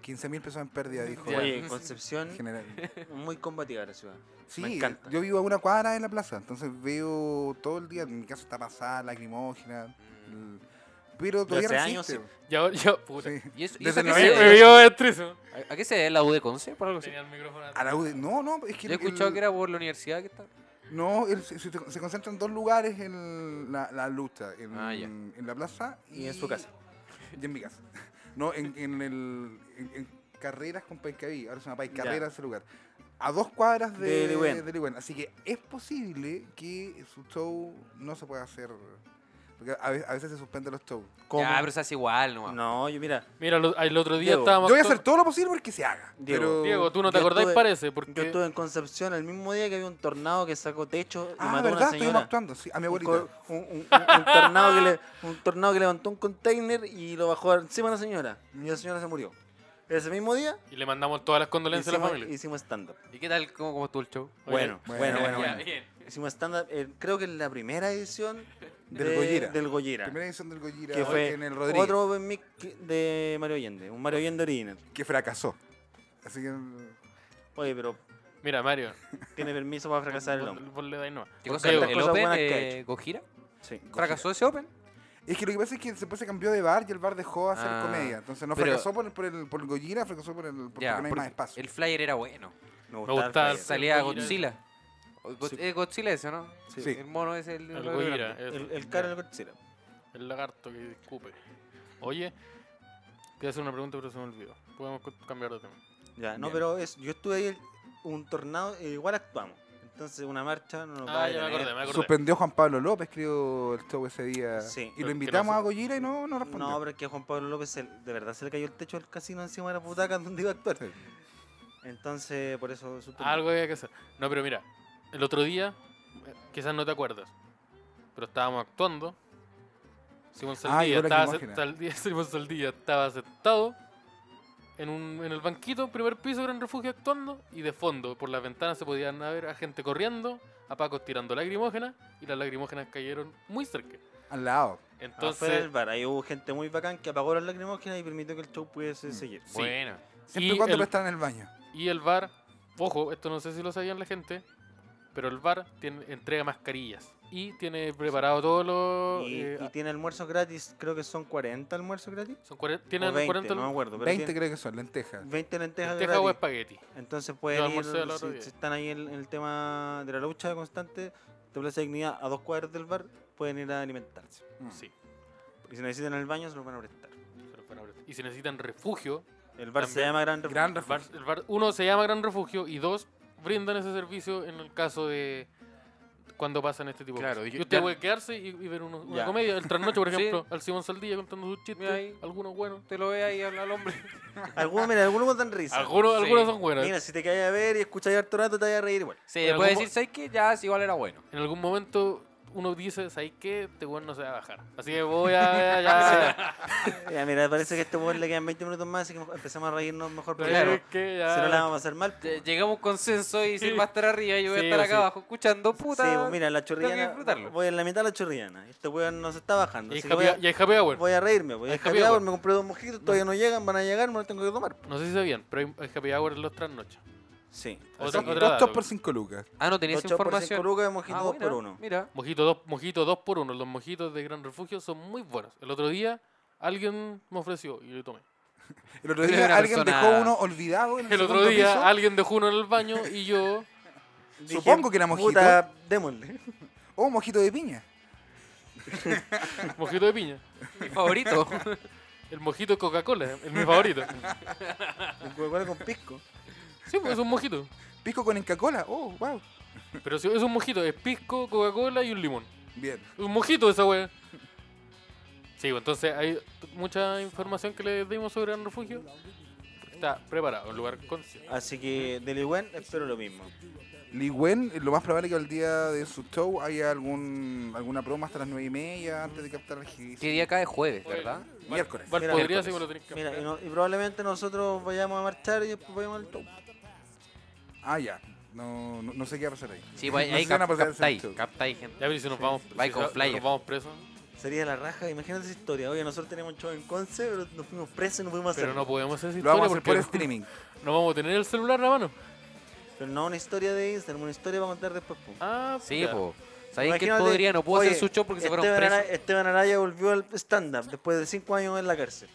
S4: 15 mil pesos en pérdida, dijo
S5: Ya.
S3: Oye,
S5: Sí.
S4: el
S3: Concepción,
S4: general.
S3: muy combativa la ciudad.
S4: Sí,
S3: Me encanta.
S4: yo vivo a una cuadra de la plaza, entonces veo todo el día, en mi casa está pasada, lacrimógena, el- pero todavía
S3: Mm. hace
S4: resiste.
S3: años,
S5: Ya, ya, puta.
S4: sí.
S2: ¿Y eso, y eso
S4: Desde
S2: a qué se
S4: el
S5: Me,
S4: noventa-
S5: me
S2: debe?
S5: vio estrizo.
S2: ¿A- ¿A qué se debe la U de Conce? Por algo así.
S5: Tenía el micrófono.
S4: A la UDI- No, no, es que...
S2: Yo he
S4: el-
S2: escuchado que era por la universidad que está.
S4: No, el- se, se- se concentra en dos lugares en la, la lucha, en,
S2: Ah, ya.
S4: en la plaza y,
S3: Y en su casa.
S4: Y en mi casa. No, en, en el... En, en carreras con Paicaví, ahora se llama Pai
S3: Ya.
S4: Carreras ese lugar. A dos cuadras de,
S3: De Ligüen.
S4: de Ligüen. Así que es posible que su show no se pueda hacer... Porque a ve- a veces se suspenden los shows.
S3: ¿Cómo?
S2: Ya, pero se hace igual nomás.
S3: No, yo mira,
S5: Mira, lo- el otro día
S3: Diego,
S5: estábamos...
S4: Yo voy a
S5: todos-
S4: hacer todo lo posible porque se haga.
S3: Diego,
S4: pero-
S5: Diego, tú no te
S3: Yo
S5: acordáis,
S3: estuve-
S5: parece, porque...
S3: yo estuve en Concepción el mismo día que había un tornado que sacó techo y
S4: Ah,
S3: mató a
S4: verdad,
S3: una
S4: estuvimos
S3: señora.
S4: actuando. Sí, a
S3: Un,
S4: mi abuelita.
S3: cor- un- un- un- un tornado que le- un tornado que levantó un container y lo bajó encima de una señora. Y la señora se murió. Ese mismo día
S5: Y le mandamos todas las condolencias a la
S3: hicimos,
S5: familia.
S3: hicimos stand-up.
S2: ¿Y qué tal? ¿Cómo, cómo estuvo el show?
S5: Oye,
S3: Bueno,
S4: Bueno,
S3: bueno, bueno.
S5: ya,
S3: bueno.
S5: bien.
S3: Hicimos stand-up, eh, creo que en la primera edición
S4: Del
S3: de-
S4: Gojira.
S3: Del Gojira.
S4: Primera edición del Gojira
S3: que fue
S4: en el Rodríguez.
S3: otro open mic que- de Mario Allende, un Mario Allende original.
S4: Que fracasó. Así que. mm,
S3: Oye, pero
S5: Mira, Mario.
S3: tiene permiso para fracasar el
S5: vos-
S3: hombre.
S5: vos le dais nomás.
S2: ¿Qué
S3: Por
S2: cosa?
S5: tantas
S2: ¿El
S3: cosas
S2: Open
S3: buenas que ha
S2: de Gojira?
S3: Sí.
S2: ¿Fracasó ese Open?
S4: Es que lo que pasa es que después se cambió de bar y el bar dejó de hacer
S2: Ah,
S4: comedia. Entonces no
S2: pero-
S4: fracasó por el, por el, por el Gojira, fracasó por el. Porque
S2: Ya,
S4: no hay
S2: porque
S4: más espacio.
S2: el flyer era bueno.
S3: Me el
S5: gustaba el-
S3: flyer.
S2: Salía
S5: Gojira.
S2: Godzilla. O- Go-
S3: Sí.
S2: Es Godzilla ese, ¿no?
S3: Sí.
S4: Sí.
S2: El mono es el...
S5: El
S2: el
S5: Gojira.
S2: grande.
S5: eso.
S3: El, el cara del Godzilla.
S5: El lagarto que discupe. Oye, te voy a hacer una pregunta, pero se me olvidó. Podemos co- cambiar de tema.
S3: Ya, no,
S4: Bien.
S3: pero es, yo estuve ahí el- un tornado, eh, igual actuamos. El Entonces, una marcha no nos va
S5: Ah,
S3: a
S5: ya me
S3: detener.
S5: acordé, me acordé.
S4: Suspendió Juan Pablo López, creo, el show ese día.
S3: Sí.
S4: Y
S5: Pero
S4: lo
S5: que
S4: invitamos
S5: no-
S4: a Goyira y no, no respondió.
S3: No, pero es que a Juan Pablo López se- de verdad se le cayó el techo del casino encima de la butaca donde iba a actuar.
S4: Sí.
S3: Entonces, por eso suspendió.
S5: Algo había que hacer. No, pero mira, el otro día, eh, quizás no te acuerdas, pero estábamos actuando. Simón
S4: Ah,
S5: Saldivia,
S4: yo la que
S5: estaba,
S4: imagina.
S5: se- Saldivia- Simón Saldivia estaba sentado en, un, en el banquito, primer piso, Gran Refugio, actuando. Y de fondo, por las ventanas, se podían ver a gente corriendo, a Pacos tirando lagrimógenas. Y las lagrimógenas cayeron muy cerca.
S4: Al lado.
S5: Entonces,
S3: Afuera Ah, del bar, ahí hubo gente muy bacán que apagó las lacrimógenas y permitió que el show pudiese
S4: Mm.
S3: seguir.
S5: sí. Buena.
S4: Siempre y
S5: Y
S4: cuando
S5: el-
S4: no están en el baño.
S5: Y el bar, ojo, esto no sé si lo sabían la gente, pero el bar tiene, entrega mascarillas y tiene preparado todo lo...
S3: Y,
S5: eh,
S3: y
S5: ah,
S3: tiene almuerzos gratis, creo que son 40 almuerzos gratis.
S5: son cuaren-
S3: O
S5: tienen
S3: 20,
S5: 40
S3: no me acuerdo. Pero
S4: 20
S3: tiene
S4: creo que son, lentejas.
S3: 20 lentejas
S5: lentejas o
S3: gratis.
S5: espagueti.
S3: Entonces
S5: Yo
S3: pueden ir,
S5: almorcé el otro
S3: si,
S5: día.
S3: si están ahí en, en el tema de la lucha constante de Plaza Dignidad a dos cuadras del bar, pueden ir a alimentarse.
S4: Mm.
S5: Sí.
S3: Y si necesitan el baño, se los van a prestar.
S5: se los van a prestar. Y si necesitan refugio,
S3: El bar se
S5: También.
S3: llama Gran Refugio.
S4: Gran
S5: el bar,
S4: refugio.
S5: el bar- uno se llama Gran Refugio y dos brindan ese servicio en el caso de cuando pasan este tipo
S2: Claro,
S5: de
S2: y
S5: cosas.
S2: yo-
S5: Y usted
S2: ya-
S5: puede quedarse y, y ver uno- una
S3: Ya.
S5: comedia. El trasnoche, por
S2: Sí.
S5: ejemplo, al Simón Saldilla contando sus chistes,
S2: Mira ahí.
S5: algunos buenos.
S2: Te lo ve ahí al, al hombre.
S3: Algunos, mira, algunos dan risa.
S5: Algunos,
S2: Sí.
S5: algunos son buenos.
S3: Mira, si te caes a ver y escucháis harto rato, te vas a reír igual.
S2: Se
S5: En algún
S2: puede
S5: mo-
S2: decir, ¿sabes qué? Ya, si igual era bueno.
S5: En algún momento uno dice, ¿sabes qué? Este weón no se va a bajar. Así que voy a... ya,
S3: Ya, mira, parece que a este weón le quedan 20 minutos más, así que empezamos a reírnos mejor. Porque
S2: Claro.
S5: ¿sabes qué? Ya".
S3: Si no la vamos a pasar mal.
S2: Lle- Llegamos a un consenso y
S5: Sí.
S2: Sil va a estar arriba y yo voy
S5: Sí,
S2: a estar
S5: pues
S2: acá
S5: sí.
S2: abajo escuchando, puta.
S3: sí, pues mira, la
S2: Tengo que
S3: chorrillana.
S2: disfrutarlo.
S3: Voy en la mitad de la chorrillana. Este weón no se está bajando.
S5: Y hay
S3: así que voy, a,
S5: happy- y hay happy hour.
S3: voy a reírme, pues, voy a
S5: Hay
S3: dejar
S5: happy hour.
S3: me compré dos mojitos, todavía no llegan, van a llegar, me los tengo que tomar.
S5: No sé si sabían, pero hay- hay happy hour en los trasnoches.
S3: Sí.
S5: Otra-
S4: Son
S5: otro
S4: dos
S5: dato.
S4: top por 5 lucas.
S2: Ah, no tenía
S3: Dos
S2: esa
S3: shows por
S2: información.
S3: 5 lucas, mojitos
S2: Ah,
S3: dos
S2: buena,
S3: por uno.
S2: Mira.
S5: Mojito dos, mojito dos por uno. Los mojitos de Gran Refugio son muy buenos. El otro día alguien me ofreció y lo tomé.
S4: El otro
S2: Yo
S4: día
S2: era una
S4: alguien
S2: persona-
S4: dejó uno olvidado en el,
S5: El otro
S4: segundo
S5: día
S4: piso.
S5: alguien dejó uno en el baño y yo...
S3: Dije,
S4: Supongo que era mojito.
S3: Puta, démosle.
S4: O un Oh, mojito de piña.
S5: Mojito de piña.
S2: Mi favorito.
S5: El mojito de Coca-Cola, el mi favorito.
S3: Un Coca-Cola con pisco.
S5: Sí, pues es un mojito.
S4: Pisco con Inca-Cola. Oh, wow.
S5: Pero sí, es un mojito, es pisco, Coca-Cola y un limón.
S4: Bien.
S5: Un mojito esa wea. Sí, bueno, entonces hay t- mucha información que le dimos sobre Gran Refugio. Está preparado, un lugar consciente.
S3: Así que de Ligüen espero lo mismo.
S4: Lee Wen, eh, lo más probable que al día de su show haya algún, alguna promo hasta las 9 y media antes de captar el registro.
S2: ¿Qué día cae jueves, verdad?
S4: Miércoles.
S5: Val
S3: Mira,
S5: podría,
S2: miércoles.
S5: sí, me lo tenés que
S3: Mira, y,
S5: mirar.
S3: no- y probablemente nosotros vayamos a marchar y después vayamos al top.
S4: Ah, ya. No, no, no sé qué va a pasar ahí.
S2: Sí, pues
S4: No
S2: ahí
S4: sé qué van a
S2: cap-
S4: pasar en ese
S2: captáis,
S4: show.
S2: captáis, gente.
S5: Ya, pero si nos vamos, si
S2: Va eh. con
S5: sa- si
S2: flyer.
S5: nos vamos presos,
S3: Sería la raja, imagínate esa historia. Oye, nosotros tenemos un show en Conce, pero nos fuimos presos y no pudimos hacerlo.
S5: pero no podemos hacer esa
S4: Lo vamos a
S5: historia
S4: hacer por
S5: porque
S4: streaming.
S5: no- no vamos a tener el celular en la mano.
S3: Pero no una historia de Instagram, una historia para contar después. po.
S5: Ah,
S2: Sí,
S5: puta.
S2: po. ¿Sabéis que él
S3: Imagínate,
S2: podría? No pudo hacer
S3: oye, este
S2: su show porque se fueron
S3: Esteban
S2: presos.
S3: Araya- Esteban Araya volvió al stand-up después de cinco años en la cárcel.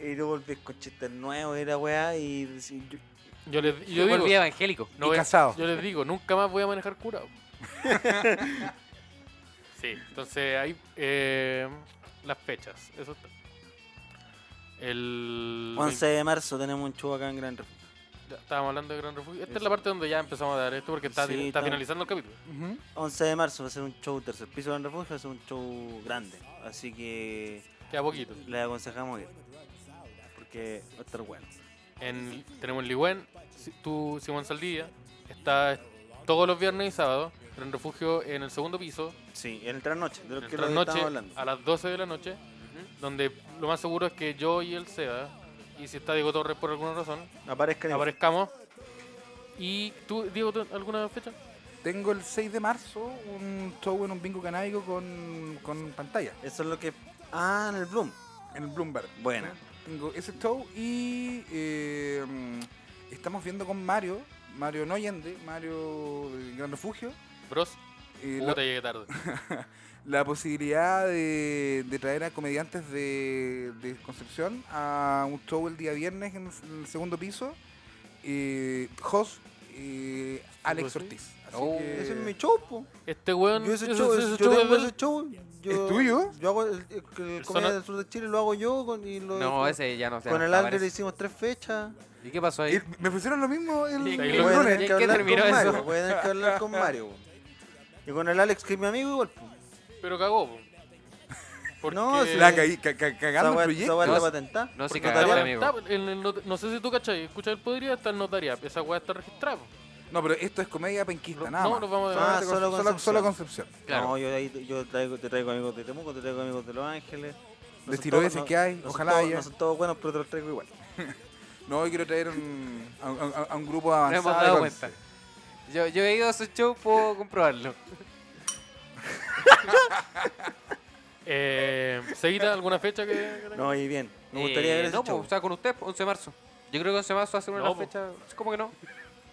S3: Y yo volví con chistes nuevos, era weá, y decí- yo-
S5: Yo les, y yo
S2: Yo
S5: digo,
S2: volví evangélico.
S5: no
S4: y
S5: voy a-
S4: casado.
S5: yo les digo, nunca más voy a manejar curado. sí, entonces ahí eh, las fechas, eso está. El
S3: 11 de marzo tenemos un show acá en Gran Refugio.
S5: Ya, Estábamos hablando de Gran Refugio. Esta es
S3: Eso.
S5: la parte donde ya empezamos a dar esto porque está,
S3: Sí,
S5: está
S3: estamos-
S5: finalizando el capítulo.
S4: Ujú.
S3: 11 de marzo va a ser un show tercer piso de Gran Refugio, va a ser un show grande. Así que
S5: Queda poquito.
S3: les aconsejamos ir. Porque va a estar bueno.
S5: En, tenemos en Ligüen, si- tú, Simón Saldivia. Está todos los viernes y sábados. Gran Refugio en el segundo piso.
S3: Sí, en el trasnoche, de
S5: En
S3: lo
S5: el
S3: que lo que
S5: trasnoche
S3: estamos hablando.
S2: ah,
S5: a las 12 de la noche. Donde lo más seguro es que yo y el Seba. Y si está Diego Torres por alguna razón,
S3: Aparezcan en
S5: aparezcamos. ¿Y tú, Diego, tú- alguna fecha?
S4: Tengo el 6 de marzo un show en un bingo canábico con, con pantalla.
S3: Eso es lo que. Ah, en el Bloom. Ah,
S4: En el Bloomberg.
S3: Buena.
S4: Tengo ese show y eh, mm, estamos viendo con Mario, Mario Noyende, Mario del Gran Refugio,
S5: Bros,
S4: eh,
S5: puta,
S4: la,
S5: llegué tarde.
S4: la posibilidad de, de traer a comediantes de, de Concepción a un show el día viernes en el, en el segundo piso. Eh, Jos, eh, Alex
S5: sí.
S4: Ortiz. Así
S2: Oh.
S4: que-
S3: Ese es mi show, po.
S5: Este weón.
S3: Yo, ese
S5: ese-
S3: show,
S5: ese
S3: yo
S5: show
S3: tengo
S5: es-
S3: ese show. Yo,
S4: ¿Es tuyo?
S3: Yo hago el, el- el Comedia del Sur de Chile, lo hago yo. Con, y lo-
S2: No, ese ya no se
S3: con el
S2: no
S3: Ángel
S2: aparece.
S3: hicimos tres fechas.
S2: ¿Y qué pasó ahí?
S4: Eh, me pusieron lo mismo el,
S5: Sí,
S4: el
S5: claro.
S3: Voy a
S4: lunes.
S3: tener
S2: ¿En
S3: que
S2: qué
S3: hablar
S2: terminó
S3: con
S2: eso?
S3: Mario. Voy a tener que hablar con Mario. po. Y con el Alex, que es mi amigo, igual. po.
S5: Pero cagó. po. Porque
S3: No, si
S4: La caí- ca- ca-
S3: Esa
S4: cagando
S3: weá-
S4: el
S3: esa
S4: proyecto.
S3: weá
S2: No,
S3: la patentar.
S2: No, sí
S5: porque
S3: notariado.
S2: cagaron,
S5: está
S2: amigo.
S5: conectado, en el not- no sé si tú cachai, escucha el podría, está el notariado. Esa weá está registrada. po.
S4: No, pero esto es comedia penquista,
S5: No,
S4: nada más.
S5: nos vamos a
S3: Ah,
S4: Solamente
S3: solo
S4: con-
S3: Concepción.
S4: solo, solo Concepción.
S2: Claro.
S3: No, yo, ahí, yo traigo, te traigo amigos de Temuco, te traigo amigos de Los Ángeles.
S4: De
S3: son
S4: tiroides
S3: todos-
S4: que hay,
S3: son
S4: ojalá
S3: todos-
S4: haya.
S3: No son todos buenos, pero te los traigo igual.
S4: No, yo quiero traer un- a, un- a- a un grupo
S2: Nos
S4: avanzado.
S2: hemos
S4: de
S2: dado
S4: Conce.
S2: cuenta. Yo, yo he ido a su show, puedo comprobarlo.
S5: Eh, ¿Seguida alguna fecha que.? que tenga?
S3: No, y bien. Me gustaría ver
S2: Eh,
S3: ese
S2: No,
S3: show.
S2: pues, estaba con usted, po, 11 de marzo. Yo creo que 11 de marzo hace una de
S5: No,
S2: las
S5: po.
S2: fechas. ¿Cómo que no?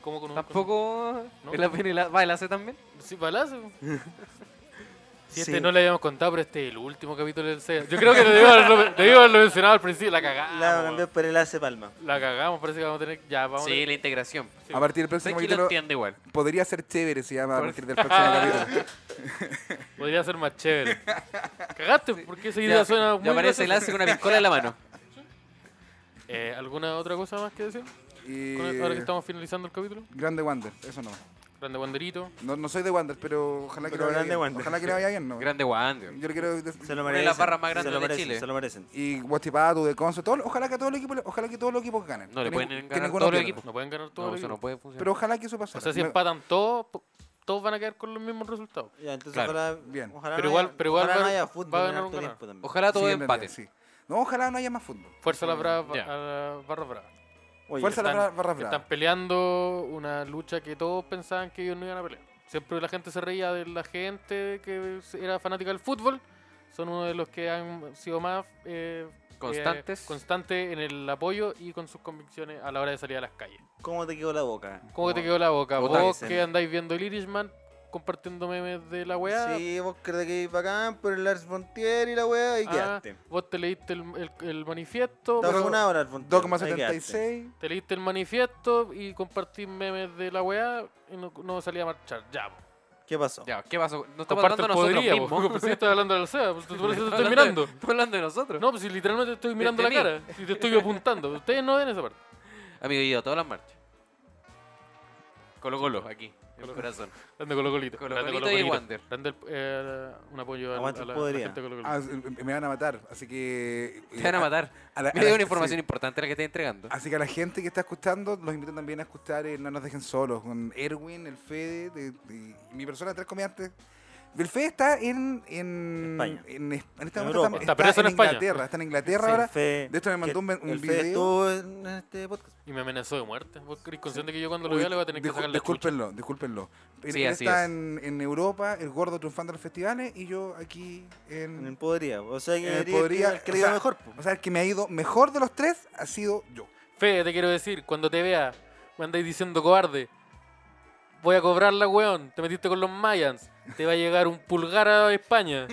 S5: ¿Cómo con un-
S2: Tampoco.
S5: No.
S2: ¿El AP ni la- ¿Va el AC también?
S5: con- Sí, balazo. Si este
S3: Sí.
S5: no le habíamos contado, pero este es el último capítulo del CEA. Yo creo que debimos haberlo, debimos haberlo mencionado al principio. La cagamos.
S3: La cambié por el Ace Palma.
S5: La cagamos, parece que vamos a tener. Ya, vamos. a
S2: Sí,
S5: tener-
S2: la integración.
S5: Sí.
S4: A partir del
S2: Sé
S4: próximo
S2: que lo
S4: capítulo,
S2: entiende igual.
S4: podría ser chévere, se llama, a partir del próximo capítulo.
S5: Podría ser más chévere. Cagaste, porque esa idea
S2: Ya,
S5: suena
S2: ya
S5: muy
S2: aparece el
S5: graciosa.
S2: AC con una piscola en la mano.
S5: Eh, ¿Alguna otra cosa más que decir?
S4: Y-
S5: Con- Ahora que estamos finalizando el capítulo.
S4: Grande Wander, eso no.
S5: Grande banderito.
S4: No, no soy de Wander, pero ojalá que
S3: Pero
S4: lo vaya
S3: grande
S4: bien.
S3: Wander.
S4: Ojalá que le vaya bien, ¿no?
S2: Grande Wander.
S4: Yo le quiero...
S3: Se lo
S2: Una de
S3: merecen.
S2: las barras más
S3: se
S2: grandes
S3: lo
S2: de
S3: merecen,
S2: Chile.
S3: Se lo merecen.
S4: Y Guachipato, de Conce, todo, ojalá que a todo el equipo, ojalá que todos los equipos ganen.
S2: No le
S4: Que
S2: pueden
S4: ningún- que
S2: ganar
S4: ninguno
S2: todos los
S4: pierda.
S2: equipos.
S5: No pueden ganar todos.
S2: No,
S5: los
S2: eso no
S5: equipos.
S2: puede funcionar.
S4: Pero ojalá que eso
S5: o
S4: pasara.
S5: sea, si
S4: Me-
S5: empatan todos, po- todos van a quedar con los mismos resultados.
S3: Ya, entonces
S2: Claro.
S3: ojalá,
S4: Bien.
S3: ojalá
S5: Pero
S3: no
S5: igual-
S3: haya-
S5: pero igual
S3: ojalá no
S5: va-
S3: haya
S5: va
S3: fútbol
S5: a
S3: en
S5: ganar
S3: harto
S5: un ganar.
S3: tiempo también.
S2: Ojalá todo
S4: Sí,
S2: empate.
S4: sí. No, ojalá no haya más fútbol.
S5: Fuerza a la brava,
S2: Ya.
S5: a la barra brava.
S3: Oye,
S4: Fuerza la barra,
S5: están-
S4: barra brava.
S5: Están peleando una lucha que todos pensaban que ellos no iban a pelear. Siempre la gente se reía de la gente que era fanática del fútbol. Son uno de los que han sido más eh,
S2: Constantes.
S5: eh, constantes en el apoyo y con sus convicciones a la hora de salir a las calles.
S3: ¿Cómo te quedó la boca?
S5: ¿Cómo que te quedó la boca?
S2: Otra
S5: Vos
S3: vez,
S5: que
S3: eh.
S5: andáis viendo el Irishman compartiendo memes de la weá.
S3: Sí, vos crees que ibas bacán por el Lars Frontier y la weá, y
S5: ah,
S3: quedaste.
S5: vos te leíste el, el- el manifiesto.
S3: Está
S5: pero-
S3: vacunado Lars Frontier.
S4: Dogma
S3: ahí quedaste.
S4: 76.
S5: Te leíste el manifiesto y compartís memes de la weá y no, no salí a marchar. Ya, po.
S3: ¿Qué pasó?
S2: Ya, ¿qué pasó? No estamos
S5: Comparte
S2: hablando
S5: el
S2: de nosotros
S5: podría, po.
S2: mismos.
S5: Pero si estás hablando de la SEA, pues, tú por eso te estoy
S2: Hablando de-
S5: mirando.
S2: Estamos hablando de nosotros.
S5: No, pues si literalmente te estoy mirando la
S2: de mí.
S5: cara y te estoy apuntando. Ustedes no ven esa parte.
S2: Amigo, yo, todas las marchas. Colo Colo, aquí, en el corazón.
S5: Grande Colo Colito.
S2: Colo
S5: Grande
S2: Colito y
S5: Colito.
S2: Wander.
S5: Grande el- eh, un apoyo al- a,
S3: Aguante
S5: la,
S3: el
S5: a la
S3: podería.
S5: gente de Colo Colo.
S4: Ah, eh, me van a matar, así que... eh,
S2: Te van a matar.
S4: a la- a
S2: Mira,
S4: la-
S2: hay una información
S4: sí. Ah,
S2: importante la que estoy entregando.
S4: Así que a la gente que está escuchando, los invito también a escuchar eh, No nos dejen solos, con Erwin, el Fede, de- de- y mi persona, tres comediantes. El Fede está en... En
S3: España.
S4: En, es- en este
S3: En
S4: momento
S3: Europa.
S4: está,
S5: Está preso en España.
S4: Inglaterra, está en Inglaterra
S3: Sí,
S4: ahora.
S3: el Fe-
S4: de hecho, me mandó
S3: que-
S4: un- un
S3: el Fe
S4: video.
S3: estuvo en este podcast.
S5: Y me amenazó de muerte. ¿Vos crees consciente que yo cuando lo
S4: Uy,
S5: vea le voy a tener que
S4: discul-
S5: sacar la chucha?
S4: Discúlpenlo, discúlpenlo. Él,
S2: Sí,
S4: él
S2: así
S4: está
S2: es.
S4: en, en Europa, el gordo triunfando en los festivales, y yo aquí
S3: En el
S4: en...
S3: Podría. O sea,
S4: Mm. en el
S3: que
S4: podría-
S3: podría, que le
S4: o
S3: iba
S4: sea,
S3: mejor. po.
S4: O sea, el que me ha ido mejor de los tres ha sido yo.
S5: Fede, te quiero decir, cuando te vea, me andáis diciendo cobarde. Voy a cobrarla, weón. Te metiste con los Mayans. Te va a llegar un pulgar a España.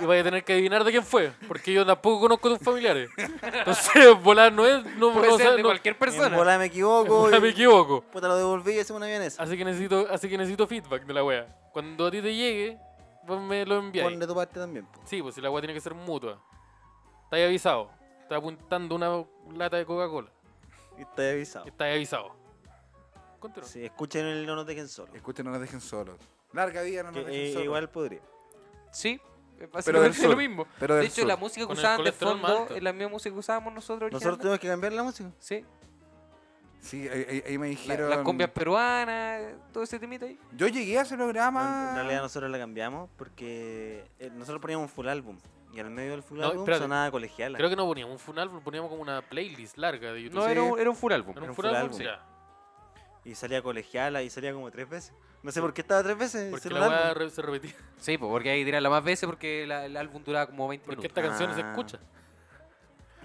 S5: Y vas a tener que adivinar de quién fue. Porque yo tampoco conozco a tus familiares. Entonces, volar no es. No,
S2: Puede
S5: no
S2: ser
S5: sé,
S2: de
S5: no-
S2: cualquier
S3: En
S2: persona.
S3: bola me equivoco.
S5: no me
S3: y-
S5: equivoco.
S3: Puta, lo devolví y hacemos una vienesa.
S5: Así que necesito, así que necesito feedback de la wea. Cuando a ti te llegue, vos me lo enviáis.
S3: Ponle tu parte también. po.
S5: Sí, pues si la wea tiene que ser mutua. Estáis avisado. Estás apuntando una lata de Coca-Cola.
S3: Y está avisado.
S5: Estáis avisado. Continúa.
S3: Sí, escuchen el No nos dejen solo.
S4: Escuchen, no nos dejen solos. Larga vida, no nos
S3: Que,
S4: dejen
S3: eh,
S4: solos.
S3: igual podría.
S2: Sí, eh,
S4: Pero del
S2: básicamente
S4: sur,
S2: lo mismo.
S4: pero
S2: de
S4: del
S2: hecho,
S4: sur.
S2: la música que
S5: Con el
S2: usaban de
S5: colesterol más
S2: fondo
S5: alto.
S2: es la misma música que usábamos nosotros
S3: Nosotros
S2: originalmente.
S3: tenemos que cambiar la música.
S2: Sí,
S4: Sí, ahí, ahí- ahí me
S2: la-
S4: dijeron...
S2: las cumbias peruanas, todo ese temita ahí.
S4: Yo llegué a ese
S3: No,
S4: programa...
S3: En realidad nosotros la cambiamos porque eh, nosotros poníamos un full álbum. Y al medio del full
S5: No,
S3: álbum
S5: espérate.
S3: sonaba colegiala.
S5: Creo que no poníamos un full álbum, poníamos como una playlist larga de YouTube.
S2: No,
S4: Sí.
S2: era, un, era un full álbum.
S5: ¿Era
S3: era un
S5: un
S3: full
S5: full álbum?
S3: álbum.
S5: Ya.
S3: Y salía colegiala y salía como tres veces. No sé por qué estaba tres veces.
S5: Porque
S3: hicieron
S5: la
S3: un
S5: weá
S3: álbum.
S5: re- se repetía.
S2: Sí, pues, porque hay que tirarla más veces porque la- el álbum duraba como 20
S5: Porque
S2: minutos.
S5: esta canción se
S3: Ah.
S5: escucha.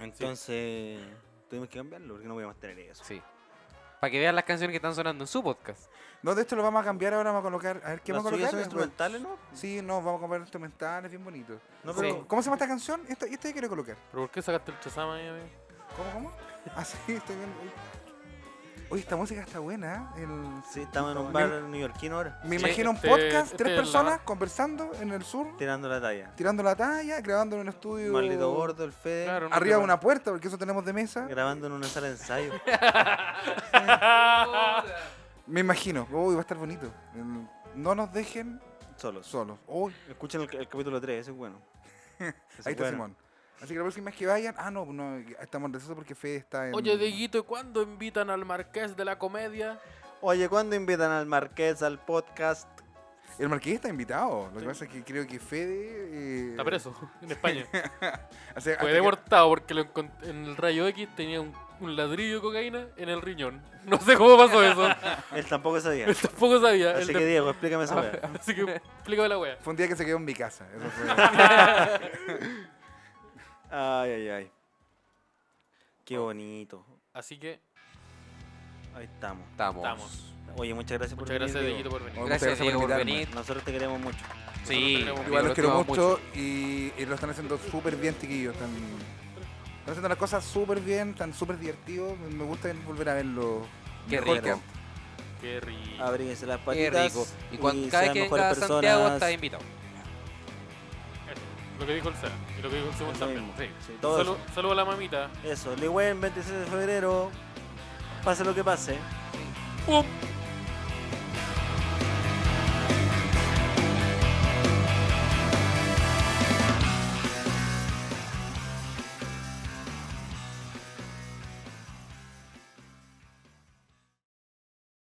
S3: Entonces tuvimos que cambiarlo porque no podíamos tener eso.
S2: Sí. Para que vean las canciones que están sonando en su podcast.
S4: No, de esto lo vamos a cambiar ahora, vamos a colocar... A ver, ¿qué
S3: Las
S4: vamos a
S3: suyas
S4: colocar?
S3: son instrumentales, ¿no?
S4: Sí, no, vamos a comprar instrumentales bien bonitos.
S3: No,
S2: Sí.
S3: pero
S4: ¿Cómo se llama esta canción? Esta, esta yo quiero colocar. Ah,
S5: ¿Pero por qué sacaste el chazama ahí, amigo?
S4: ¿Cómo, cómo? Así, estoy viendo... uy. Oye, esta música está buena. ¿eh? El...
S3: Sí, estamos en un
S4: Me-
S3: bar neoyorquino ahora,
S4: Me
S5: Sí,
S4: imagino un
S5: este-
S4: podcast,
S5: este
S4: tres
S5: es la-
S4: personas conversando en el sur,
S3: tirando la talla.
S4: tirando la talla, grabando en un estudio.
S3: Maldito gordo, el Fede,
S5: Claro, no
S4: Arriba
S5: te-
S4: de una puerta, porque eso tenemos de mesa.
S3: grabando en una sala de ensayo.
S4: Me imagino. Uy, va a estar bonito. Mm, No nos dejen
S3: Solos.
S4: solos. Uy,
S3: Escuchen el, el capítulo 3, ese es bueno. Ese es
S4: ahí está
S3: bueno.
S4: Simón. Así que la próxima vez que vayan. Ah, no, no estamos en receso porque Fede está en.
S5: Oye, Dieguito, ¿y ¿cuándo invitan al marqués de la comedia?
S3: Oye, ¿cuándo invitan al Marqués al podcast?
S4: El marqués está invitado. Lo que pasa es que creo que Fede. eh,
S5: Está preso, en España.
S4: o sea, hasta
S5: Fue
S4: que-
S5: deportado porque lo encont- en el rayo X tenía un, un ladrillo de cocaína en el riñón. No sé cómo pasó eso.
S3: Él tampoco sabía.
S5: Él tampoco sabía.
S3: Así
S5: Él
S3: que
S5: de-
S3: Diego, explícame esa weá.
S5: Así que explícame la wea.
S4: Fue un día que se quedó en mi casa. Eso fue.
S3: Ay, ay, ay. Qué bonito.
S5: Así que
S3: Ahí estamos.
S2: Estamos.
S5: estamos.
S3: Oye, muchas gracias por
S5: Muchas gracias,
S3: venir,
S5: Dieguito,
S3: Diego.
S5: por venir.
S4: Muchas
S2: Gracias,
S4: gracias por
S2: Diego, por
S4: invitarme.
S2: venir.
S3: Nosotros te queremos mucho.
S2: Sí,
S5: tenemos-
S4: Igual los
S5: Los
S4: quiero
S2: estimamos
S4: mucho, Y, y lo están haciendo súper bien, chiquillos. Están, están haciendo las cosas súper bien, están súper divertidos. me- Me gusta volver a verlo.
S2: Qué
S4: mejor.
S2: rico.
S5: Qué rico.
S3: Abríguense las
S2: Qué
S3: patitas.
S2: rico. Y cuando, cada
S3: sean
S2: vez que
S3: mejores
S2: venga a Santiago
S3: personas.
S2: estás invitado.
S5: Lo que dijo el Seba. Y lo que dijo el Simón
S3: Es lo
S5: también.
S3: mismo.
S5: Sí.
S3: Sí, todo
S5: Saludos a la mamita.
S3: Eso, Ligüen, 26 de febrero. Pase lo que pase.
S5: ¡Pum!